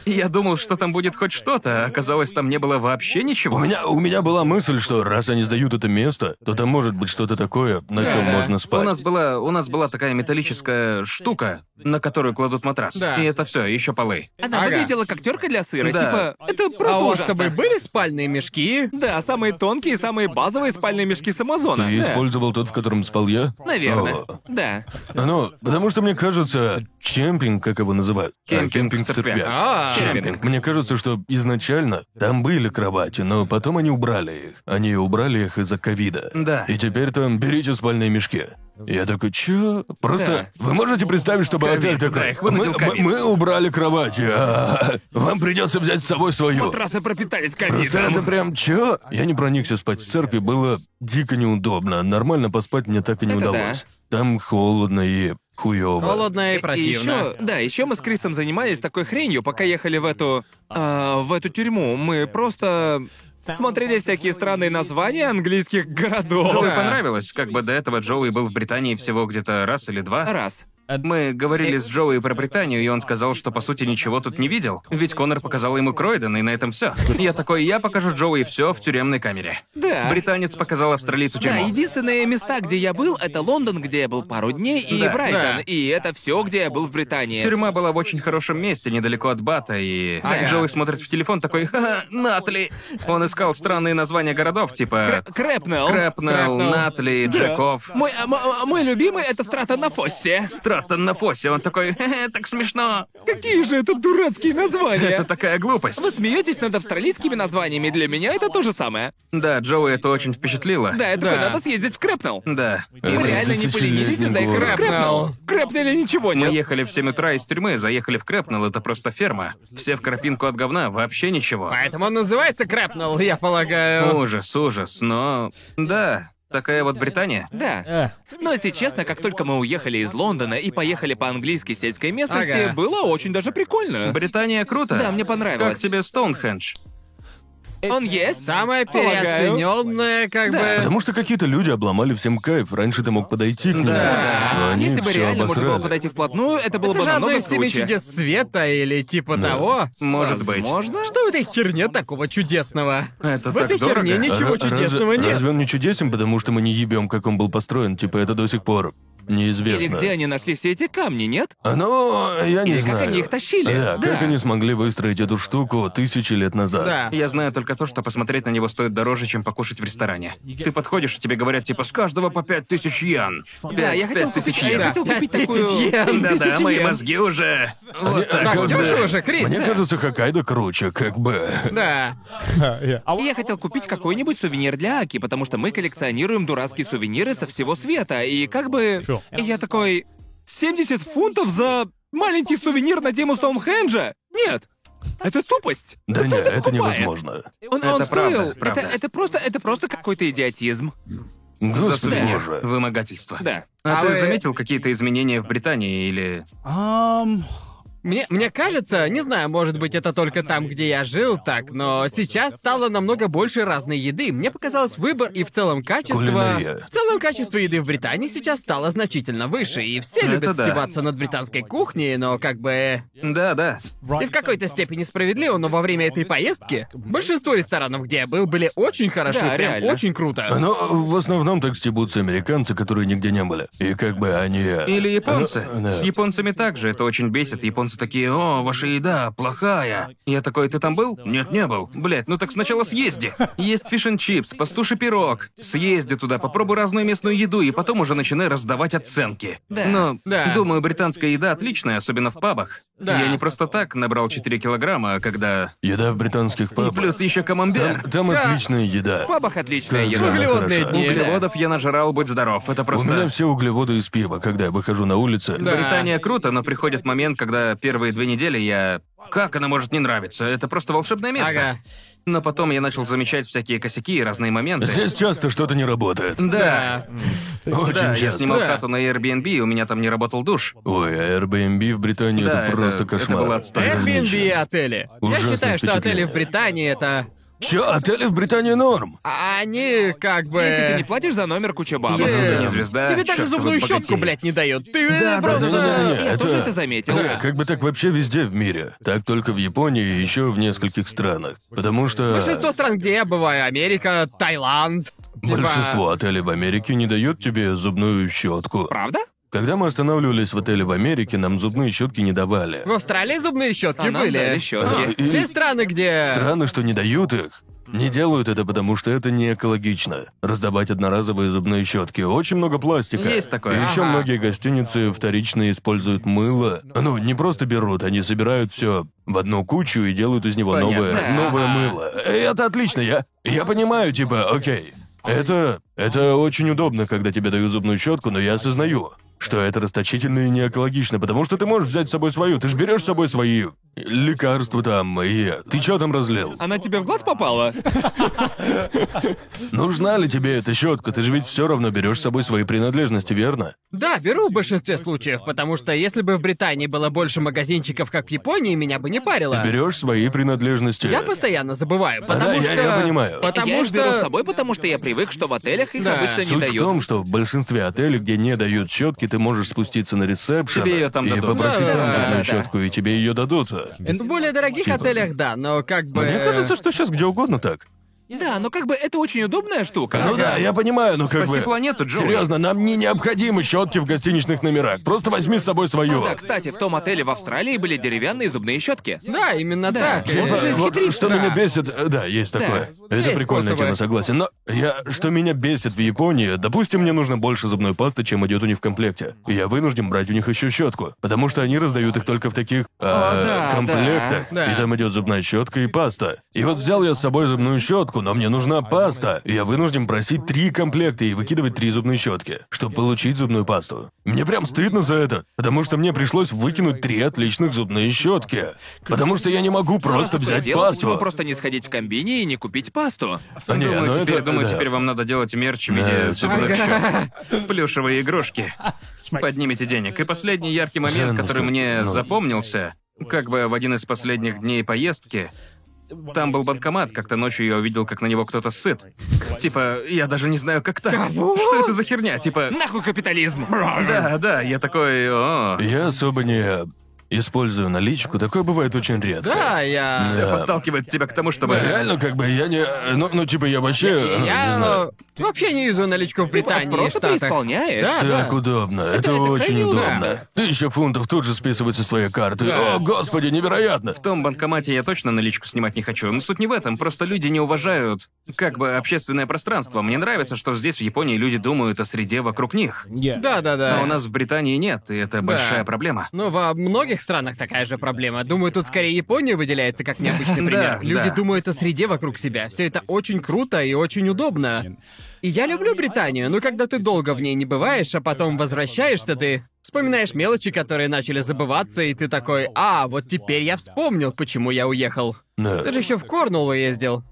Я думал, что там будет хоть что-то, а оказалось, там не было вообще У ничего. меня, у меня была мысль, что раз они сдают это место, то там может быть что-то такое, на чем можно спать. У нас была, у нас была такая металлическая штука, на которую кладут матрас. Да. И это все, еще полы. Она Ага. выглядела как терка для сыра. Да. Типа, это просто А у вас с ужасно. собой были спальные мешки? Да, самые тонкие, самые базовые спальные мешки с Амазона. Ты Да. использовал тот, в котором спал я? Наверное. О. Да. Ну, потому что мне кажется, кемпинг, как его называют? Кемпинг А, в церквях. червяк. А, Кемпинг. Мне кажется, что изначально там были кровати, но потом они убрали их. Они убрали их из-за ковида. Да. И теперь там берите спальные мешки. Я такой, чё? Просто вы можете представить, чтобы отель да, такой. их мы, вынудил мы- ковид». мы убрали кровати, а вам придется взять с собой свою. Матрасы пропитались Просто ковидом. это прям чё? Я не проникся спать в церкви, было дико неудобно. Нормально поспать мне так и не Это да. удалось. Там холодно и хуёво. холодно и И противно. еще, да, еще мы с Крисом занимались такой хренью, пока ехали в эту... а, в эту тюрьму. Мы просто смотрели всякие странные названия английских городов. Джоуи Да. понравилось, как бы до этого Джоуи был в Британии всего где-то раз или два. Раз. Мы говорили с Джоуи про Британию, и он сказал, что по сути ничего тут не видел. Ведь Конор показал ему Кройден, и на этом все. Я такой, я покажу Джоуи все в тюремной камере. Да. Британец показал австралийцу Да, тюрьму. единственные места, где я был, это Лондон, где я был пару дней, и Да. Брайтон. Да. И это все, где я был в Британии. Тюрьма была в очень хорошем месте, недалеко от Бата, и Ага. Джоуи смотрит в телефон такой, «Ха-ха, Натли. Он искал странные названия городов, типа Крэпнелл. Крэпнелл, Крэпнелл. Натли, Джеков. Мой, а, м- а, мой любимый это Стратон на Фоссе. Стратон на фосе, он такой, «Хе-хе, так смешно. Какие же это дурацкие Это названия? такая глупость. Вы смеетесь над австралийскими названиями, для меня это то же самое. Да, Джоуи это очень впечатлило. Да, я такой, Да. надо съездить в Крэпнелл. Да. И Это Мы мы- реально не поленились тысячелетний из-за их город. Крэпнелл. Крэпнелли ничего мы нет. ехали в 7 утра из тюрьмы, заехали в Крэпнелл, это просто ферма. Все в крапинку от говна, вообще ничего. Поэтому он называется Крэпнелл, я полагаю. Ужас, ужас, но... Да, такая вот Британия. Да. Э. Но если честно, как только мы уехали из Лондона и поехали по английской сельской местности, Ага. было очень даже прикольно. Британия круто. Да, мне понравилось. Как тебе Стоунхендж? Он есть? Э, Самое Полагаю. переоцененное, как Да. бы. Потому что какие-то люди обломали всем кайф. Раньше ты мог подойти к ним, Да. но Ну, они А Если бы всё реально можно было обосрали. подойти вплотную, это было Это бы же одно намного из семи круче. чудес света или типа того. Может быть. Возможно. Что в этой херне такого чудесного? Это в так этой дорого. херне ничего А ра- чудесного разве, нет. Разве он не чудесен, потому что мы не ебем, как он был построен? Типа это до сих пор Или неизвестно. где они нашли все эти камни, нет? Ну, я не Или как знаю. они их тащили? Да, Да. как они смогли выстроить эту штуку тысячи лет назад? Да. Я знаю только то, что посмотреть на него стоит дороже, чем покушать в ресторане. Ты подходишь, и тебе говорят, типа, с каждого по пять тысяч йен. Да, я хотел тысяч купить- а я йен. хотел купить Пять такую- тысяч йен. Да-да, Тысячи мои йен. мозги уже... Вот так. Так Как бы- дешево же, Крис. Мне кажется, Хоккайдо круче, как бы. Да. А И я хотел купить какой-нибудь сувенир для Аки, потому что мы коллекционируем дурацкие сувениры со всего света. И как бы... И я такой... 70 фунтов за маленький сувенир на тему Стоунхенджа? Нет. Это тупость. Да не, это покупает? невозможно. Он, Это он правда, стоил. правда. Это, это просто, это просто какой-то идиотизм. За Господи сувенир. боже. Вымогательство. Да. А, А ты вы- заметил какие-то изменения в Британии или... Мне, мне кажется, не знаю, может быть, это только там, где я жил, так, но сейчас стало намного больше разной еды. Мне показалось, выбор и в целом качество... Кулинария. В целом качество еды в Британии сейчас стало значительно выше, и все Это любят да. стебаться над британской кухней, но как бы... э, Да, да. И в какой-то степени справедливо, но во время этой поездки большинство ресторанов, где я был, были очень хороши, Да, прям реально. очень круто. Но Ну, в основном так стебутся американцы, которые нигде не были. И как бы они... э, Или японцы. Ну, да. С японцами также это очень бесит. Японцы такие, о, ваша еда плохая. Я такой, ты там был? Нет, не был. Блять, ну так сначала съезди. Есть фишн чипс, пастуший пирог. Съезди туда, попробуй разную местную еду, и потом уже начинай раздавать оценки. Да. Но, Да. думаю, британская еда отличная, особенно в пабах. Да. Я не просто так набрал 4 килограмма, а когда... Еда в британских И пабах. плюс еще камамбер. Там Да. отличная еда. В пабах отличная Как же еда. она Углеводные хороша. Э, дни. Углеводов я нажрал, будь здоров. Это У просто... меня все углеводы из пива, когда я выхожу на улицу. Да. Британия круто, но приходит момент, когда первые две недели я... Как она может не нравиться? Это просто волшебное место. Ага. Но потом я начал замечать всякие косяки и разные моменты. Здесь часто что-то не работает. Да, Очень да, я часто. снимал Да. хату на Airbnb, и у меня там не работал душ. Ой, а Airbnb в Британии Да, это это- просто это кошмар. было отстой. Airbnb и Дальнейшее. отели. Ужасное я считаю, что отели впечатление. в Британии это... Чё, отели в Британии норм? а Они как бы... Если ты не платишь за номер куча А бабок. Если Э, ты не звезда, Тебе чёрт, даже вы зубную богатей. щетку, блядь, не дают. Ты э, Да, да, просто... Да-да-да-не-не, Я тоже это заметил. Да, а как бы так вообще везде в мире. Так только в Японии и еще в нескольких странах. Потому что... Большинство стран, где я бываю, Америка, Таиланд. типа- Большинство отелей в Америке не дает тебе зубную щетку. Правда? Когда мы останавливались в отеле в Америке, нам зубные щетки не давали. В Австралии зубные щетки А нам были. дали А, щетки. Все страны, где... Странно, что не дают их. Не делают это, потому что это не экологично. Раздавать одноразовые зубные щетки. Очень много пластика. Есть такое. И еще Ага. многие гостиницы вторично используют мыло. Ну, не просто берут, они собирают все в одну кучу и делают из него новое, Понятно. новое Ага. мыло. И это отлично, я, я понимаю, типа, окей. Это, это очень удобно, когда тебе дают зубную щетку, но я осознаю, что это расточительно и не экологично, потому что ты можешь взять с собой свою, ты же берешь с собой свои лекарства там, и ты чё там разлил? Она тебе в глаз попала? Нужна ли тебе эта щетка? Ты же ведь все равно берешь с собой свои принадлежности, верно? Да, беру в большинстве случаев, потому что если бы в Британии было больше магазинчиков, как в Японии, меня бы не парило. Берешь свои принадлежности. Я постоянно забываю, потому да, я- что... я понимаю. Потому я их что... беру с собой, потому что я привык, что в отелях их Да. обычно не Суть дают. в том, что в большинстве отелей, где не дают щетки, ты можешь спуститься на ресепшн Тебе её там и дадут. попросить Да, там да, зубную да. щетку, и тебе ее дадут. В более дорогих Типа. отелях, да, но как бы... Мне кажется, что сейчас где угодно так. Да, но как бы это очень удобная штука. Ну да, я понимаю, но как Спаси бы... планету, Джоуи. Серьезно, нам не необходимы щетки в гостиничных номерах. Просто возьми с собой свою. Ну, Да, кстати, в том отеле в Австралии были деревянные зубные щетки. Да, именно Да, так. вот Э, Вот, жизнь вот хитрит, что да. меня бесит, э, да, есть такое. Это есть прикольная способы. тема, согласен. Но я, что меня бесит в Японии, допустим, мне нужно больше зубной пасты, чем идет у них в комплекте. И я вынужден брать у них еще щетку, потому что они раздают их только в таких э, да, комплектах. да, да. И там идет зубная щетка и паста. И вот взял я с собой зубную щетку, но мне нужна паста. И я вынужден просить три комплекта и выкидывать три зубные щетки, чтобы получить зубную пасту. Мне прям стыдно за это, потому что мне пришлось выкинуть три отличных зубные щетки. Потому что я не могу просто взять Дело в том, чтобы пасту. Ну, просто не сходить в комбине и не купить пасту. А, не, думаю, ну теперь, это- думаю, да. теперь вам надо делать мерч в Да, виде это зубных да. щеток. Плюшевые игрушки. Поднимите денег. И последний яркий момент, Ценность, который ну. мне запомнился, как бы в один из последних дней поездки, там был банкомат, как-то ночью я увидел, как на него кто-то сыт. Типа, я даже не знаю, как так. Что это за херня? Типа, Нахуй капитализм! да, да, я такой, о, Я особо не использую наличку, такое бывает очень редко. Да, я... всё Да. подталкивает тебя к тому, чтобы... Да, реально, как бы я не. Ну, ну типа я вообще. не Я знаю. э, вообще не юзаю наличку в Британии и Просто Штатах. преисполняешь. [laughs] Да, Так да. удобно, это, очень крайне удобно. удобно. Тысяча фунтов тут же списывается с твоей карты. Да. О, господи, невероятно! В том банкомате я точно наличку снимать не хочу. Но суть не в этом, просто люди не уважают как бы общественное пространство. Мне нравится, что здесь, в Японии, люди думают о среде вокруг них. Да, да, да. А у нас в Британии нет, и это большая проблема. Но во многих странах такая же проблема. Думаю, тут скорее Япония выделяется как необычный [laughs] Да, пример. Люди да. думают о среде вокруг себя. Все это очень круто и очень удобно. И я люблю Британию, но когда ты долго в ней не бываешь, а потом возвращаешься, ты вспоминаешь мелочи, которые начали забываться, и ты такой, а, вот теперь я вспомнил, почему я уехал. Да. Ты же еще в Корнуолл ездил.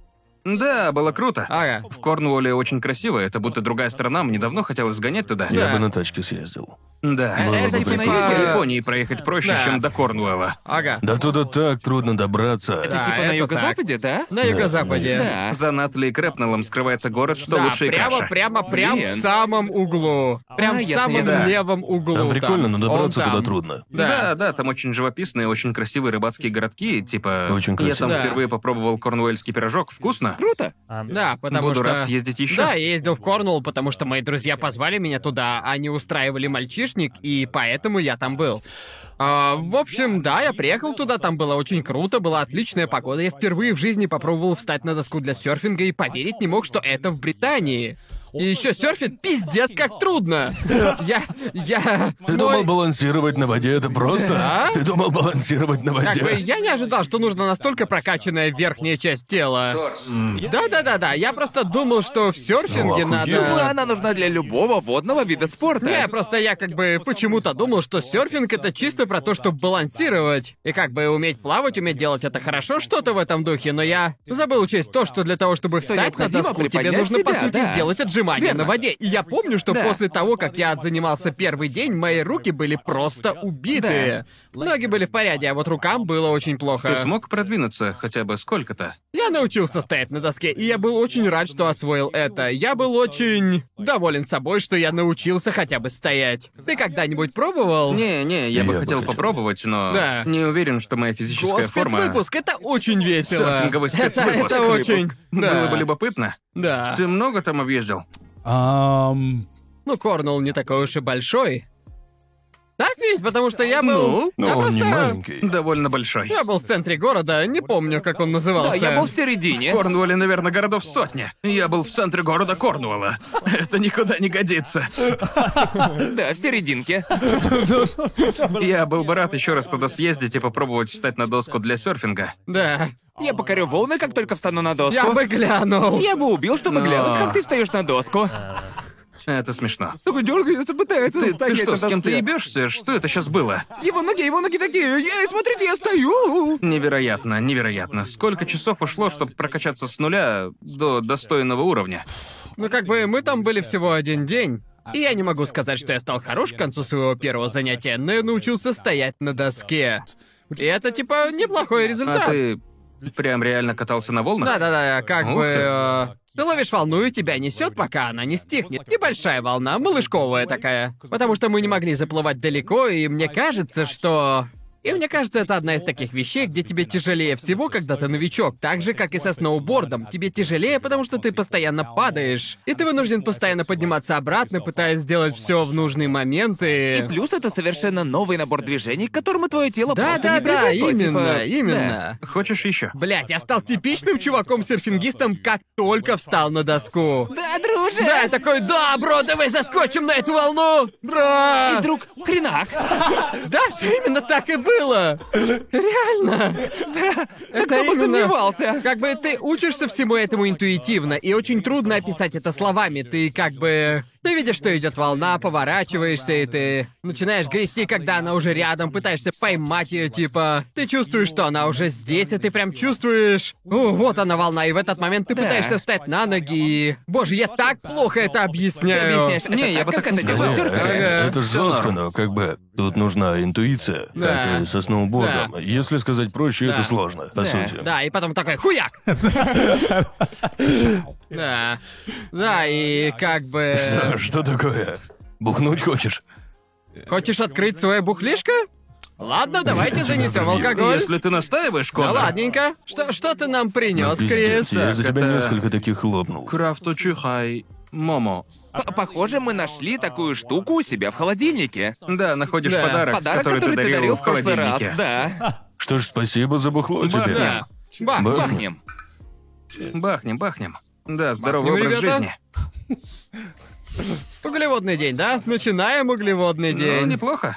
Да, было круто. А. Ага. В Корнуолле очень красиво, это будто другая страна, мне давно хотелось сгонять туда. Я Да. бы на тачке съездил. Да. Э, это Было бы типа прикольно. на юге. По Японии проехать проще, Да. чем до Корнуэлла. Ага. Да туда так трудно добраться. Да, Типа на это юго-западе, да? На юго-западе. Да. За Натли и Крэпнеллом скрывается город, что А? Да, лучше и прямо, краше. А, прямо, прям Блин. в самом углу. Прям в ясно, самом ясно. левом углу. Там прикольно, но Ну, там. добраться Он туда там. трудно. Да. да, там очень живописные, очень красивые рыбацкие городки, типа... Очень Я там красиво. Да. впервые попробовал корнуэльский пирожок, вкусно. Круто. Да, потому Буду что... рад съездить еще. Да, я ездил в Корнуолл, потому что мои друзья позвали меня туда, они устраивали мальчишник, и поэтому я там был. А, в общем, да, я приехал туда, там было очень круто, была отличная погода. Я впервые в жизни попробовал встать на доску для серфинга и поверить не мог, что это в Британии. И еще серфит пиздец как трудно. Я... Я... Ты мой- думал балансировать на воде, это просто? А? Ты думал балансировать на Как бы воде? я не ожидал, что нужна настолько прокачанная верхняя часть тела. Да-да-да-да, я просто думал, что в серфинге Ну, надо... охуенно. Думаю, а она нужна для любого водного вида спорта. Не, просто я как бы почему-то думал, что серфинг это чисто про то, чтобы балансировать. И как бы уметь плавать, уметь делать это хорошо, что-то в этом духе, но я забыл учесть то, что для того, чтобы встать на необходимо доску, тебе приподнять нужно, по себя, сути, да. сделать отжимание Верно. на воде. И я помню, что Да. после того, как я отзанимался первый день, мои руки были просто убитые. Ноги были в порядке, а вот рукам было очень плохо. Ты смог продвинуться хотя бы сколько-то? Я научился стоять на доске, и я был очень рад, что освоил это. Я был очень доволен собой, что я научился хотя бы стоять. Ты когда-нибудь пробовал? Не, не, я, бы Я бы хотел хотел. попробовать, но Да. не уверен, что моя физическая форма. Спецвыпуск, это очень весело. Серфинговый [laughs] это, спецвыпуск. это очень. Да. Было бы любопытно. Да. Ты много там объездил? Ам, Ну, Корнул не такой уж и большой. Так ведь? Потому что я Ну, был... Но я Ну, он не просто- маленький. Довольно большой. Я был в центре города, не помню, как он назывался. Да, я был в В середине. Корнуолле, наверное, городов сотня. Я был в центре города Корнуолла. Это никуда не годится. Да, в серединке. Я был бы рад еще раз туда съездить и попробовать встать на доску для серфинга. Да. Я покорю волны, как только встану на доску. Я бы глянул. Я бы убил, чтобы Но- глянуть, как ты встаешь на доску. Это смешно. Только дергается, пытается Ты, ты что, с кем-то ебешься? Что это сейчас было? Его ноги, его ноги такие. Эй, смотрите, я стою. Невероятно, невероятно. Сколько часов ушло, чтобы прокачаться с нуля до достойного уровня? Ну как бы мы там были всего один день. И я не могу сказать, что я стал хорош к концу своего первого занятия, но я научился стоять на доске. И это типа неплохой результат. А ты прям реально катался на волнах? Да-да-да, как Ух бы... ты. э, Ты ловишь волну, и тебя несет, пока она не стихнет. Небольшая волна, малышковая такая. Потому что мы не могли заплывать далеко, и мне кажется, что... И мне кажется, это одна из таких вещей, где тебе тяжелее всего, когда ты новичок. Так же, как и со сноубордом. Тебе тяжелее, потому что ты постоянно падаешь. И ты вынужден постоянно подниматься обратно, пытаясь сделать все в нужный момент и... Плюс это совершенно новый набор движений, к которому твое тело Да, просто да, не да, привыкло, типа, именно, да. именно. Хочешь еще? Блять, я стал типичным чуваком-серфингистом, как только встал на доску. Да, друже. Да, я такой, да, бро, давай заскочим на эту волну! Бро! Друг, хренак. Да, все именно так и было! Реально! Это Кто бы именно- сомневался? Как бы ты учишься всему этому интуитивно, и очень трудно описать это словами. Ты как бы... Ты видишь, что идет волна, поворачиваешься, и ты начинаешь грести, когда она уже рядом, пытаешься поймать ее, типа... Ты чувствуешь, что она уже здесь, и ты прям чувствуешь... О, вот она волна, и в этот момент ты пытаешься встать на ноги, и... Боже, я так плохо это объясняю. А Ты объясняешь, это Не, я так, бы как так это не делают сказал. Это, серферы. Ага. это ж Всё норм. жестко, но как бы тут нужна интуиция, Да. как и со сноубордом. Да. Если сказать проще, Да. это сложно, по сути. Да, и потом такой хуяк! Да. Да, и как бы... [laughs] Что такое? Бухнуть хочешь? Хочешь открыть свое бухлишко? Ладно, давайте занесем прибью. алкоголь. Если ты настаиваешь, Да Конор... ладненько. Что, что ты нам принес, Пиздец, Крис? я за тебя это- несколько таких хлопнул. Крафту чихай. Момо. П- Похоже, мы нашли такую штуку у себя в холодильнике. Да, находишь Да. подарок, Подарок, который, ты дарил, в прошлый раз, холодильнике. [laughs] да. Что ж, спасибо за Ну, бухло тебе. Да. Бах, Бах. Пахнем. Бахнем, бахнем. Да, здоровый Бахнем, образ ребята. жизни. углеводный день, да? Начинаем углеводный Ну, день. неплохо.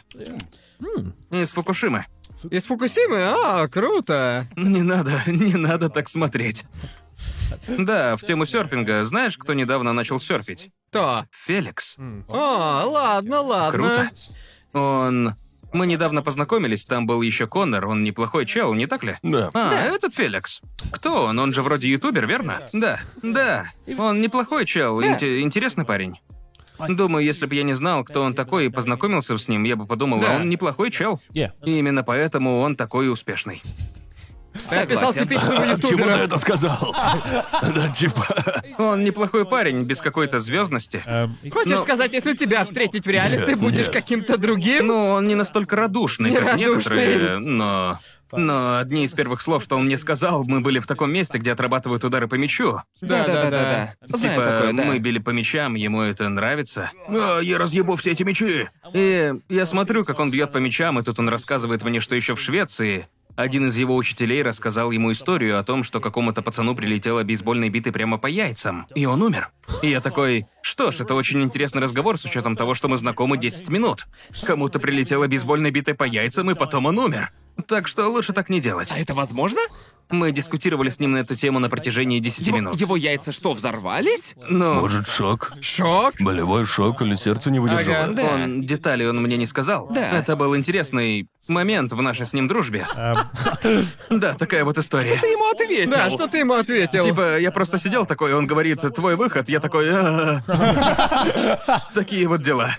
Из Фукушимы. Из Фукусимы? А, круто. Не надо, не надо так смотреть. Да, в тему серфинга. Знаешь, кто недавно начал серфить? То. Феликс. О, ладно, ладно. Круто. Он... Мы недавно познакомились, там был еще Коннор, он неплохой чел, не так ли? Да. А, этот Феликс. Кто он? Он же вроде ютубер, верно? Да, да. Он неплохой чел, инте- интересный парень. Думаю, если бы я не знал, кто он такой, и познакомился с ним, я бы подумал, а он неплохой чел. И именно поэтому он такой успешный. Я описал Согласен. типичного Чему ты ютубера. это сказал? [laughs] Да, типа... Он неплохой парень, без какой-то звездности. Хочешь Но- сказать, если тебя встретить в реале, Нет, ты будешь нет. каким-то другим? Ну, он не настолько радушный, Не как радушный. некоторые, но... Но одни из первых слов, что он мне сказал, мы были в таком месте, где отрабатывают удары по мячу. Да-да-да-да. Знаю типа, такое, да. мы били по мячам, ему это нравится. «А, я разъебу все эти мячи. И я смотрю, как он бьет по мячам, и тут он рассказывает мне, что еще в Швеции один из его учителей рассказал ему историю о том, что какому-то пацану прилетела бейсбольной битой прямо по яйцам, и он умер. И я такой, что ж, это очень интересный разговор с учетом того, что мы знакомы 10 минут. Кому-то прилетела бейсбольной битой по яйцам, и потом он умер. Так что лучше так не делать. А это возможно? Мы дискутировали с ним на эту тему на протяжении 10 Его, минут. его яйца что, взорвались? Но... Может, шок? Шок. Болевой шок или сердце не выдержало? Ага, да. [laughs] Он детали он мне не сказал. Да. Это был интересный момент в нашей с ним дружбе. [laughs] Да, такая вот история. Ты ему ответил. Да, что ты ему ответил? Типа, я просто сидел такой, и он говорит, твой выход, я такой... «А». Такие вот дела.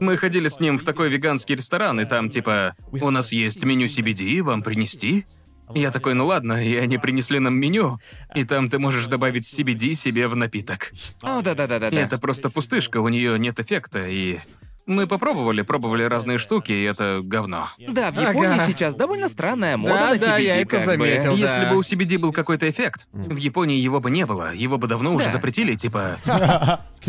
Мы ходили с ним в такой веганский ресторан, и там типа, у нас есть меню CBD, вам принести? Я такой, ну ладно, и они принесли нам меню, и там ты можешь добавить CBD себе в напиток. О, да-да-да-да. И Это просто пустышка, у нее нет эффекта, и... Мы попробовали, пробовали разные штуки, и это говно. Да, в Японии Ага. сейчас довольно странная мода Да, на да, CBD, я это как бы. заметил. Если да. бы у [laughs] CBD был какой-то эффект, в Японии его бы не было, его бы давно уже запретили, типа...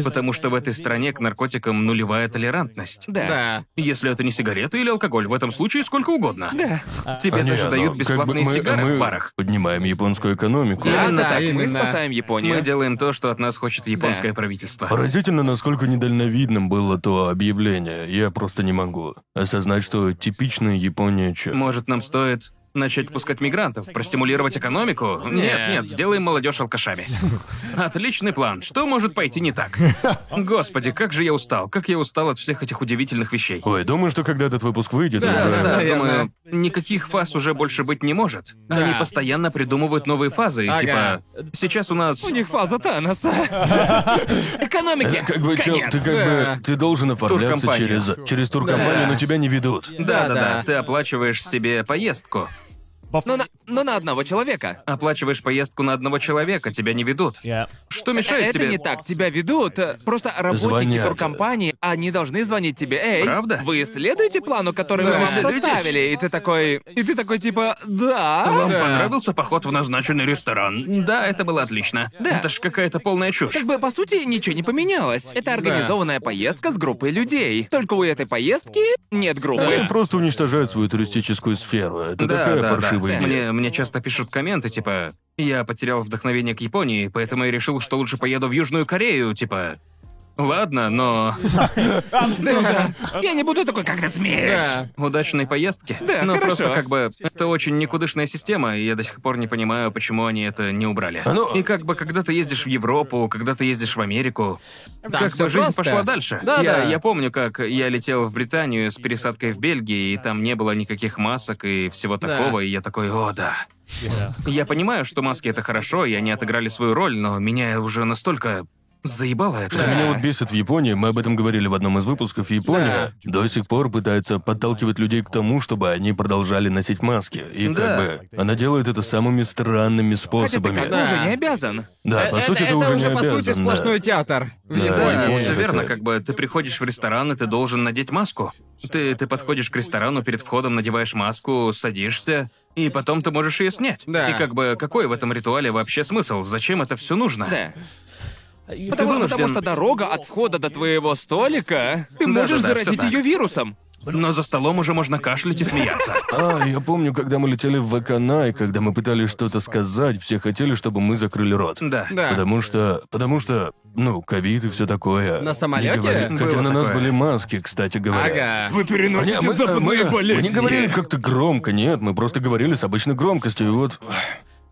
Потому что в этой стране к наркотикам нулевая толерантность. Да. Да. Если это не сигареты или алкоголь, в этом случае сколько угодно. Да. Тебе Не, даже ну, дают как бы бесплатные мы- сигары мы в барах. Поднимаем японскую экономику. Да, Именно да, так, мы именно. спасаем Японию. Мы делаем то, что от нас хочет японское правительство. Поразительно, насколько недальновидным было то объявление. Я просто не могу осознать, что типичная Япония чё. Может, нам стоит начать пускать мигрантов, простимулировать экономику? Нет, нет, сделаем молодежь алкашами. Отличный план. Что может пойти не так? Господи, как же я устал. Как я устал от всех этих удивительных вещей. Ой, думаю, что когда этот выпуск выйдет, Да, уже... да, да. думаю, наверное. никаких фаз уже больше быть не может. Да. Они постоянно придумывают новые фазы, и Ага. типа... Сейчас у нас... У них фаза Таноса. Экономики. Как бы, чел, Конец. ты как Да. бы, ты должен оформляться Туркомпанию. через, через туркомпанию, Да. но тебя не ведут. Да, да, Да-да. да. Ты оплачиваешь себе поездку. Ну Но на, но на одного человека. Оплачиваешь поездку на одного человека, тебя не ведут. Что мешает Это тебе? не так, тебя ведут. э, Просто работники Звонят. туркомпании, они должны звонить тебе. Эй, Правда? вы следуете плану, который мы Да. вам Следуете? составили? И ты такой... И ты такой типа, да. Вам понравился поход в назначенный ресторан? Да, это было отлично. Да. Это ж какая-то полная чушь. Как бы, по сути, ничего не поменялось. Это организованная поездка с группой людей. Только у этой поездки нет группы. Они просто уничтожают свою туристическую сферу. Это такая паршивая идея. Мне, мне часто пишут комменты, типа, я потерял вдохновение к Японии, поэтому я решил, что лучше поеду в Южную Корею, типа... Ладно, но [laughs] Я не буду такой, как ты смеешь. Да. удачной поездки. Да, но хорошо. просто как бы это очень никудышная система, и я до сих пор не понимаю, почему они это не убрали. А ну- И как бы когда ты ездишь в Европу, когда ты ездишь в Америку, как всё бы жизнь просто. пошла дальше. Да, я, да. я помню, как я летел в Британию с пересадкой в Бельгии, и там не было никаких масок и всего такого, и я такой, о, да. Я понимаю, что маски это хорошо, и они отыграли свою роль, но меня уже настолько заебало это. Меня вот бесит в Японии, мы об этом говорили в одном из выпусков, Япония до сих пор пытается подталкивать людей к тому, чтобы они продолжали носить маски. И Да. как бы она делает это самыми странными Хотя ты способами. как бы Да. Э, уже не обязан. Да, А по сути, ты уже не по обязан. сути, да. сплошной [laughs] театр. в Да, Японии. я Да, понял, все такое. верно, как бы ты приходишь в ресторан, и ты должен надеть маску. Ты, ты подходишь к ресторану, перед входом надеваешь маску, садишься, и потом ты можешь ее снять. Да. И как бы какой в этом ритуале вообще смысл? Зачем это все нужно? Да. А, Потому, вынужден- потому что дорога от входа до твоего столика, ты Да-да-да, можешь всё заразить так. ее вирусом. Но за столом уже можно кашлять и смеяться. А, я помню, когда мы летели в Ваканай, когда мы пытались что-то сказать, все хотели, чтобы мы закрыли рот. Да. Да. Потому что, потому что, ну, ковид и все такое. На Не самолёте? говори. Хотя Было на нас такое. были маски, кстати говоря. Ага. Вы переносите Не, мы, э, мы- западные мы болезни. не говорили как-то громко, нет, мы просто говорили с обычной громкостью, и вот...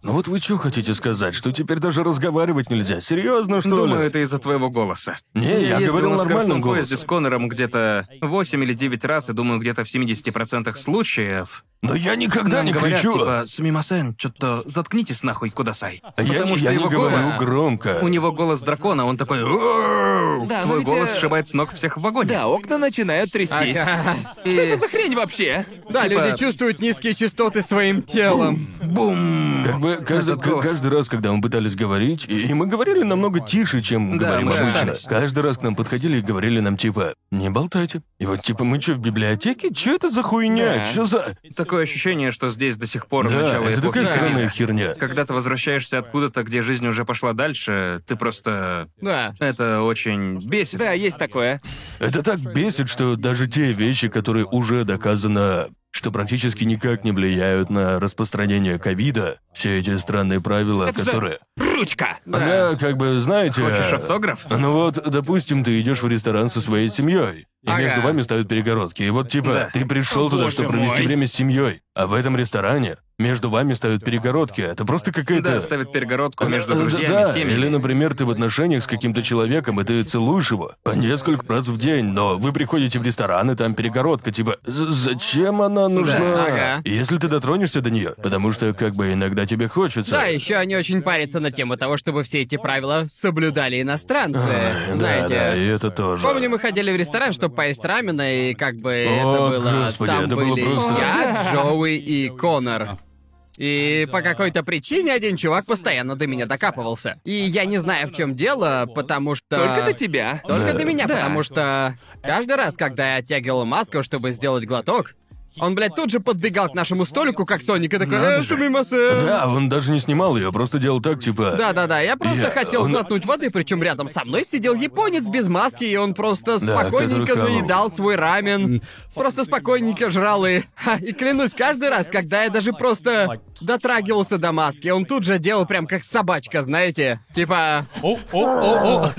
Ну вот вы что хотите сказать, что теперь даже разговаривать нельзя? Серьезно, что Думаю, ли? это из-за твоего голоса. Не, я говорил ездил на скоростном нормальным поезде с голосом. Конором где-то 8 или 9 раз, и думаю, где-то в 70% случаев Но я никогда нам не говорят, кричу. типа, «Сумимасен, что-то заткнитесь нахуй, кудасай». я Потому не, что я его не говорю голос... громко. У него голос дракона, он такой... «Уау!» Да, но Твой ведь, голос э, сшибает с ног всех в вагоне. Да, А окна начинают трястись. Ага. И Что это за хрень вообще? Да, Типа- люди чувствуют низкие частоты своим телом. бум! Как бы каждый, Этот голос. каждый раз, когда мы пытались говорить, и, и мы говорили намного тише, чем Да, говорим мы обычно. пытались. Каждый раз к нам подходили и говорили нам типа «Не болтайте». И вот типа «Мы что, в библиотеке? Че это за хуйня? Да. Чё за...» Такое ощущение, что здесь до сих пор Да, начало это эпохи такая ковида. странная херня. Когда ты возвращаешься откуда-то, где жизнь уже пошла дальше, ты просто... Да. Это очень бесит. Да, есть такое. Это так бесит, что даже те вещи, которые уже доказано, что практически никак не влияют на распространение ковида, все эти странные правила, Это же- которые... Ручка! Да, как бы, знаете... Хочешь автограф? Ну вот, допустим, ты идешь в ресторан со своей семьей, и Ага. между вами ставят перегородки. И вот типа, Да. ты пришел туда, боже чтобы провести мой. время с семьей, а в этом ресторане между вами ставят перегородки. Это просто какая-то. Да, ставят перегородку Э, между э, друзьями, да, семьями. Или, например, ты в отношениях с каким-то человеком, и ты целуешь его по несколько раз в день, но вы приходите в ресторан, и там перегородка, типа, «З- зачем она нужна? ага. Если ты дотронешься до нее, потому что как бы иногда тебе хочется. Да, еще они очень парятся на тему того, чтобы все эти правила соблюдали иностранцы. Ай, Знаете. да, да, и это тоже. Помню, мы ходили в ресторан, чтобы поесть рамена, и как бы это О, было... господи, там это было были просто- я, Джоуи и Конор. И по какой-то причине один чувак постоянно до меня докапывался. И я не знаю, в чем дело, потому А. что... Только до тебя. Только Да. до меня, Да. потому что каждый раз, когда я оттягивал маску, чтобы сделать глоток, Он, блядь, тут же подбегал к нашему столику, как Соник, и такой, Надо «Э, же». сумимасэ». Да, он даже не снимал ее, просто делал так, типа... Да-да-да, я просто Я- хотел он- глотнуть воды, причем рядом со мной сидел японец без маски, и он просто Да, спокойненько который хавал. доедал свой рамен. Просто спокойненько жрал и... Ха, и клянусь, каждый раз, когда я даже просто дотрагивался до маски, он тут же делал прям как собачка, знаете? Типа... О, о, о, о.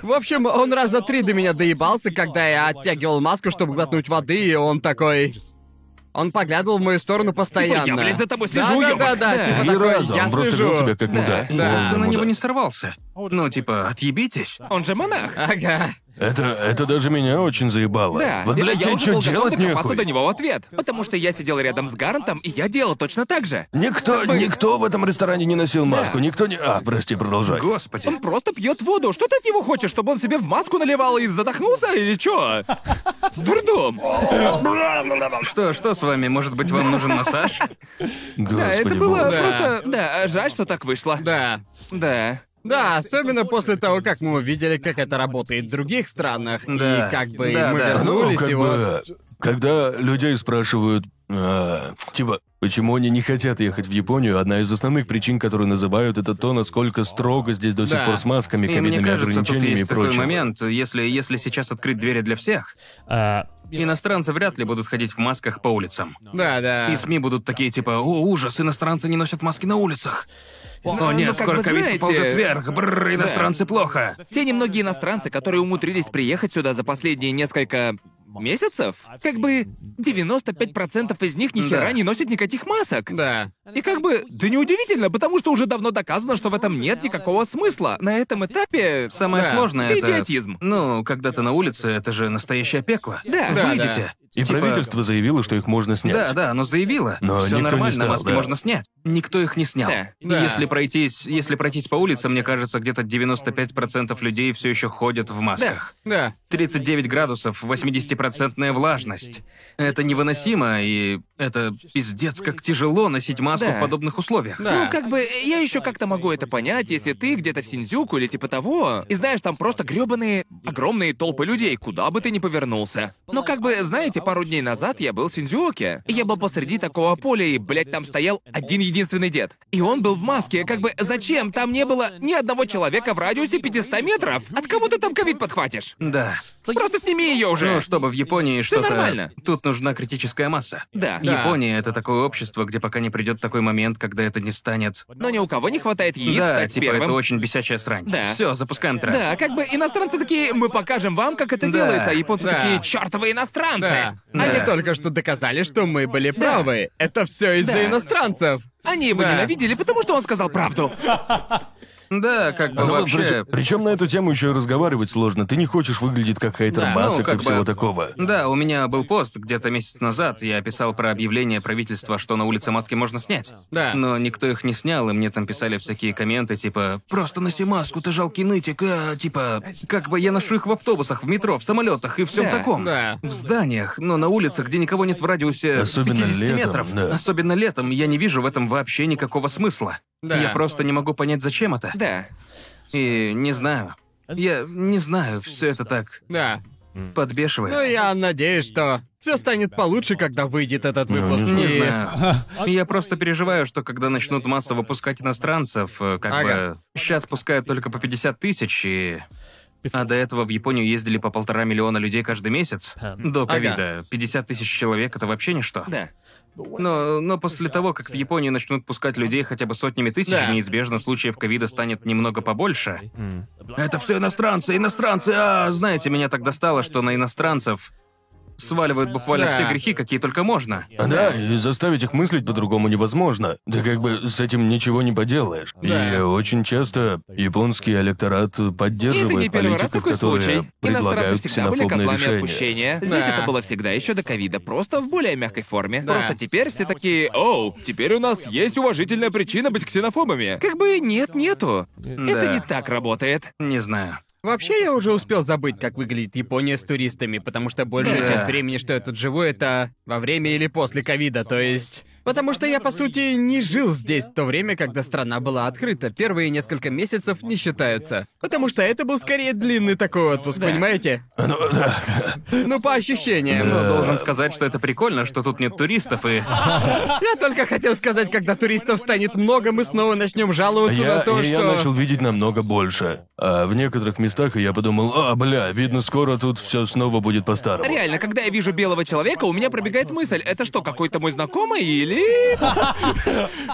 В общем, он раза три до меня доебался, когда я оттягивал маску, чтобы глотнуть воды, и он такой... Он поглядывал в мою сторону постоянно. Типа, «Я, блядь, за тобой слежу, да, ёбак». да, да, Да. типа Ни такой, разу, я он просто слежу. вел себя как мудак. И как ты Полный на него мудак. не сорвался? Ну, типа, отъебитесь. Он же монах. А. Ага. Это, это даже меня очень заебало. Да, Вот, это блядь, я тебе уже что был готов делать докопаться нехуй? до него в ответ. Потому что я сидел рядом с Гарантом, и я делал точно так же. Никто, никто в этом ресторане не носил маску, никто не... А, прости, продолжай. Господи. Он просто пьет воду. Что ты от него хочешь, чтобы он себе в маску наливал и задохнулся или чё? Дурдом. Что, что с вами? Может быть, вам нужен массаж? Господи, Да, это было бог. Да. просто... Да, жаль, что так вышло. Да. Да. Да, особенно после того, как мы увидели, как это работает в других странах, Да. и как бы Да, мы да. Ну, вернулись, как и вот... бы, когда людей спрашивают, э, типа, почему они не хотят ехать в Японию, одна из основных причин, которую называют, это то, насколько строго здесь до сих Да. пор с масками, И мне ковидными кажется, тут ограничениями и есть такой прочим. момент, если, если сейчас открыть двери для всех, А, иностранцы вряд ли будут ходить в масках по улицам. Да, да. И СМИ будут такие типа «О, ужас, иностранцы не носят маски на улицах». ну, О нет, как скоро бы ковид знаете- поползет вверх, бррр, иностранцы плохо. Те немногие иностранцы, которые умудрились приехать сюда за последние несколько месяцев, как бы 95% из них ни хера Да. не носят никаких масок. Да. И как бы, да неудивительно, потому что уже давно доказано, что в этом нет никакого смысла. На этом этапе... Самое Да. сложное Это это... идиотизм. Ну, когда ты на улице, это же настоящее пекло. Да. Вы Да, Выйдите. И Типа- правительство заявило, что их можно снять. Да, да, оно заявило. Но Все никто не нормально, снял, маски да. можно снять. Никто их не снял. Да. И Да. Если пройтись, если пройтись по улице, мне кажется, где-то 95% людей все еще ходят в масках. Да. 39 градусов, 80% влажность. Это невыносимо, и это пиздец, как тяжело носить маску Да. в подобных условиях. Да. Ну, как бы, я еще как-то могу это понять, если ты где-то в Синдзюку или типа того, и знаешь, там просто грёбаные огромные толпы людей, куда бы ты ни повернулся. Но как бы, знаете, пару дней назад я был в Синдзюке, и я был посреди такого поля, и, блядь, там стоял один единственный дед. И он был в маске, как бы, зачем? Там не было ни одного человека в радиусе 500 метров. От кого ты там ковид подхватишь? Да. Просто сними ее уже. Ну, чтобы в Японии что-то... нормально. Тут нужна критическая масса. Да. Япония — это такое общество, где пока не придет такой момент, когда это не станет... Но ни у кого не хватает яиц да, стать типа, это первым. очень бесячая срань. Да. Все, запускаем трасс. Да, как бы иностранцы такие, мы покажем вам, как это Да, делается, а японцы да. такие, чертовы иностранцы. Да. Да. Они только что доказали, что мы были правы. Это все из-за Да. иностранцев. Они его Да. ненавидели, потому что он сказал правду. Да, как бы Ну, вообще... причем, причем на эту тему еще и разговаривать сложно. Ты не хочешь выглядеть как хейтер Да, ну, масок как и бы- всего такого. Да, у меня был пост где-то месяц назад, я писал про объявление правительства, что на улице маски можно снять. Да. Но никто их не снял, и мне там писали всякие комменты, типа «Просто носи маску, ты жалкий нытик», а, типа «Как бы я ношу их в автобусах, в метро, в самолетах и всем Да, таком». да. В зданиях, но на улицах, где никого нет в радиусе Особенно 50 летом, метров. да. Особенно летом, я не вижу в этом вообще никакого смысла. Да. Я просто не могу понять, зачем это. Да. И не знаю. Я не знаю, все это так Да. подбешивает. Ну, я надеюсь, что все станет получше, когда выйдет этот выпуск. Ну, Не и- знаю. [laughs] Я просто переживаю, что когда начнут массово пускать иностранцев, э, как Ага. бы... Сейчас пускают только по 50 тысяч, и... А до этого в Японию ездили по полтора миллиона людей каждый месяц. До ковида. 50 тысяч человек — это вообще ничто. Да. Но, но после того, как в Японии начнут пускать людей хотя бы сотнями тысяч, Да. неизбежно случаев ковида станет немного побольше. Это все иностранцы, иностранцы! А, знаете, меня так достало, что на иностранцев сваливают буквально Да. все грехи, какие только можно. Да, и заставить их мыслить по-другому невозможно. Ты как бы с этим ничего не поделаешь. И Да. очень часто японский электорат И это поддерживает не первый раз политиков, такой которые случай. Иностранцы предлагают всегда были ксенофобные козлами решения. отпущения. Да. Здесь это было всегда еще до ковида, просто в более мягкой форме. Да. Просто теперь все такие, оу, теперь у нас есть уважительная причина быть ксенофобами. Как бы нет, нету. Это Да. не так работает. Не знаю. Вообще, я уже успел забыть, как выглядит Япония с туристами, потому что большая Да. часть времени, что я тут живу, это во время или после ковида, то есть... Потому что я, по сути, не жил здесь в то время, когда страна была открыта. Первые несколько месяцев не считаются. Потому что это был скорее длинный такой отпуск, понимаете? Ну, да, да. Ну, по ощущениям. Э, Но должен сказать, что это прикольно, что тут нет туристов и... Я только хотел сказать, когда туристов станет много, мы снова начнем жаловаться Я, на то, я что... начал видеть намного больше. А в некоторых местах я подумал, а, бля, видно, скоро тут все снова будет по-старому. Реально, когда я вижу белого человека, у меня пробегает мысль, это что, какой-то мой знакомый или... [laughs]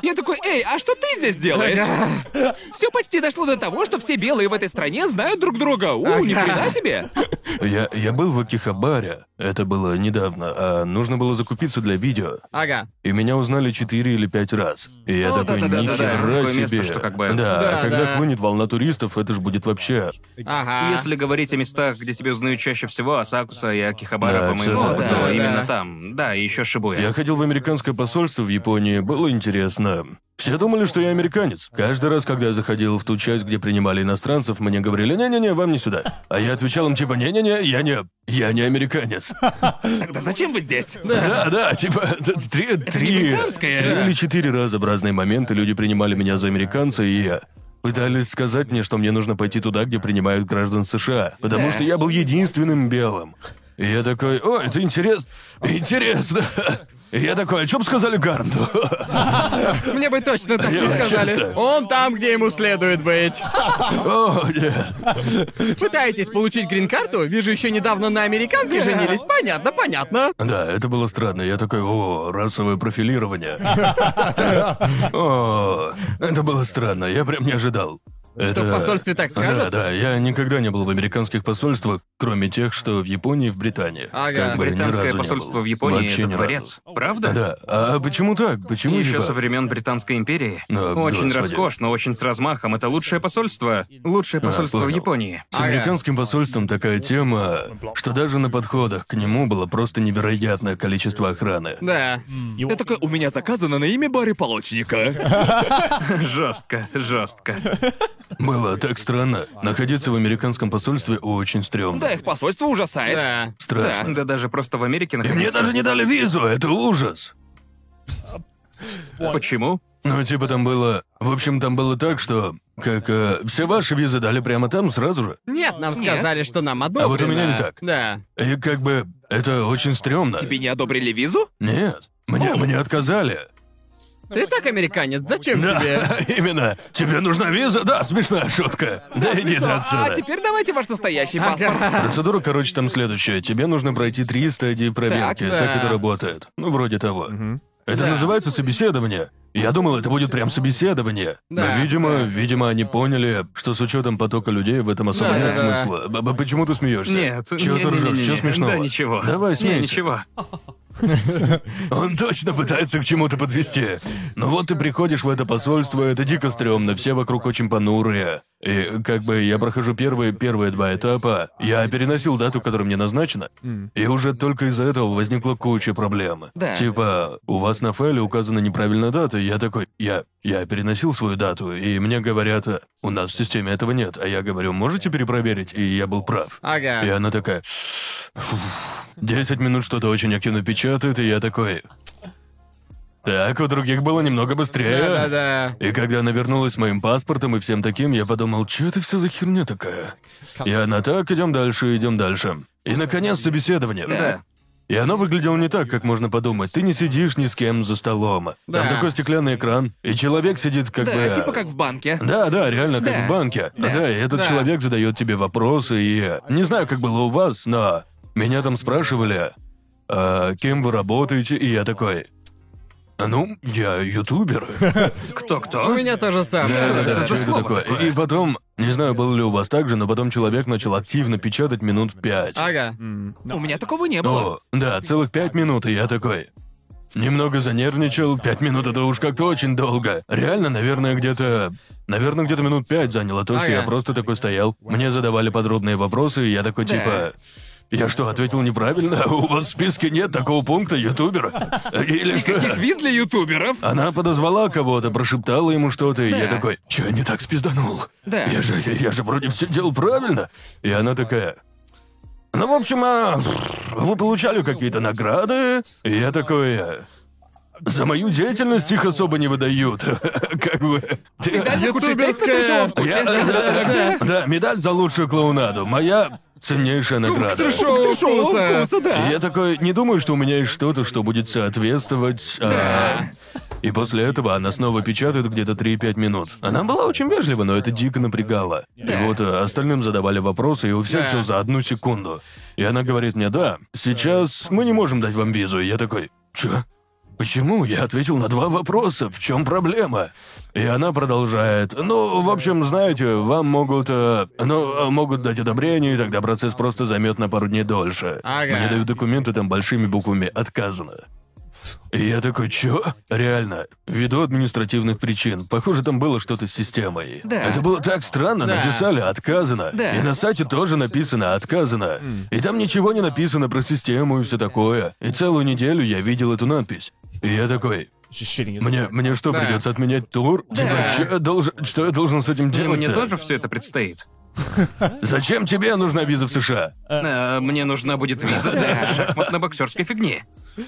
Я такой, эй, а что ты здесь делаешь? [laughs] Все почти дошло до того, что все белые в этой стране знают друг друга. У, ни хрена себе. Я, я был в Акихабаре, это было недавно, а нужно было закупиться для видео. Ага. И меня узнали четыре или пять раз. И я О, такой, да-да-да-да-да, нихера такое себе. место, что как бы- Да, Да, а когда да. хлынет волна туристов, это же будет вообще... Ага. Если говорить о местах, где тебя узнают чаще всего, Асакуса и Акихабара, Да, по-моему, всё то так. Да, да. именно там. Да, и еще Шибуя. Я ходил в американское посольство в Японии, было интересно. Все думали, что я американец. Каждый раз, когда я заходил в ту часть, где принимали иностранцев, мне говорили, не-не-не, вам не сюда. А я отвечал им, типа, не-не-не, я не... Я не американец. Тогда зачем вы здесь? Да, да, типа, т- три, три, три британское. или четыре раза в разные моменты люди принимали меня за американца, и я пытались сказать мне, что мне нужно пойти туда, где принимают граждан США, потому что я был единственным белым. И я такой, о, это интересно, интересно. И я такой, о чем сказали Гарнту? [laughs] Мне бы точно так Я не сказали. честно. Он там, где ему следует быть. О, нет. Пытаетесь получить грин-карту? Вижу, еще недавно на американке женились. Понятно, понятно. Да, это было странно. Я такой, о, расовое профилирование. О, это было странно, я прям не ожидал. Это... в посольстве так Да, скажут? да, я никогда не был в американских посольствах, кроме тех, что в Японии и в Британии. Ага, как бы ни Британское разу не посольство был. в Японии Вообще это ни дворец. Правда? разу. Да, а почему так? И Почему еще так? со времен Британской империи. Да, очень господи. роскошно, очень с размахом. Это лучшее посольство. Лучшее посольство в А, понял. [laughs] Японии. С американским посольством такая тема, что даже на подходах к нему было просто невероятное количество охраны. Да. Я такой, у меня заказано на имя Барри Полочника. Жестко, жестко. Было так странно. Находиться в американском посольстве очень стрёмно. Да, их посольство ужасает. Да. Страшно. Да даже просто в Америке И мне находиться. даже не дали визу, это ужас. Почему? Ну, типа там было... В общем, там было так, что... Как э, все ваши визы дали прямо там сразу же. Нет, нам сказали, что нам одно. А вот у меня не так. Да. И как бы это очень стрёмно. Тебе не одобрили визу? Нет, мне, мне отказали. Ты так американец, зачем Да, тебе? [laughs] именно. Тебе нужна виза? Да, смешная шутка. Да иди ты отсюда. А теперь давайте ваш настоящий паспорт. Ага. Процедура, короче, там следующая. Тебе нужно пройти три стадии проверки. да. Так, это работает. Ну, вроде того. Это называется собеседование. Я думал, это будет прям собеседование. Да, Но, видимо, видимо, они поняли, что с учетом потока людей в этом особо Да, нет да, да. смысла. Б- б- Почему ты смеешься? Нет. Чего ты ржешь? не-не-не-не. Чего смешного? Да ничего. Давай, смейся. Не, ничего. Он точно пытается к чему-то подвести. Но вот ты приходишь в это посольство, это дико стрёмно, все вокруг очень понурые. И как бы я прохожу первые, первые два этапа, я переносил дату, которая мне назначена, и уже только из-за этого возникла куча проблем. Да. Типа, у вас на файле указана неправильная дата, и я такой, я, я переносил свою дату, и мне говорят, «А, у нас в системе этого нет, а я говорю, можете перепроверить, и я был прав. И Ага. она такая... Десять минут что-то очень активно печатает, и я такой... Так, у других было немного быстрее. Да-да-да. И когда она вернулась с моим паспортом и всем таким, я подумал, что это все за херня такая? И она так, идем дальше, идем дальше. И наконец собеседование. Да. И оно выглядело не так, как можно подумать. Ты не сидишь ни с кем за столом. Да. Там такой стеклянный экран, и человек сидит как бы. Да, типа как в банке. Да, да, реально, как Да. в банке. Да, и этот Да. человек задает тебе вопросы, и не знаю, как было у вас, но меня там спрашивали, «А, кем вы работаете, и я такой. Ну, я ютубер. У Кто-кто? меня то же Да, самое. да, это за что это слово такое? И потом, не знаю, было ли у вас так же, но потом человек начал активно печатать минут пять. Ага. У меня такого не было. О, да, целых пять минут, и я такой. Немного занервничал, пять минут это уж как-то очень долго. Реально, наверное, где-то... Наверное, где-то минут пять заняло то, что Ага. я просто такой стоял. Мне задавали подробные вопросы, и я такой Да. типа... Я что, ответил неправильно? [laughs] У вас в списке нет такого пункта, ютубер? [laughs] Или Никаких что? виз для ютуберов. Она подозвала кого-то, прошептала ему что-то, и я Да. такой, чё я не так спизданул? Да. Я же, я, я же вроде все делал правильно. И она такая. Ну, в общем, а, вы получали какие-то награды. И я такой. э, За мою деятельность их особо не выдают. [laughs] Как бы... Медаль за худший текст, который шел в курсе. Я- да, [laughs] да, медаль за лучшую клоунаду. Моя ценнейшая награда. Шоу вкуса. да. И Я такой, не думаю, что у меня есть что-то, что будет соответствовать. а, И после этого она снова печатает где-то 3-5 минут. Она была очень вежлива, но это дико напрягало. И вот а, остальным задавали вопросы, и у всех Да. все за одну секунду. И она говорит мне, да, сейчас мы не можем дать вам визу. И я такой, чё? Почему? Я ответил на два вопроса. В чем проблема? И она продолжает. Ну, в общем, знаете, вам могут, э, ну, э, могут дать одобрение, и тогда процесс просто займет на пару дней дольше. Ага. Мне дают документы там большими буквами «Отказано». И я такой, чё? Реально, ввиду административных причин. Похоже, там было что-то с системой. Да. Это было так странно, Да. написали «отказано». Да. И на сайте тоже написано «отказано». И там ничего не написано про систему и все такое. И целую неделю я видел эту надпись. И я такой, мне, мне что, Да. придется отменять тур? Типа, чё я должен, что я должен с этим Ну, делать? Мне тоже все это предстоит. Зачем тебе нужна виза в США? А, Мне нужна будет виза для шахматно-боксерской фигни.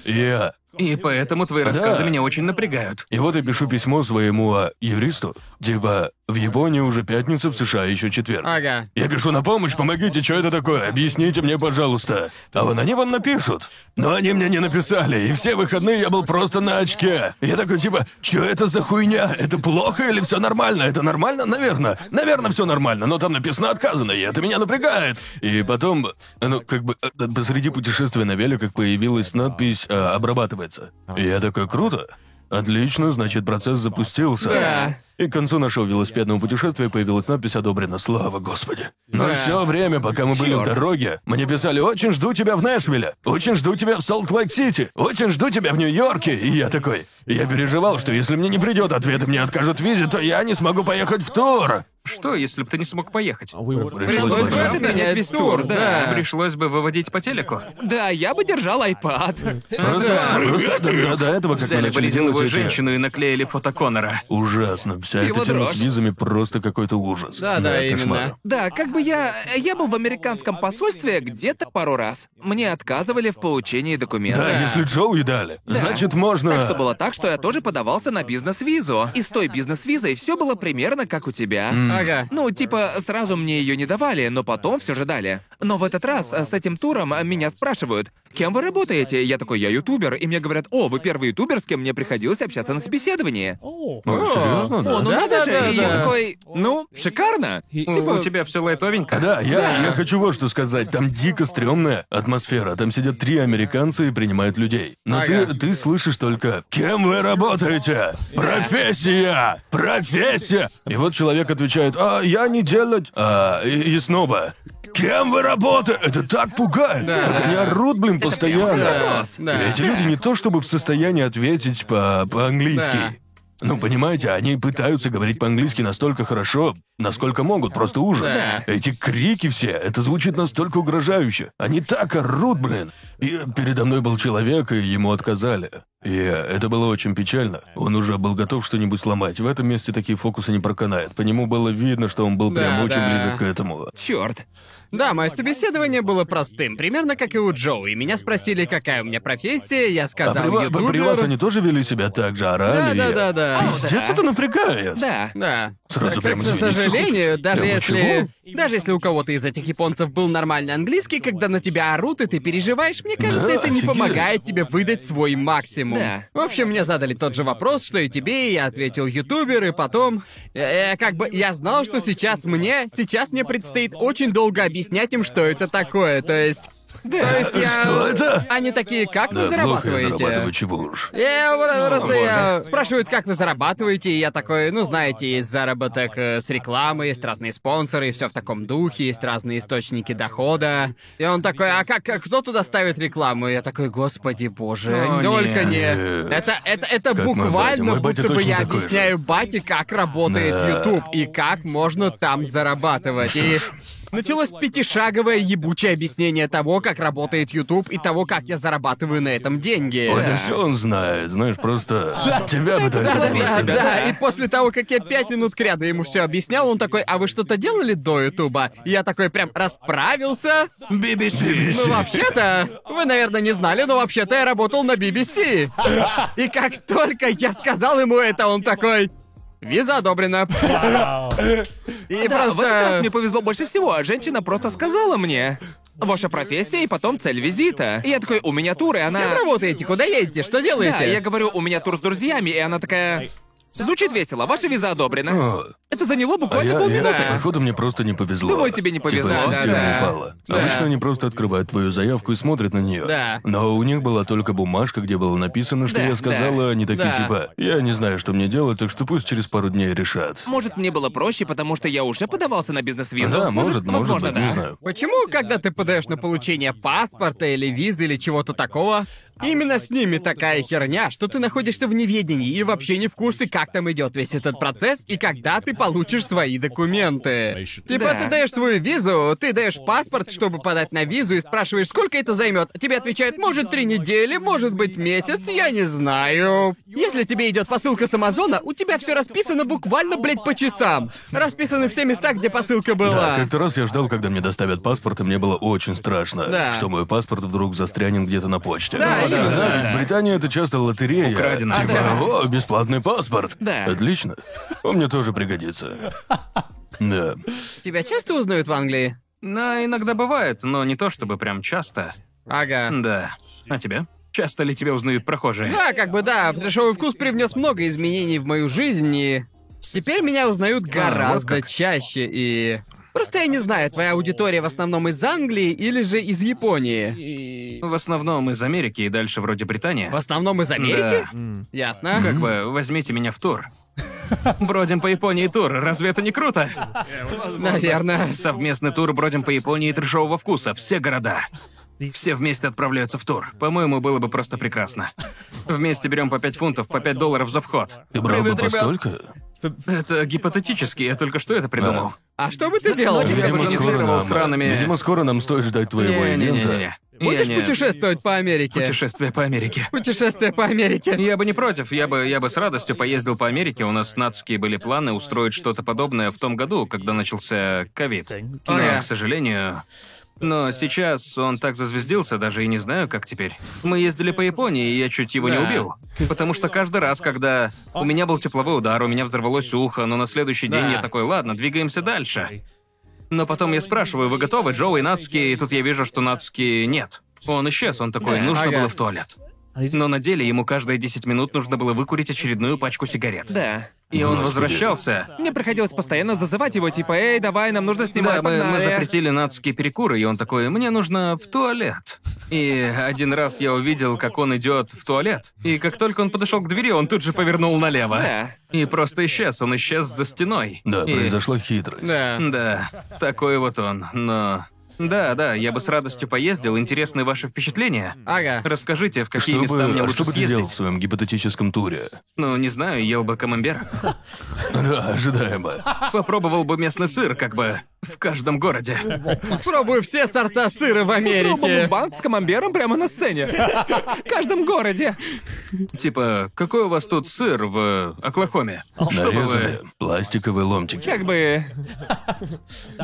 Я. И поэтому твои рассказы меня очень напрягают. И вот я пишу письмо своему а, юристу. Типа, в Японии уже пятница, в США еще четверг. Ага. Я пишу на помощь, помогите, что это такое? Объясните мне, пожалуйста. А вон они вам напишут. Но они мне не написали, и все выходные я был просто на очке. Я такой типа, что это за хуйня? Это плохо или все нормально? Это нормально? Наверное. Наверное, все нормально, но там написано отказано, и это меня напрягает. И потом, ну, как бы, э, э, посреди путешествия на великах появилась надпись э, «Обрабатывается». И я такой, круто. Отлично, значит, процесс запустился. Да. И к концу нашего велосипедного путешествия появилась надпись «Одобрено, слава Господи». Но все время, пока мы были в дороге, мне писали «Очень жду тебя в Нэшвилле», «Очень жду тебя в Солт-Лейк-Сити», «Очень жду тебя в Нью-Йорке». И я такой, я переживал, что если мне не придет ответ и мне откажут в визе, то я не смогу поехать в тур. Что, если бы ты не смог поехать? Пришлось бы бороться. отменять Весь тур, тур, да. Ну, Пришлось бы выводить по телеку. Да, я бы держал iPad. Просто, просто до, до- до этого, как мы Взяли бы начали делать резиновую эти- женщину и наклеили фото Конора. Ужасно. Вся Его эта тема с дрожь. визами просто какой-то ужас. Да, да, именно. кошмар. Да, как бы я... Я был в американском посольстве где-то пару раз. Мне отказывали в получении документов. Да, если Джоуи дали, значит можно... Так что было так, что я тоже подавался на бизнес-визу. И с той бизнес-визой все было примерно как у тебя. Ага. Ну, типа, сразу мне ее не давали, но потом все же дали. Но в этот раз э, с этим туром э, меня спрашивают, кем вы работаете? Я такой, я ютубер. И мне говорят, о, вы первый ютубер, с кем мне приходилось общаться на собеседовании. О, серьезно, да? О, ну Да, да, надо же. да, и да. я такой, ну, шикарно. У- Типа, У тебя все лайтовенько. Да, я, я хочу вот что сказать. Там дико стрёмная атмосфера. Там сидят три американца и принимают людей. Но Ага. ты, ты слышишь только «Кем вы работаете? Профессия! Профессия!» И вот человек отвечает «А, я не делать...» а, и, и снова «Кем вы работаете?» Это так пугает! Так они орут, блин, постоянно. вопрос. Да. И Эти люди не то чтобы в состоянии ответить по- по-английски. Да. Ну, понимаете, они пытаются говорить по-английски настолько хорошо, насколько могут, просто ужас. Да. Эти крики все, это звучит настолько угрожающе. Они так орут, блин. И передо мной был человек, и ему отказали. И это было очень печально. Он уже был готов что-нибудь сломать. В этом месте такие фокусы не проканает. По нему было видно, что он был Да, прям очень да. близок к этому. черт. Да, мое собеседование было простым, примерно как и у Джоу. И меня спросили, какая у меня профессия, я А сказал при, ва- ютубер. при вас они тоже вели себя так же, Да, орали? да, и- да, да. Пиздец, это напрягает. Да. Да. Сразу Так, прям к извините. сожалению, даже Прямо если. Даже если у кого-то из этих японцев был нормальный английский, когда на тебя орут и ты переживаешь, мне кажется, Да, это не офигеть. помогает тебе выдать свой максимум. Да. В общем, мне задали тот же вопрос, что и тебе, и я ответил ютубер, и потом. э, э, как бы я знал, что сейчас мне, сейчас мне предстоит очень долго объяснять им, что это такое. То есть. То есть я. Что это? Они такие, как Да, вы плохо я зарабатываю, зарабатываете? чего уж. Я вот просто я- спрашивают, как вы зарабатываете, и я такой, ну знаете, есть заработок э, с рекламы, есть разные спонсоры, все в таком духе, есть разные источники дохода. И он такой, а как, как- кто туда ставит рекламу? И я такой, господи боже, О, Ну, только нет. не. Нет. Это это это Как мой батя. буквально, Мой батя будто бы точно я такой же. объясняю бате, как работает Да. YouTube и как можно там зарабатывать. И Началось пятишаговое ебучее объяснение того, как работает YouTube и того, как я зарабатываю на этом деньги. Ой, да все он знает, знаешь, просто тебя пытаются Да, добавить. да, и после того, как я пять минут кряду ему все объяснял, он такой, а вы что-то делали до Ютуба? И Я такой прям расправился. BBC. Ну, вообще-то, вы, наверное, не знали, но вообще-то я работал на BBC. И как только я сказал ему это, он такой... Виза одобрена. И Да, в этот раз просто... мне повезло больше всего, а женщина просто сказала мне. Ваша профессия и потом цель визита. И я такой, у меня тур, и Кем она... работаете? Куда едете? Что делаете? Да, я говорю, у меня тур с друзьями, и она такая... Звучит весело, ваша виза одобрена. О, Это заняло А буквально я, я- полминуты. походу, мне просто не повезло. Думаю, тебе не повезло, Типа, система да-да. упала. Обычно они просто открывают твою заявку и смотрят на нее. Да. Но у них была только бумажка, где было написано, что Да, я сказала, да. они такие Да. типа, я не знаю, что мне делать, так что пусть через пару дней решат. Может, мне было проще, потому что я уже подавался на бизнес-визу. Да, может, может ну, возможно, быть, да. не знаю. Почему, когда ты подаешь на получение паспорта или визы или чего-то такого, именно с ними такая херня, что ты находишься в неведении и вообще не в курсе, как там идет весь этот процесс и когда ты получишь свои документы? Типа Да. ты даешь свою визу, ты даешь паспорт, чтобы подать на визу и спрашиваешь, сколько это займет. Тебе отвечают, может три недели, может быть месяц, я не знаю. Если тебе идет посылка с Амазона, у тебя все расписано буквально, блядь, по часам. Расписаны все места, где Да, посылка была. как-то раз я ждал, когда мне доставят паспорт, и мне было очень страшно, Да. что мой паспорт вдруг застрянет где-то на почте. Да, Ну, именно, да, ведь в Британии это часто лотерея. Украдено. Типа, о, бесплатный паспорт. Да. Отлично. Он мне тоже пригодится. Да. Тебя часто узнают в Англии? Ну, иногда бывает, но не то чтобы прям часто. Ага. Да. А тебя? Часто ли тебя узнают прохожие? Да, как бы да, трешовый вкус привнес много изменений в мою жизнь, и теперь меня А, узнают гораздо чаще, и... Просто я не знаю, твоя аудитория в основном из Англии или же из Японии? В основном из Америки и дальше вроде Британия. В основном из Америки? Ясно. Как бы, возьмите меня в [laughs] тур. Бродим по Японии тур, разве это не круто? Наверное. Совместный тур бродим по Японии трешового вкуса, все города. Все вместе отправляются в тур. По-моему, было бы просто прекрасно. Вместе берем по 5 фунтов, по 5 долларов за вход. Ты брал бы Привет, ребят. постолько? Это гипотетически, я только что это придумал. А что бы ты делал? Очень Я бы Видимо, скоро, жонглировал нам, сраными- видимо, скоро нам стоит ждать твоего ивента. Не-не-не-не. Будешь Я не- путешествовать по Америке? Путешествие по Америке. Путешествие по Америке. Я бы не против, я бы, я бы с радостью поездил по Америке. У нас с Нацуки были планы устроить что-то подобное в том году, когда начался ковид. Но, Ага. к сожалению... Но сейчас он так зазвездился, даже и не знаю, как теперь. Мы ездили по Японии, и я чуть его не Да. убил. Потому что каждый раз, когда у меня был тепловой удар, у меня взорвалось ухо, но на следующий Да. день я такой, ладно, двигаемся дальше. Но потом я спрашиваю, вы готовы, Джоуи, Нацуки? И тут я вижу, что Нацуки нет. Он исчез, он такой, Да. нужно Ага. было в туалет. Но на деле ему каждые 10 минут нужно было выкурить очередную пачку сигарет. Да. Ну, И он Господи. возвращался. Мне приходилось постоянно зазывать его, типа, эй, давай, нам нужно снимать, Да, мы, мы погнали». запретили нацкие перекуры, и он такой, мне нужно в туалет. И один раз я увидел, как он идет в туалет, и как только он подошел к двери, он тут же повернул налево. Да. И просто исчез, он исчез за стеной. Да, И- произошла хитрость. Да. Да, такой вот он, но... Да, да, я бы с радостью поездил. Интересны ваши впечатления? Ага. Расскажите, в Что какие бы, места мне а лучше что бы ты съездить. делал в своем гипотетическом туре? Ну, не знаю, ел бы камамбер. Да, ожидаемо. Попробовал бы местный сыр, как бы, в каждом городе. Пробую все сорта сыра в Америке. Пробовал банк с камамбером прямо на [laughs] сцене. В каждом городе. Типа, какой у вас тут сыр в э, Оклахоме? [laughs] Что бы Нарезанные вы... пластиковые ломтики. Как бы...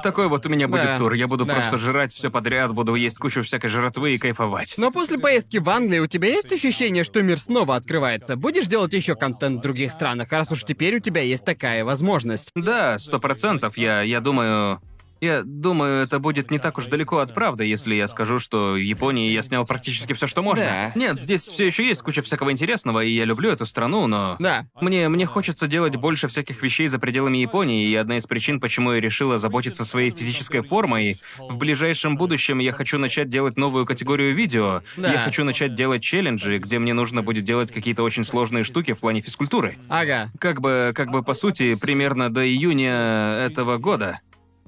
Такой вот у меня будет Да. тур. Я буду Да. просто жрать все подряд, буду есть кучу всякой жратвы и кайфовать. Но после поездки в Англию у тебя есть ощущение, что мир снова открывается? Будешь делать еще контент в других странах, раз уж теперь у тебя есть такая возможность? Да, сто процентов. Я, я думаю... Я думаю, это будет не так уж далеко от правды, если я скажу, что в Японии я снял практически все, что можно. Да. Нет, здесь все еще есть куча всякого интересного, и я люблю эту страну, но... Да. Мне, мне хочется делать больше всяких вещей за пределами Японии, и одна из причин, почему я решила заботиться своей физической формой, в ближайшем будущем я хочу начать делать новую категорию видео. Да. Я хочу начать делать челленджи, где мне нужно будет делать какие-то очень сложные штуки в плане физкультуры. Ага. Как бы, как бы по сути, примерно до июня этого года.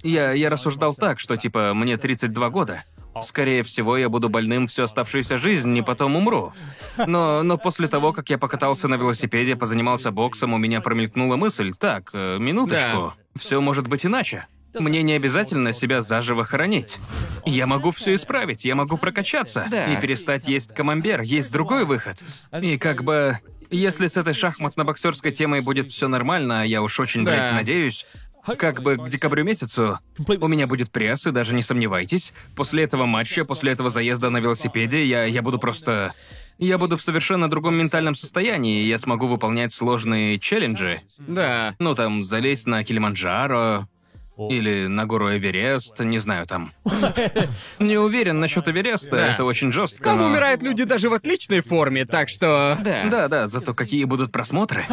Я, я рассуждал так, что типа мне 32 года. Скорее всего, я буду больным всю оставшуюся жизнь и потом умру. Но, но после того, как я покатался на велосипеде, позанимался боксом, у меня промелькнула мысль, так, э, минуточку, все может быть иначе. Мне не обязательно себя заживо хоронить. Я могу все исправить, я могу прокачаться Да. и перестать есть камамбер. Есть другой выход. И как бы, если с этой шахматно-боксерской темой будет все нормально, а я уж очень на Да. это надеюсь, как бы к декабрю месяцу у меня будет пресс, и даже не сомневайтесь. После этого матча, после этого заезда на велосипеде, я, я буду просто... Я буду в совершенно другом ментальном состоянии, и я смогу выполнять сложные челленджи. Да. Ну, там, залезть на Килиманджаро или на гору Эверест, не [laughs] знаю там. Не уверен насчет Эвереста, Да. это очень жестко. Там но- умирают люди даже в отличной форме, так что... Да. Да, да, зато какие будут просмотры.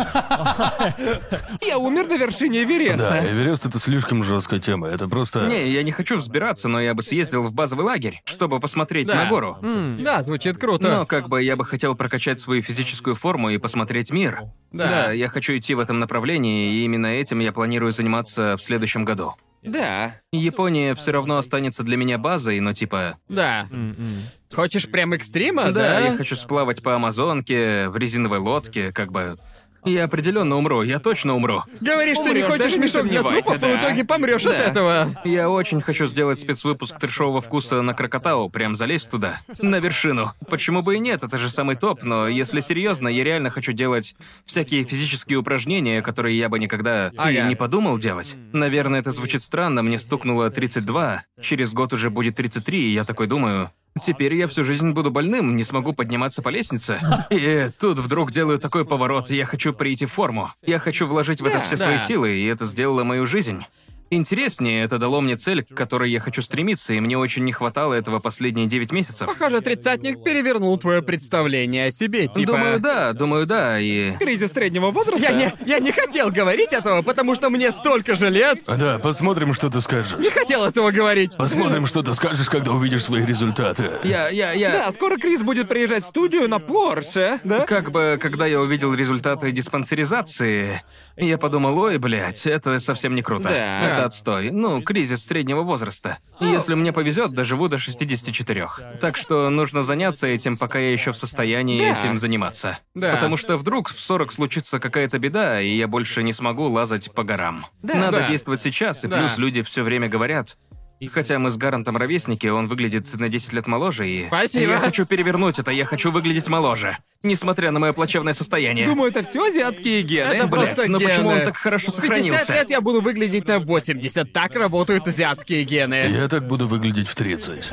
Я умер на вершине Эвереста. Да, Эверест это слишком жесткая тема. Это просто. Не, я не хочу взбираться, но я бы съездил в базовый лагерь, чтобы посмотреть Да. на гору. Да, звучит Но круто. как бы я бы хотел прокачать свою физическую форму и посмотреть мир. Да. я хочу идти в этом направлении, и именно этим я планирую заниматься в следующем году. Да. Япония все равно останется для меня базой, но типа Да. М-м. Хочешь прям экстрима, да? Да, я хочу сплавать по Амазонке в резиновой лодке, как бы. Я определенно умру, я точно умру. Говоришь, ты не Умрёшь, хочешь даже не мешок для сомневайся, трупов, и в да. итоге помрешь от Да. этого. Я очень хочу сделать спецвыпуск трешового вкуса на Крокотау, прям залезть туда, на вершину. Почему бы и нет, это же самый топ, но если серьезно, я реально хочу делать всякие физические упражнения, которые я бы никогда и Ага. не подумал делать. Наверное, это звучит странно, мне стукнуло 32, через год уже будет 33, и я такой думаю... Теперь я всю жизнь буду больным, не смогу подниматься по лестнице. И тут вдруг делаю такой поворот, я хочу прийти в форму. Я хочу вложить в это Да, все да. свои силы, и это сделало мою жизнь. Интереснее, это дало мне цель, к которой я хочу стремиться, и мне очень не хватало этого последние 9 месяцев. Похоже, тридцатник перевернул твое представление о себе, типа... Думаю, да, думаю, да, и... Кризис среднего возраста. Я не, я не хотел говорить этого, потому что мне столько же лет. А, Да, посмотрим, что ты скажешь. Не хотел этого говорить. Посмотрим, что ты скажешь, когда увидишь свои результаты. Я, я, я... Да, скоро Крис будет приезжать в студию на Порше, да? Как бы, когда я увидел результаты диспансеризации, я подумал, ой, блядь, это совсем не круто. Да. Это отстой. Ну, кризис среднего возраста. Если мне повезет, доживу до 64. Так что нужно заняться этим, пока я еще в состоянии Да. этим заниматься. Да. Потому что вдруг в 40 случится какая-то беда, и я больше не смогу лазать по горам. Да. Надо Да. действовать сейчас, и Да. плюс люди все время говорят... Хотя мы с Гарантом ровесники, он выглядит на 10 лет моложе, и... Спасибо. Я хочу перевернуть это, я хочу выглядеть моложе. Несмотря на мое плачевное состояние. Думаю, это все азиатские гены. Это Блядь, просто ну почему гены. он так хорошо 50 сохранился? лет я буду выглядеть на 80. Так работают азиатские гены. Я так буду выглядеть в [laughs] 30.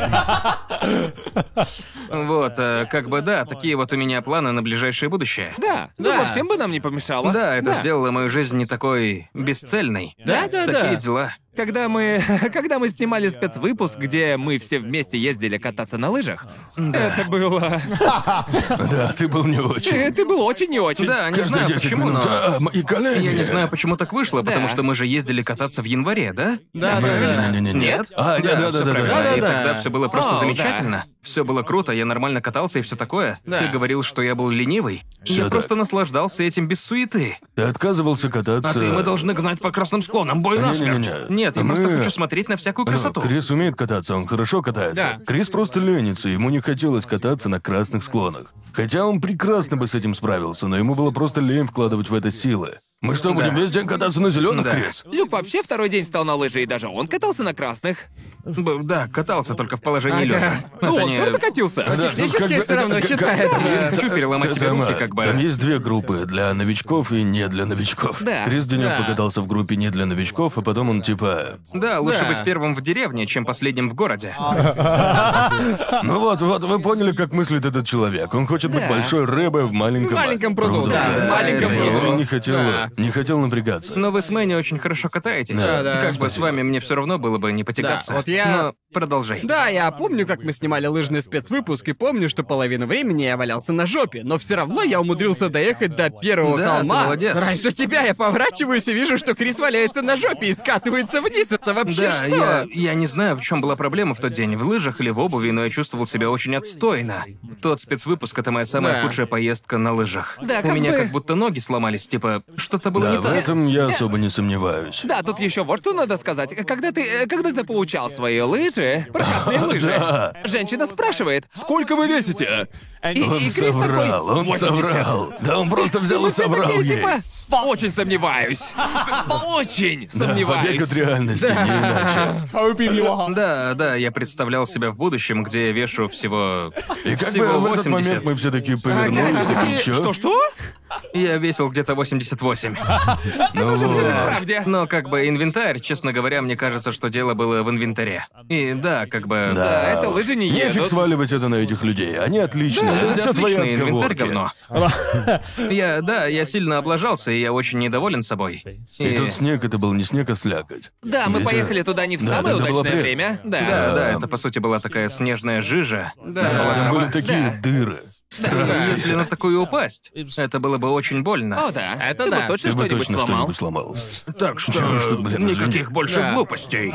Вот, э, как бы да, такие вот у меня планы на ближайшее будущее. Да. Да. Думаю, всем бы нам не помешало. Да, это сделало мою жизнь не такой бесцельной. Да, да, да. Такие дела. Когда мы, [laughs] когда мы снимали спецвыпуск, где мы все вместе ездили кататься на лыжах, это было, Да, ты был не очень. это было очень и очень. Да, не Каждые знаю 10 почему, минут. но... А, мои колени. Я не знаю, почему так вышло, потому что мы же ездили кататься в январе, да? Да, да, да. Не-не-не-не. Нет? А, да, да, да, всё да, правильно. да. И Да-да-да. тогда все было просто О, замечательно. Все было круто, я нормально катался и все такое. Да. Ты говорил, что я был ленивый. Всё я так. просто наслаждался этим без суеты. Ты отказывался кататься. А ты мы должны гнать по красным склонам, бой насмерть. Не-не-не-не. Нет, я Мы- просто хочу смотреть на всякую Ну, красоту. Крис умеет кататься, он хорошо катается. Да. Крис просто ленится, ему не хотелось кататься на красных склонах. Хотя он прекрасно бы с этим справился, но ему было просто лень вкладывать в это силы. Мы что, будем весь день кататься на зеленых, Да. Крис? Люк вообще второй день встал на лыжи, и даже он катался на красных. Б- Да, катался только в Ага. положении лежа. Ну, Это он не- ну, все равно катился. Да, технически всё равно считается. Я не хочу переломать Это себе руки, да. как бы. Там есть две группы, для новичков и не для новичков. Да. Крис Денек Да. покатался в группе не для новичков, а потом он типа... Да, лучше Да. быть первым в деревне, чем последним в городе. Ну вот, вот, вы поняли, как мыслит этот человек. Он хочет быть Да. большой рыбой в маленьком... В маленьком пруду, да, в маленьком И пруду. Он не хотел, Да. не хотел напрягаться. Но вы с Мэнни очень хорошо катаетесь. Да, да. Как бы с вами мне все равно было бы не потягаться. Да, вот я- Но продолжай. Да, я помню, как мы снимали лыжный спецвыпуск, и помню, что половину времени я валялся на жопе, но все равно я умудрился доехать до первого Да, холма. ты молодец. Раньше тебя я поворачиваюсь и вижу, что Крис валяется на жопе и скатывается вниз. Это вообще Да, что? я, я не знаю, в чем была проблема в тот день, в лыжах или в обуви, но я чувствовал себя очень отстойно. Тот спецвыпуск — это моя самая Да. худшая поездка на лыжах. Да, У как меня бы- как будто ноги сломались, типа, что-то было Да, не в так. этом я особо не сомневаюсь. Да, тут еще вот что надо сказать. Когда ты, э, когда ты получал свои лыжи, прокатные лыжи, Да. женщина спрашивает, сколько вы весите? И, Он и Крис такой, соврал, он 80. соврал. Да он просто взял и Мы все соврал такие, ей. типа, Очень сомневаюсь. Очень побег сомневаюсь. от реальности, не иначе. Да, да, я представлял себя в будущем, где я вешу всего... И как всего бы в этот 80. момент мы все таки повернулись, такие, чё? Что-что? Я весил где-то 88. Ну вот. Правде. Но как бы инвентарь, честно говоря, мне кажется, что дело было в инвентаре. И да, как бы... Да, А, это лыжи не Нефиг едут. сваливать это на этих людей, они отличные, Да, Э, это да, все твои отличный инвентарь, отговорки. говно. [laughs] Я, да, я сильно облажался, и я очень недоволен собой. И И- тут снег, это был не снег, а слякоть. Да, мы Ветер. поехали туда не в Да, самое тогда было удачное время. время. Да. [laughs] Да, [laughs] да, это по сути была такая снежная жижа. Да, Была там были трава. такие дыры. И Если на такую упасть, это было бы очень больно. А, О, да. Это Ты бы да. Ты точно бы что-нибудь точно сломал. что-нибудь сломал. Так что, Чего [laughs] ж тут, блин, извини. никаких больше Да. глупостей.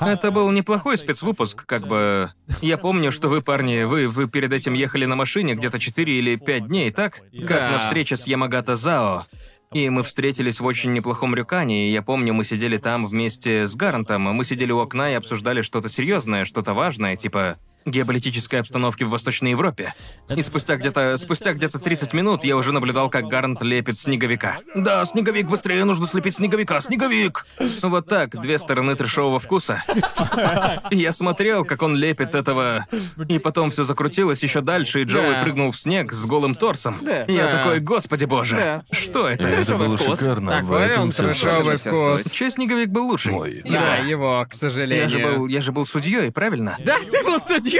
Это был неплохой спецвыпуск, как бы. Я помню, что вы, парни, вы, вы перед этим ехали на машине где-то 4 или 5 дней, так? Как Да. на встрече с Ямагата Зао. И мы встретились в очень неплохом рюкане, и я помню, мы сидели там вместе с Гарантом, мы сидели у окна и обсуждали что-то серьезное, что-то важное, типа геополитической обстановки в Восточной Европе. И спустя где-то спустя где-то 30 минут я уже наблюдал, как Гарант лепит снеговика. Да, снеговик, быстрее нужно слепить снеговика, снеговик! Вот так, две стороны трешового вкуса. И Я смотрел, как он лепит этого, и потом все закрутилось еще дальше, и Джоуи Да. прыгнул в снег с голым торсом. Да. И я Да. такой, господи боже, Да. что И это? это Трешовый было вкус. шикарно. Э, в Такой этом он всё трешовый вся вкус. суть. Чей снеговик был лучший? Мой. Да, его, к сожалению. Я же был, я же был судьей, правильно? Да, ты был судьей!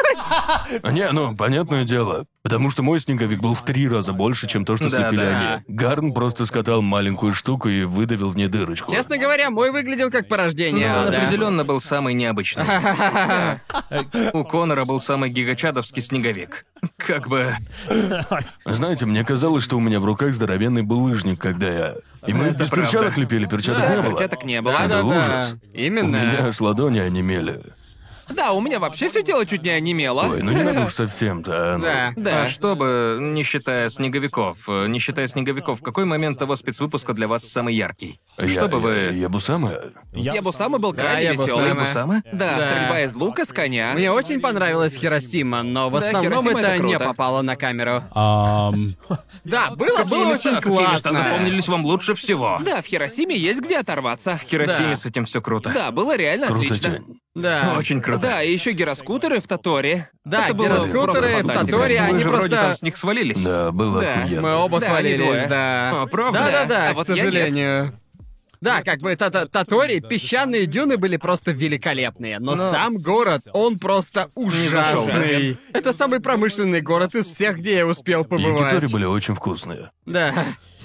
Не, ну, понятное дело. Потому что мой снеговик был в три раза больше, чем то, что Да, слепили да. они. Гарн просто скатал маленькую штуку и выдавил в ней дырочку. Честно говоря, мой выглядел как порождение. Ну, Он да. определенно был самый [laughs] необычный. У Конора был самый гигачадовский снеговик. Как бы. Знаете, мне казалось, что у меня в руках здоровенный булыжник, когда я... И мы без правда. перчаток лепили, перчаток не было. Хотя так не было. Да, Да, ужас. У Именно. меня аж ладони онемели. Да, у меня вообще все тело чуть не онемело. Ой, ну не надо уж совсем-то, а, ну. Да. [laughs] Да. А чтобы, не считая снеговиков, э, не считая снеговиков, какой момент того спецвыпуска для вас самый яркий? Я- Что бы Я, вы. я бы самое. Я бы сам и был Да, крайне А я был веселый. сам. Вы сама? Да, Да. стрельба из лука с коня. Мне очень понравилась Хиросима, но в Да, основном Хиросима это, это не круто. попало на камеру. Ам, Да, было, было места- очень какие места классно. запомнились вам лучше всего? Да, в Хиросиме есть где оторваться. В Хиросиме Да. с этим все круто. Да, было реально Круто отлично. тень. Да. Очень круто. Да, и еще гироскутеры в Таторе. Да, Это было просто гироскутеры в фантастика. Таторе, Вы они же вроде просто- там с них свалились. Да, было Да, охуенно. Мы оба Да, они двое. свалились, да. А, правда? Да-да-да, А к вот я нет. сожалению. Да, как бы та- та- Татори, песчаные дюны были просто великолепные, но, сам город, он просто ужасный. Это самый промышленный город из всех, где я успел побывать. Якитори были очень вкусные. Да,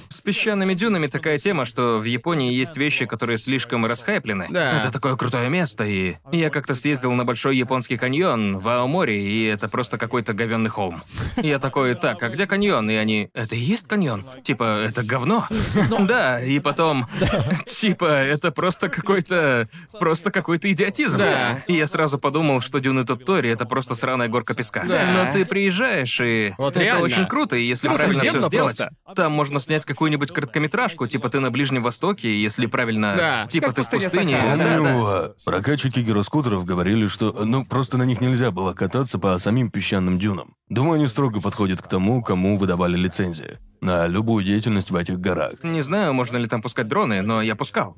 С песчаными дюнами такая тема, что в Японии есть вещи, которые слишком расхайплены. Да. Это такое крутое место, и я как-то съездил на большой японский каньон в Аомори, и это просто какой-то говенный холм. И Я такой, так, а где каньон? И они, это и есть каньон? Типа, это говно? Да, и потом, типа, это просто какой-то, просто какой-то идиотизм. Да. И я сразу подумал, что дюны Тоттори — это просто сраная горка песка. Да. Но ты приезжаешь, и Вот это реально. очень круто, и если правильно все офигенно сделать, просто. там можно снять какую-нибудь короткометражку, типа ты на Ближнем Востоке, и если правильно, Да. типа Как ты в пустыня пустыне. Сахара. Да, Помню, да. а, прокачики гироскутеров говорили, что ну просто на них нельзя было кататься по самим песчаным дюнам. Думаю, они строго подходят к тому, кому выдавали лицензии. На любую деятельность в этих горах. Не знаю, можно ли там пускать дроны, но я пускал.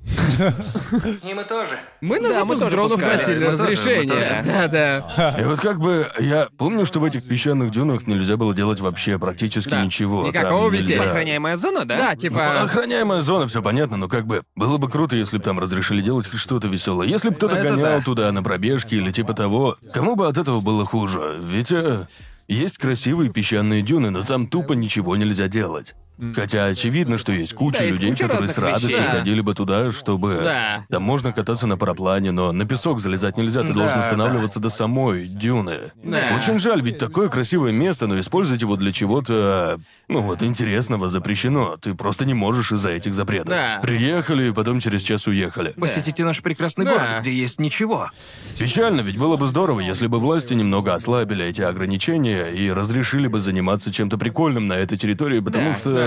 И мы тоже. мы на Да, мы запуск тоже дронов пускали. просили Мы тоже, мы разрешение. тоже. Да-да. И вот как бы я помню, что в этих песчаных дюнах нельзя было делать вообще практически Да. ничего. Там Никакого веселья. нельзя. Охраняемая зона, да? Да, Ну, типа... Охраняемая зона, все понятно, но как бы было бы круто, если бы там разрешили делать хоть что-то веселое. Если бы Ну, кто-то Это гонял да. туда на пробежке или типа того, кому бы от этого было хуже? Ведь э, есть красивые песчаные дюны, но там тупо ничего нельзя делать. Хотя очевидно, что есть куча Да, есть людей, куча которые разных с радостью вещей. ходили бы туда, чтобы Да. там можно кататься на параплане, но на песок залезать нельзя, ты должен да. останавливаться до самой дюны. Да. Очень жаль, ведь такое красивое место, но использовать его для чего-то, ну вот, интересного запрещено. Ты просто не можешь из-за этих запретов. Да. Приехали и потом через час уехали. Посетите наш прекрасный Да. город, где есть ничего. Печально, ведь было бы здорово, если бы власти немного ослабили эти ограничения и разрешили бы заниматься чем-то прикольным на этой территории, потому что...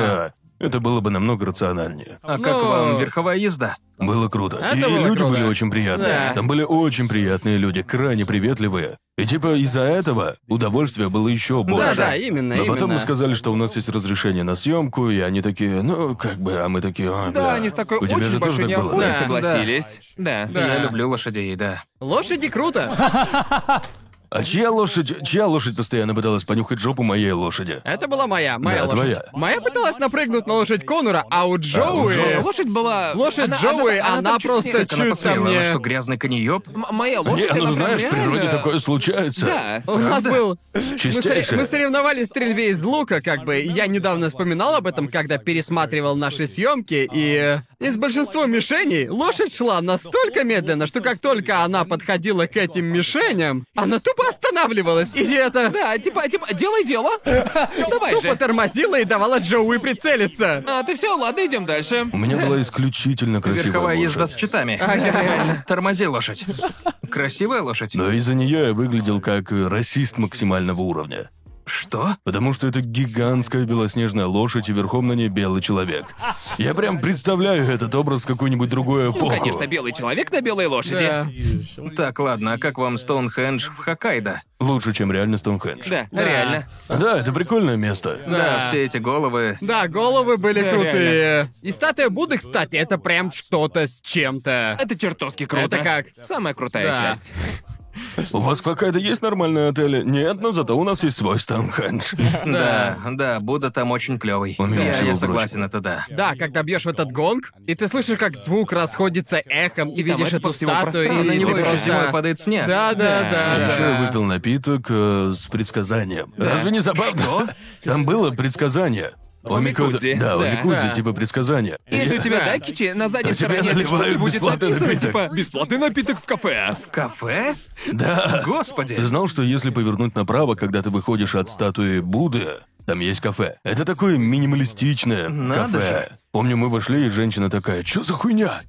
Это было бы намного рациональнее. А как Ну, вам верховая езда? Было круто. Это и и было люди круто. были очень приятные. Да. Там были очень приятные люди, крайне приветливые. И типа из-за этого удовольствие было еще больше. Да, да, именно, Но потом мы именно. сказали, что у нас есть разрешение на съемку, и они такие, ну, как бы, а мы такие, а, Да, бля. они с такой У тебя же очень тоже большой так было? неохотой Да, согласились. Да. Да. Я люблю лошадей, да. Лошади круто. А чья лошадь, чья лошадь постоянно пыталась понюхать жопу моей лошади? Это была моя, моя Да, лошадь. твоя. Моя пыталась напрыгнуть на лошадь Конора, а у Джоуи... Джоуи. Лошадь была... Лошадь она- Джоуи, она там чуть просто снег- Чё Она там посмела, она мне? что, грязный конеёб? М- Моя Не, лошадь, она ну прям знаешь, в реально- природе такое случается. Да. У нас был... Мы, сорев- Чистейшее. мы соревновались в стрельбе из лука, как бы. и Я недавно вспоминал об этом, когда пересматривал наши съемки, и э, из большинства мишеней лошадь шла настолько медленно, что как только она подходила к этим мишеням, она тупо останавливалась, и это Да, типа, типа, [laughs] делай дело. Давай тупо же. тормозила и давала Джоуи прицелиться. А, ты все, ладно, идем дальше. У меня была исключительно красивая Верховая езда с лошадь. читами. Тормози лошадь. [laughs] Красивая лошадь. Но из-за нее я выглядел как э, расист максимального уровня. Что? Потому что это гигантская белоснежная лошадь и верхом на ней белый человек. Я прям представляю этот образ в какую-нибудь другую эпоху. Ну, Конечно, белый человек на белой Да. лошади. Так, ладно, а как вам Стоунхендж в Хоккайдо? Лучше, чем реально Стоунхендж. Да, реально. Да, это прикольное место. Да, все эти головы. Да, головы были Да, крутые. И статуя Будды, кстати, это прям что-то с чем-то. Это чертовски круто. Это как? Самая крутая Да. часть. У вас в Хоккайдо есть нормальные отели? Нет, но зато у нас есть свой Стоунхендж. Да, да, Будда там очень клевый. У меня Я, всего я прочего. согласен, это да. Да, когда бьешь в этот гонг, и ты слышишь, как звук расходится эхом, и, там видишь это эту всего статую, и пространство, на На него него ты еще просто- зимой падает снег. Да, да, Я да. еще выпил напиток э, с предсказанием. Разве не забавно? Там было предсказание. О Микудзи. Да, Да. о Микудзе, Да. типа предсказание. Если у тебя, Да. да, кичи, на А задней тебе стороне что-то наливают будет бесплатный написано, напиток. типа «Бесплатный напиток в кафе». Кафе? Да. Господи! Ты знал, что если повернуть направо, когда ты выходишь от статуи Будды, там есть кафе. Это такое минималистичное Надо кафе. Помню, мы вошли, и женщина такая, «Чё за хуйня?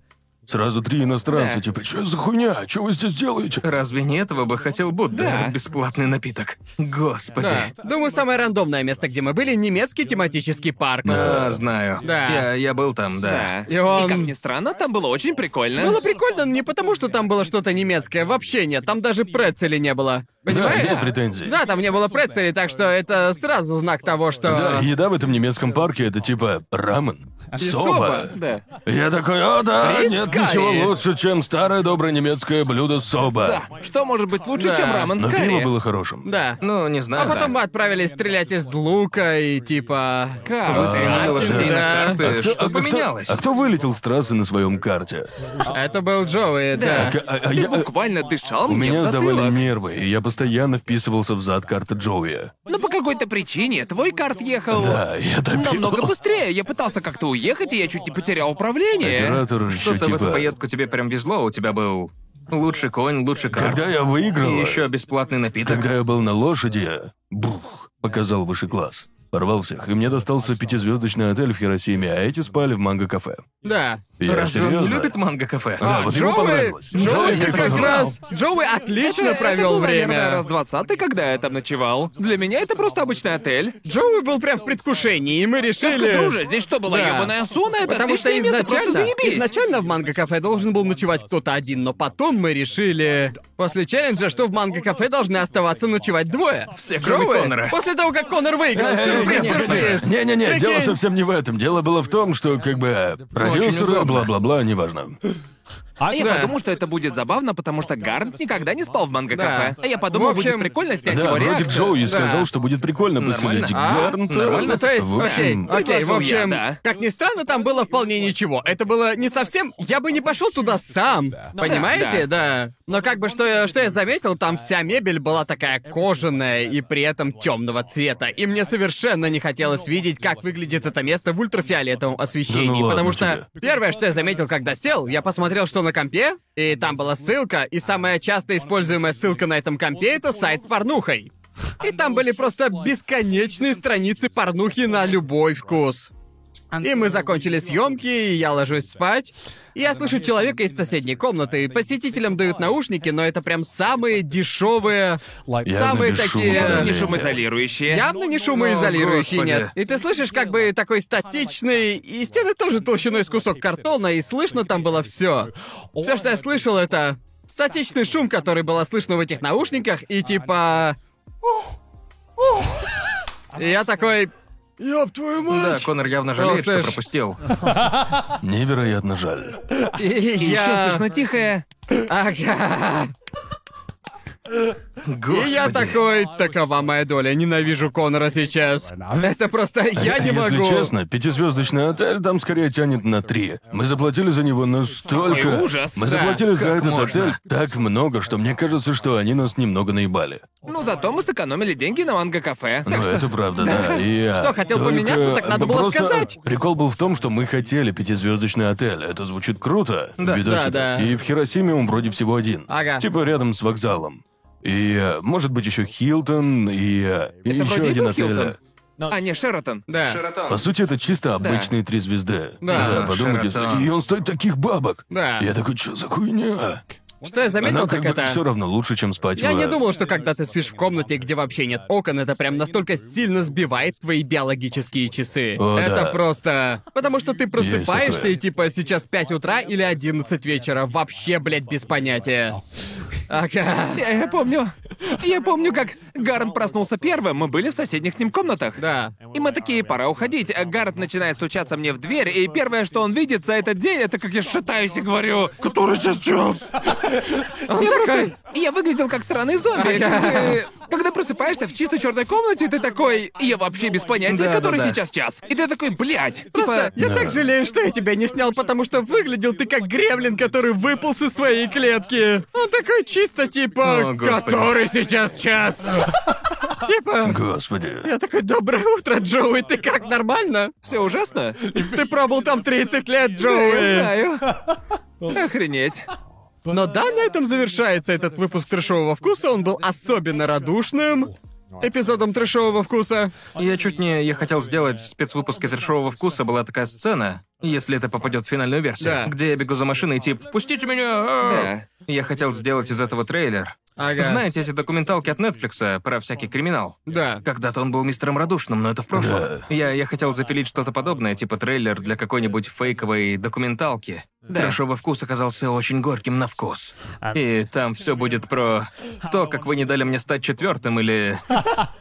Сразу три иностранца, Да. типа, «Чё за хуйня? Чё вы здесь делаете? Разве не этого бы хотел Будда? Да. Бесплатный напиток. Господи. Да. Думаю, самое рандомное место, где мы были, немецкий тематический парк. Да, А, знаю. Да. Я, я был там, да. Да. И он- как ни странно, там было очень прикольно. Было прикольно, но не потому, что там было что-то немецкое, вообще нет, там даже прецели не было. Да, Понимаешь? без претензий. Да, там не было прецелей, так что это сразу знак того, что... Да, еда в этом немецком парке это типа рамен, соба. соба. Да. Я такой, о да, Рис нет с карри». ничего лучше, чем старое доброе немецкое блюдо соба. Да. Что может быть лучше, Да. чем рамен Но с пиво карри? было хорошим. Да. Ну, не знаю. А потом да. мы отправились стрелять из лука и типа... Карри. Сменили лошадей Да. на карты. Чё, Что а кто- поменялось? А кто вылетел с трассы на своем карте? Это был Джоуи, да. К- а- а Ты я- буквально дышал У мне меня в сдавали затылок. нервы, и я постоянно вписывался в зад карты Джоуи. Но Ну, по какой-то причине твой карт ехал Да, я добил. намного быстрее. Я пытался как-то уехать, и я чуть не потерял управление. Оператор еще Что-то в эту типа... поездку тебе прям везло, у тебя был лучший конь, лучший карт. Когда я выиграл, э, И еще бесплатный напиток. когда я был на лошади, бух, показал выше класс. Порвал всех, и мне достался пятизвездочный отель в Хиросиме, а эти спали в манго-кафе. Да. Я Разве он не серьезно? любит манго-кафе? Да, А, вот ему Джоуи, понравилось. Джоуи Джоуи как кайфанул. раз... Джоуи отлично провел был, наверное, время. раз двадцатый, когда я там ночевал. Для меня это просто обычный отель. Джоуи был прям в предвкушении, и мы решили... Друже, здесь что, была Да. ёбаная суна? Это Потому что отличное место, просто изначально, заебись. изначально в манго-кафе должен был ночевать кто-то один, но потом мы решили после челленджа, что в манго-кафе должны оставаться ночевать двое. Все, кроме Коннора. После того, как Конор выиграл, Э, сюрприз, сюрприз. Не-не-не, дело Прикинь. совсем не в этом. Дело было в том, что как бы продюсеры, удобно. бла-бла-бла, неважно. [laughs] Я Да. подумал, что это будет забавно, потому что Гарнт никогда не спал в манго-кафе. Да. А я подумал, В общем, будет прикольно снять Да, его вроде реакцию. Джоуи да. сказал, что будет прикольно поселить А? Гарнта. Нормально, то есть, В окей, общем, окей, в предложил я, общем, да. как ни странно, там было вполне ничего. Это было не совсем, я бы не пошел туда сам, Ну понимаете, да. Но как бы что, я- что я заметил, там вся мебель была такая кожаная и при этом темного цвета, и мне совершенно не хотелось видеть, как выглядит это место в ультрафиолетовом освещении, Да ну ладно потому что первое, что я заметил, когда сел, я посмотрел, что на компе, и там была ссылка, и самая часто используемая ссылка на этом компе это сайт с порнухой. И там были просто бесконечные страницы порнухи на любой вкус. И мы закончили съемки, и я ложусь спать. Я слышу человека из соседней комнаты. Посетителям дают наушники, но это прям самые дешевые, Явно самые без шума, такие- ну, да, Не не- шумоизолирующие. явно не шумоизолирующие, О, господи. нет. И ты слышишь, как бы такой статичный, и стены тоже толщиной с кусок картона, и слышно там было все. Все, что я слышал, это статичный шум, который было слышно в этих наушниках, и типа... И я такой... Ёб твою Да, мать! Конор явно Ох жалеет, ты что ж. пропустил. Невероятно жаль. И я... Еще слышно тихое. Ага. Господи. И я такой, такова моя доля, ненавижу Конора сейчас. Это просто, я не Если могу. честно, пятизвездочный отель там скорее тянет на три. Мы заплатили за него настолько... Какой ужас. Мы Да, заплатили за как этот можно? отель так много, что мне кажется, что они нас немного наебали. Ну зато мы сэкономили деньги на манго-кафе. Ну, это правда, да. И, а, Что, хотел поменяться, так надо было просто сказать. Прикол был в том, что мы хотели пятизвездочный отель. Это звучит круто. Да, видосик. да, да. И в Хиросиме он вроде всего один. Ага. Типа рядом с вокзалом. И, э, может быть, еще Хилтон, и, э, и Это еще вроде и один был отель. Хилтон. А, не, Шератон. Да. Шератон. По сути, это чисто обычные три звезды. Да, подумайте. Шератон. И он стоит таких бабок. Да. Я такой, что за хуйня? Что я заметил, Она так как бы это... все равно лучше, чем спать Я в, не э, думал, что когда ты спишь в комнате, где вообще нет окон, это прям настолько сильно сбивает твои биологические часы. О, это да. просто... Потому что ты просыпаешься такое. и типа сейчас 5 утра или 11 вечера. Вообще, блядь, без понятия. Ага. Я, я помню. Я помню, как Гарн проснулся первым, мы были в соседних с ним комнатах. Да. И мы такие, пора уходить. А Гаррет начинает стучаться мне в дверь, и первое, что он видит за этот день, это как я шатаюсь и говорю, который сейчас час? Я просто... Я выглядел как странный зомби. Ага. как бы, Когда просыпаешься в чисто черной комнате, ты такой, я вообще без понятия, Да, который да, да. сейчас час. И ты такой, блядь. Просто Типа, я Да. так жалею, что я тебя не снял, потому что выглядел ты как гремлин, который выполз из своей клетки. Он такой чисто типа, О, господи. который сейчас час. Типа, Господи. я такой, доброе утро, Джоуи, ты как, нормально? все ужасно? Ты пробыл там 30 лет, Джоуи. Я знаю. Охренеть. Но да, на этом завершается этот выпуск трешового вкуса. Он был особенно радушным эпизодом трешового вкуса. Я чуть не... Я хотел сделать в спецвыпуске трешового вкуса была такая сцена, если это попадет в финальную версию, Да. где я бегу за машиной и тип «Пустите меня!» а!» Да. Я хотел сделать из этого трейлер. Ага. Знаете, эти документалки от Netflix про всякий криминал? Да. Когда-то он был мистером радушным, но это в прошлом. Я, я хотел запилить что-то подобное, типа трейлер для какой-нибудь фейковой документалки. Да. вкус оказался очень горьким на вкус. И там все будет про то, как вы не дали мне стать четвертым, или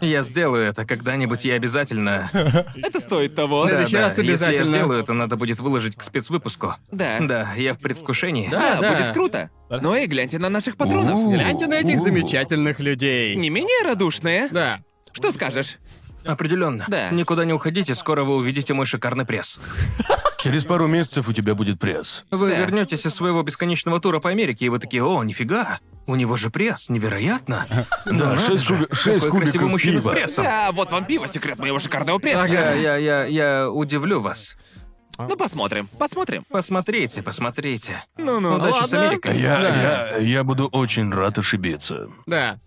я сделаю это когда-нибудь, я обязательно. Это стоит того. следующий Да, раз да, Если я обязательно. сделаю это, надо будет выложить к спецвыпуску. Да. Да, я в предвкушении. Да, да. будет круто. Ну и гляньте на наших патронов. У-у-у. Гляньте на этих У-у-у. замечательных людей. Не менее радушные. Да. Что скажешь? Определенно. Да. Никуда не уходите, скоро вы увидите мой шикарный пресс. Через пару месяцев у тебя будет пресс. Вы Да. вернетесь из своего бесконечного тура по Америке, и вы такие, о, нифига, у него же пресс, невероятно. Ну, Да, шесть куби- шесть Какой красивый кубиков мужчина с пива. прессом. Да, А, вот вам пиво, секрет моего шикарного пресса. Я, я, я, я удивлю вас. Ну посмотрим, посмотрим. Посмотрите, посмотрите. Ну-ну. Удачи с Ладно. Америкой. Я, я, я буду очень рад ошибиться. Да.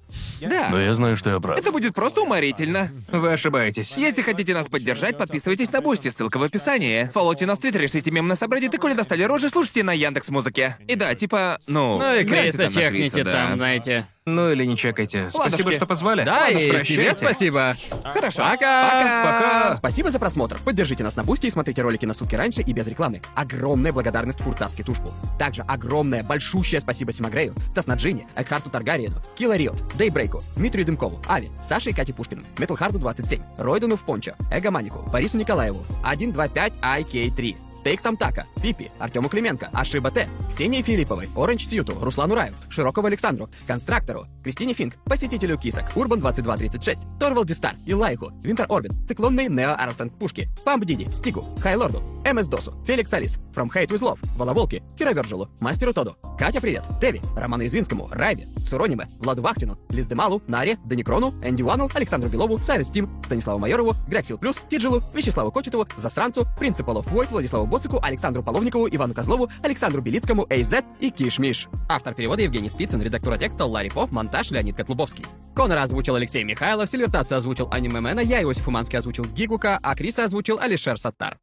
Да. Но я знаю, что я прав. Это будет просто уморительно. Вы ошибаетесь. Если хотите нас поддержать, подписывайтесь на Бусти, ссылка в описании. Фоллоте нас в Твиттере, шлите мем на Сабреддит и коли достали рожи, слушайте на Яндекс Музыке. И да, типа, ну... Ну и Криса гляньте там на чекните Криса, да. там, знаете. Ну или не чекайте. Спасибо, Ладушки. что позвали. Да, Ладно, и тебе прощайте. спасибо. Хорошо. Пока. Пока. Спасибо за просмотр. Поддержите нас на Бусти и смотрите ролики на сутки раньше и без рекламы. Огромная благодарность Фуртаске Тушпу. Также огромное, большущее спасибо Симагрею, Таснаджине, Экхарту Таргариену, Килла Риот, Дейбрейку, Дмитрию Дымкову, Ави, Саше и Кате Пушкину, Металхарду 27, Ройдену в Пончо, Эгоманику, Борису Николаеву, 125 IK3, Тейк Самтака, Пипи, Артему Клименко, Ашиба Т, Ксении Филипповой, Оранж Сьюту, Руслану Раю, Широкову Александру, Констрактору, Кристине Финк, Посетителю Кисок, Урбан 2236, Торвал Дистар, Илайху, Винтер Орбит, Циклонные Нео Арстон Пушки, Памп Диди, Стигу, Хайлорду, МС Досу, Феликс Алис, From Hate with Love, Воловолки, Кира Вержелу, Мастеру Тоду, Катя Привет, Теви, Роману Извинскому, Райве, Сурониме, Владу Вахтину, Лиздемалу, Наре, Даникрону, Энди Уану, Александру Белову, Сайрис Тим, Станиславу Майорову, Грегфил Плюс, Тиджилу, Вячеславу Кочетову, Засранцу, Принцу Полов Войт, Владиславу Боцику, Александру Половникову, Ивану Козлову, Александру Белицкому, Эйзет и Кишмиш. Автор перевода Евгений Спицын, редактура текста Ларри По, монтаж Леонид Котлубовский. Конора озвучил Алексей Михайлов, Сильвертацию озвучил Аниме Мэна, я Иосиф Уманский озвучил Гигука, а Криса озвучил Алишер Саттар.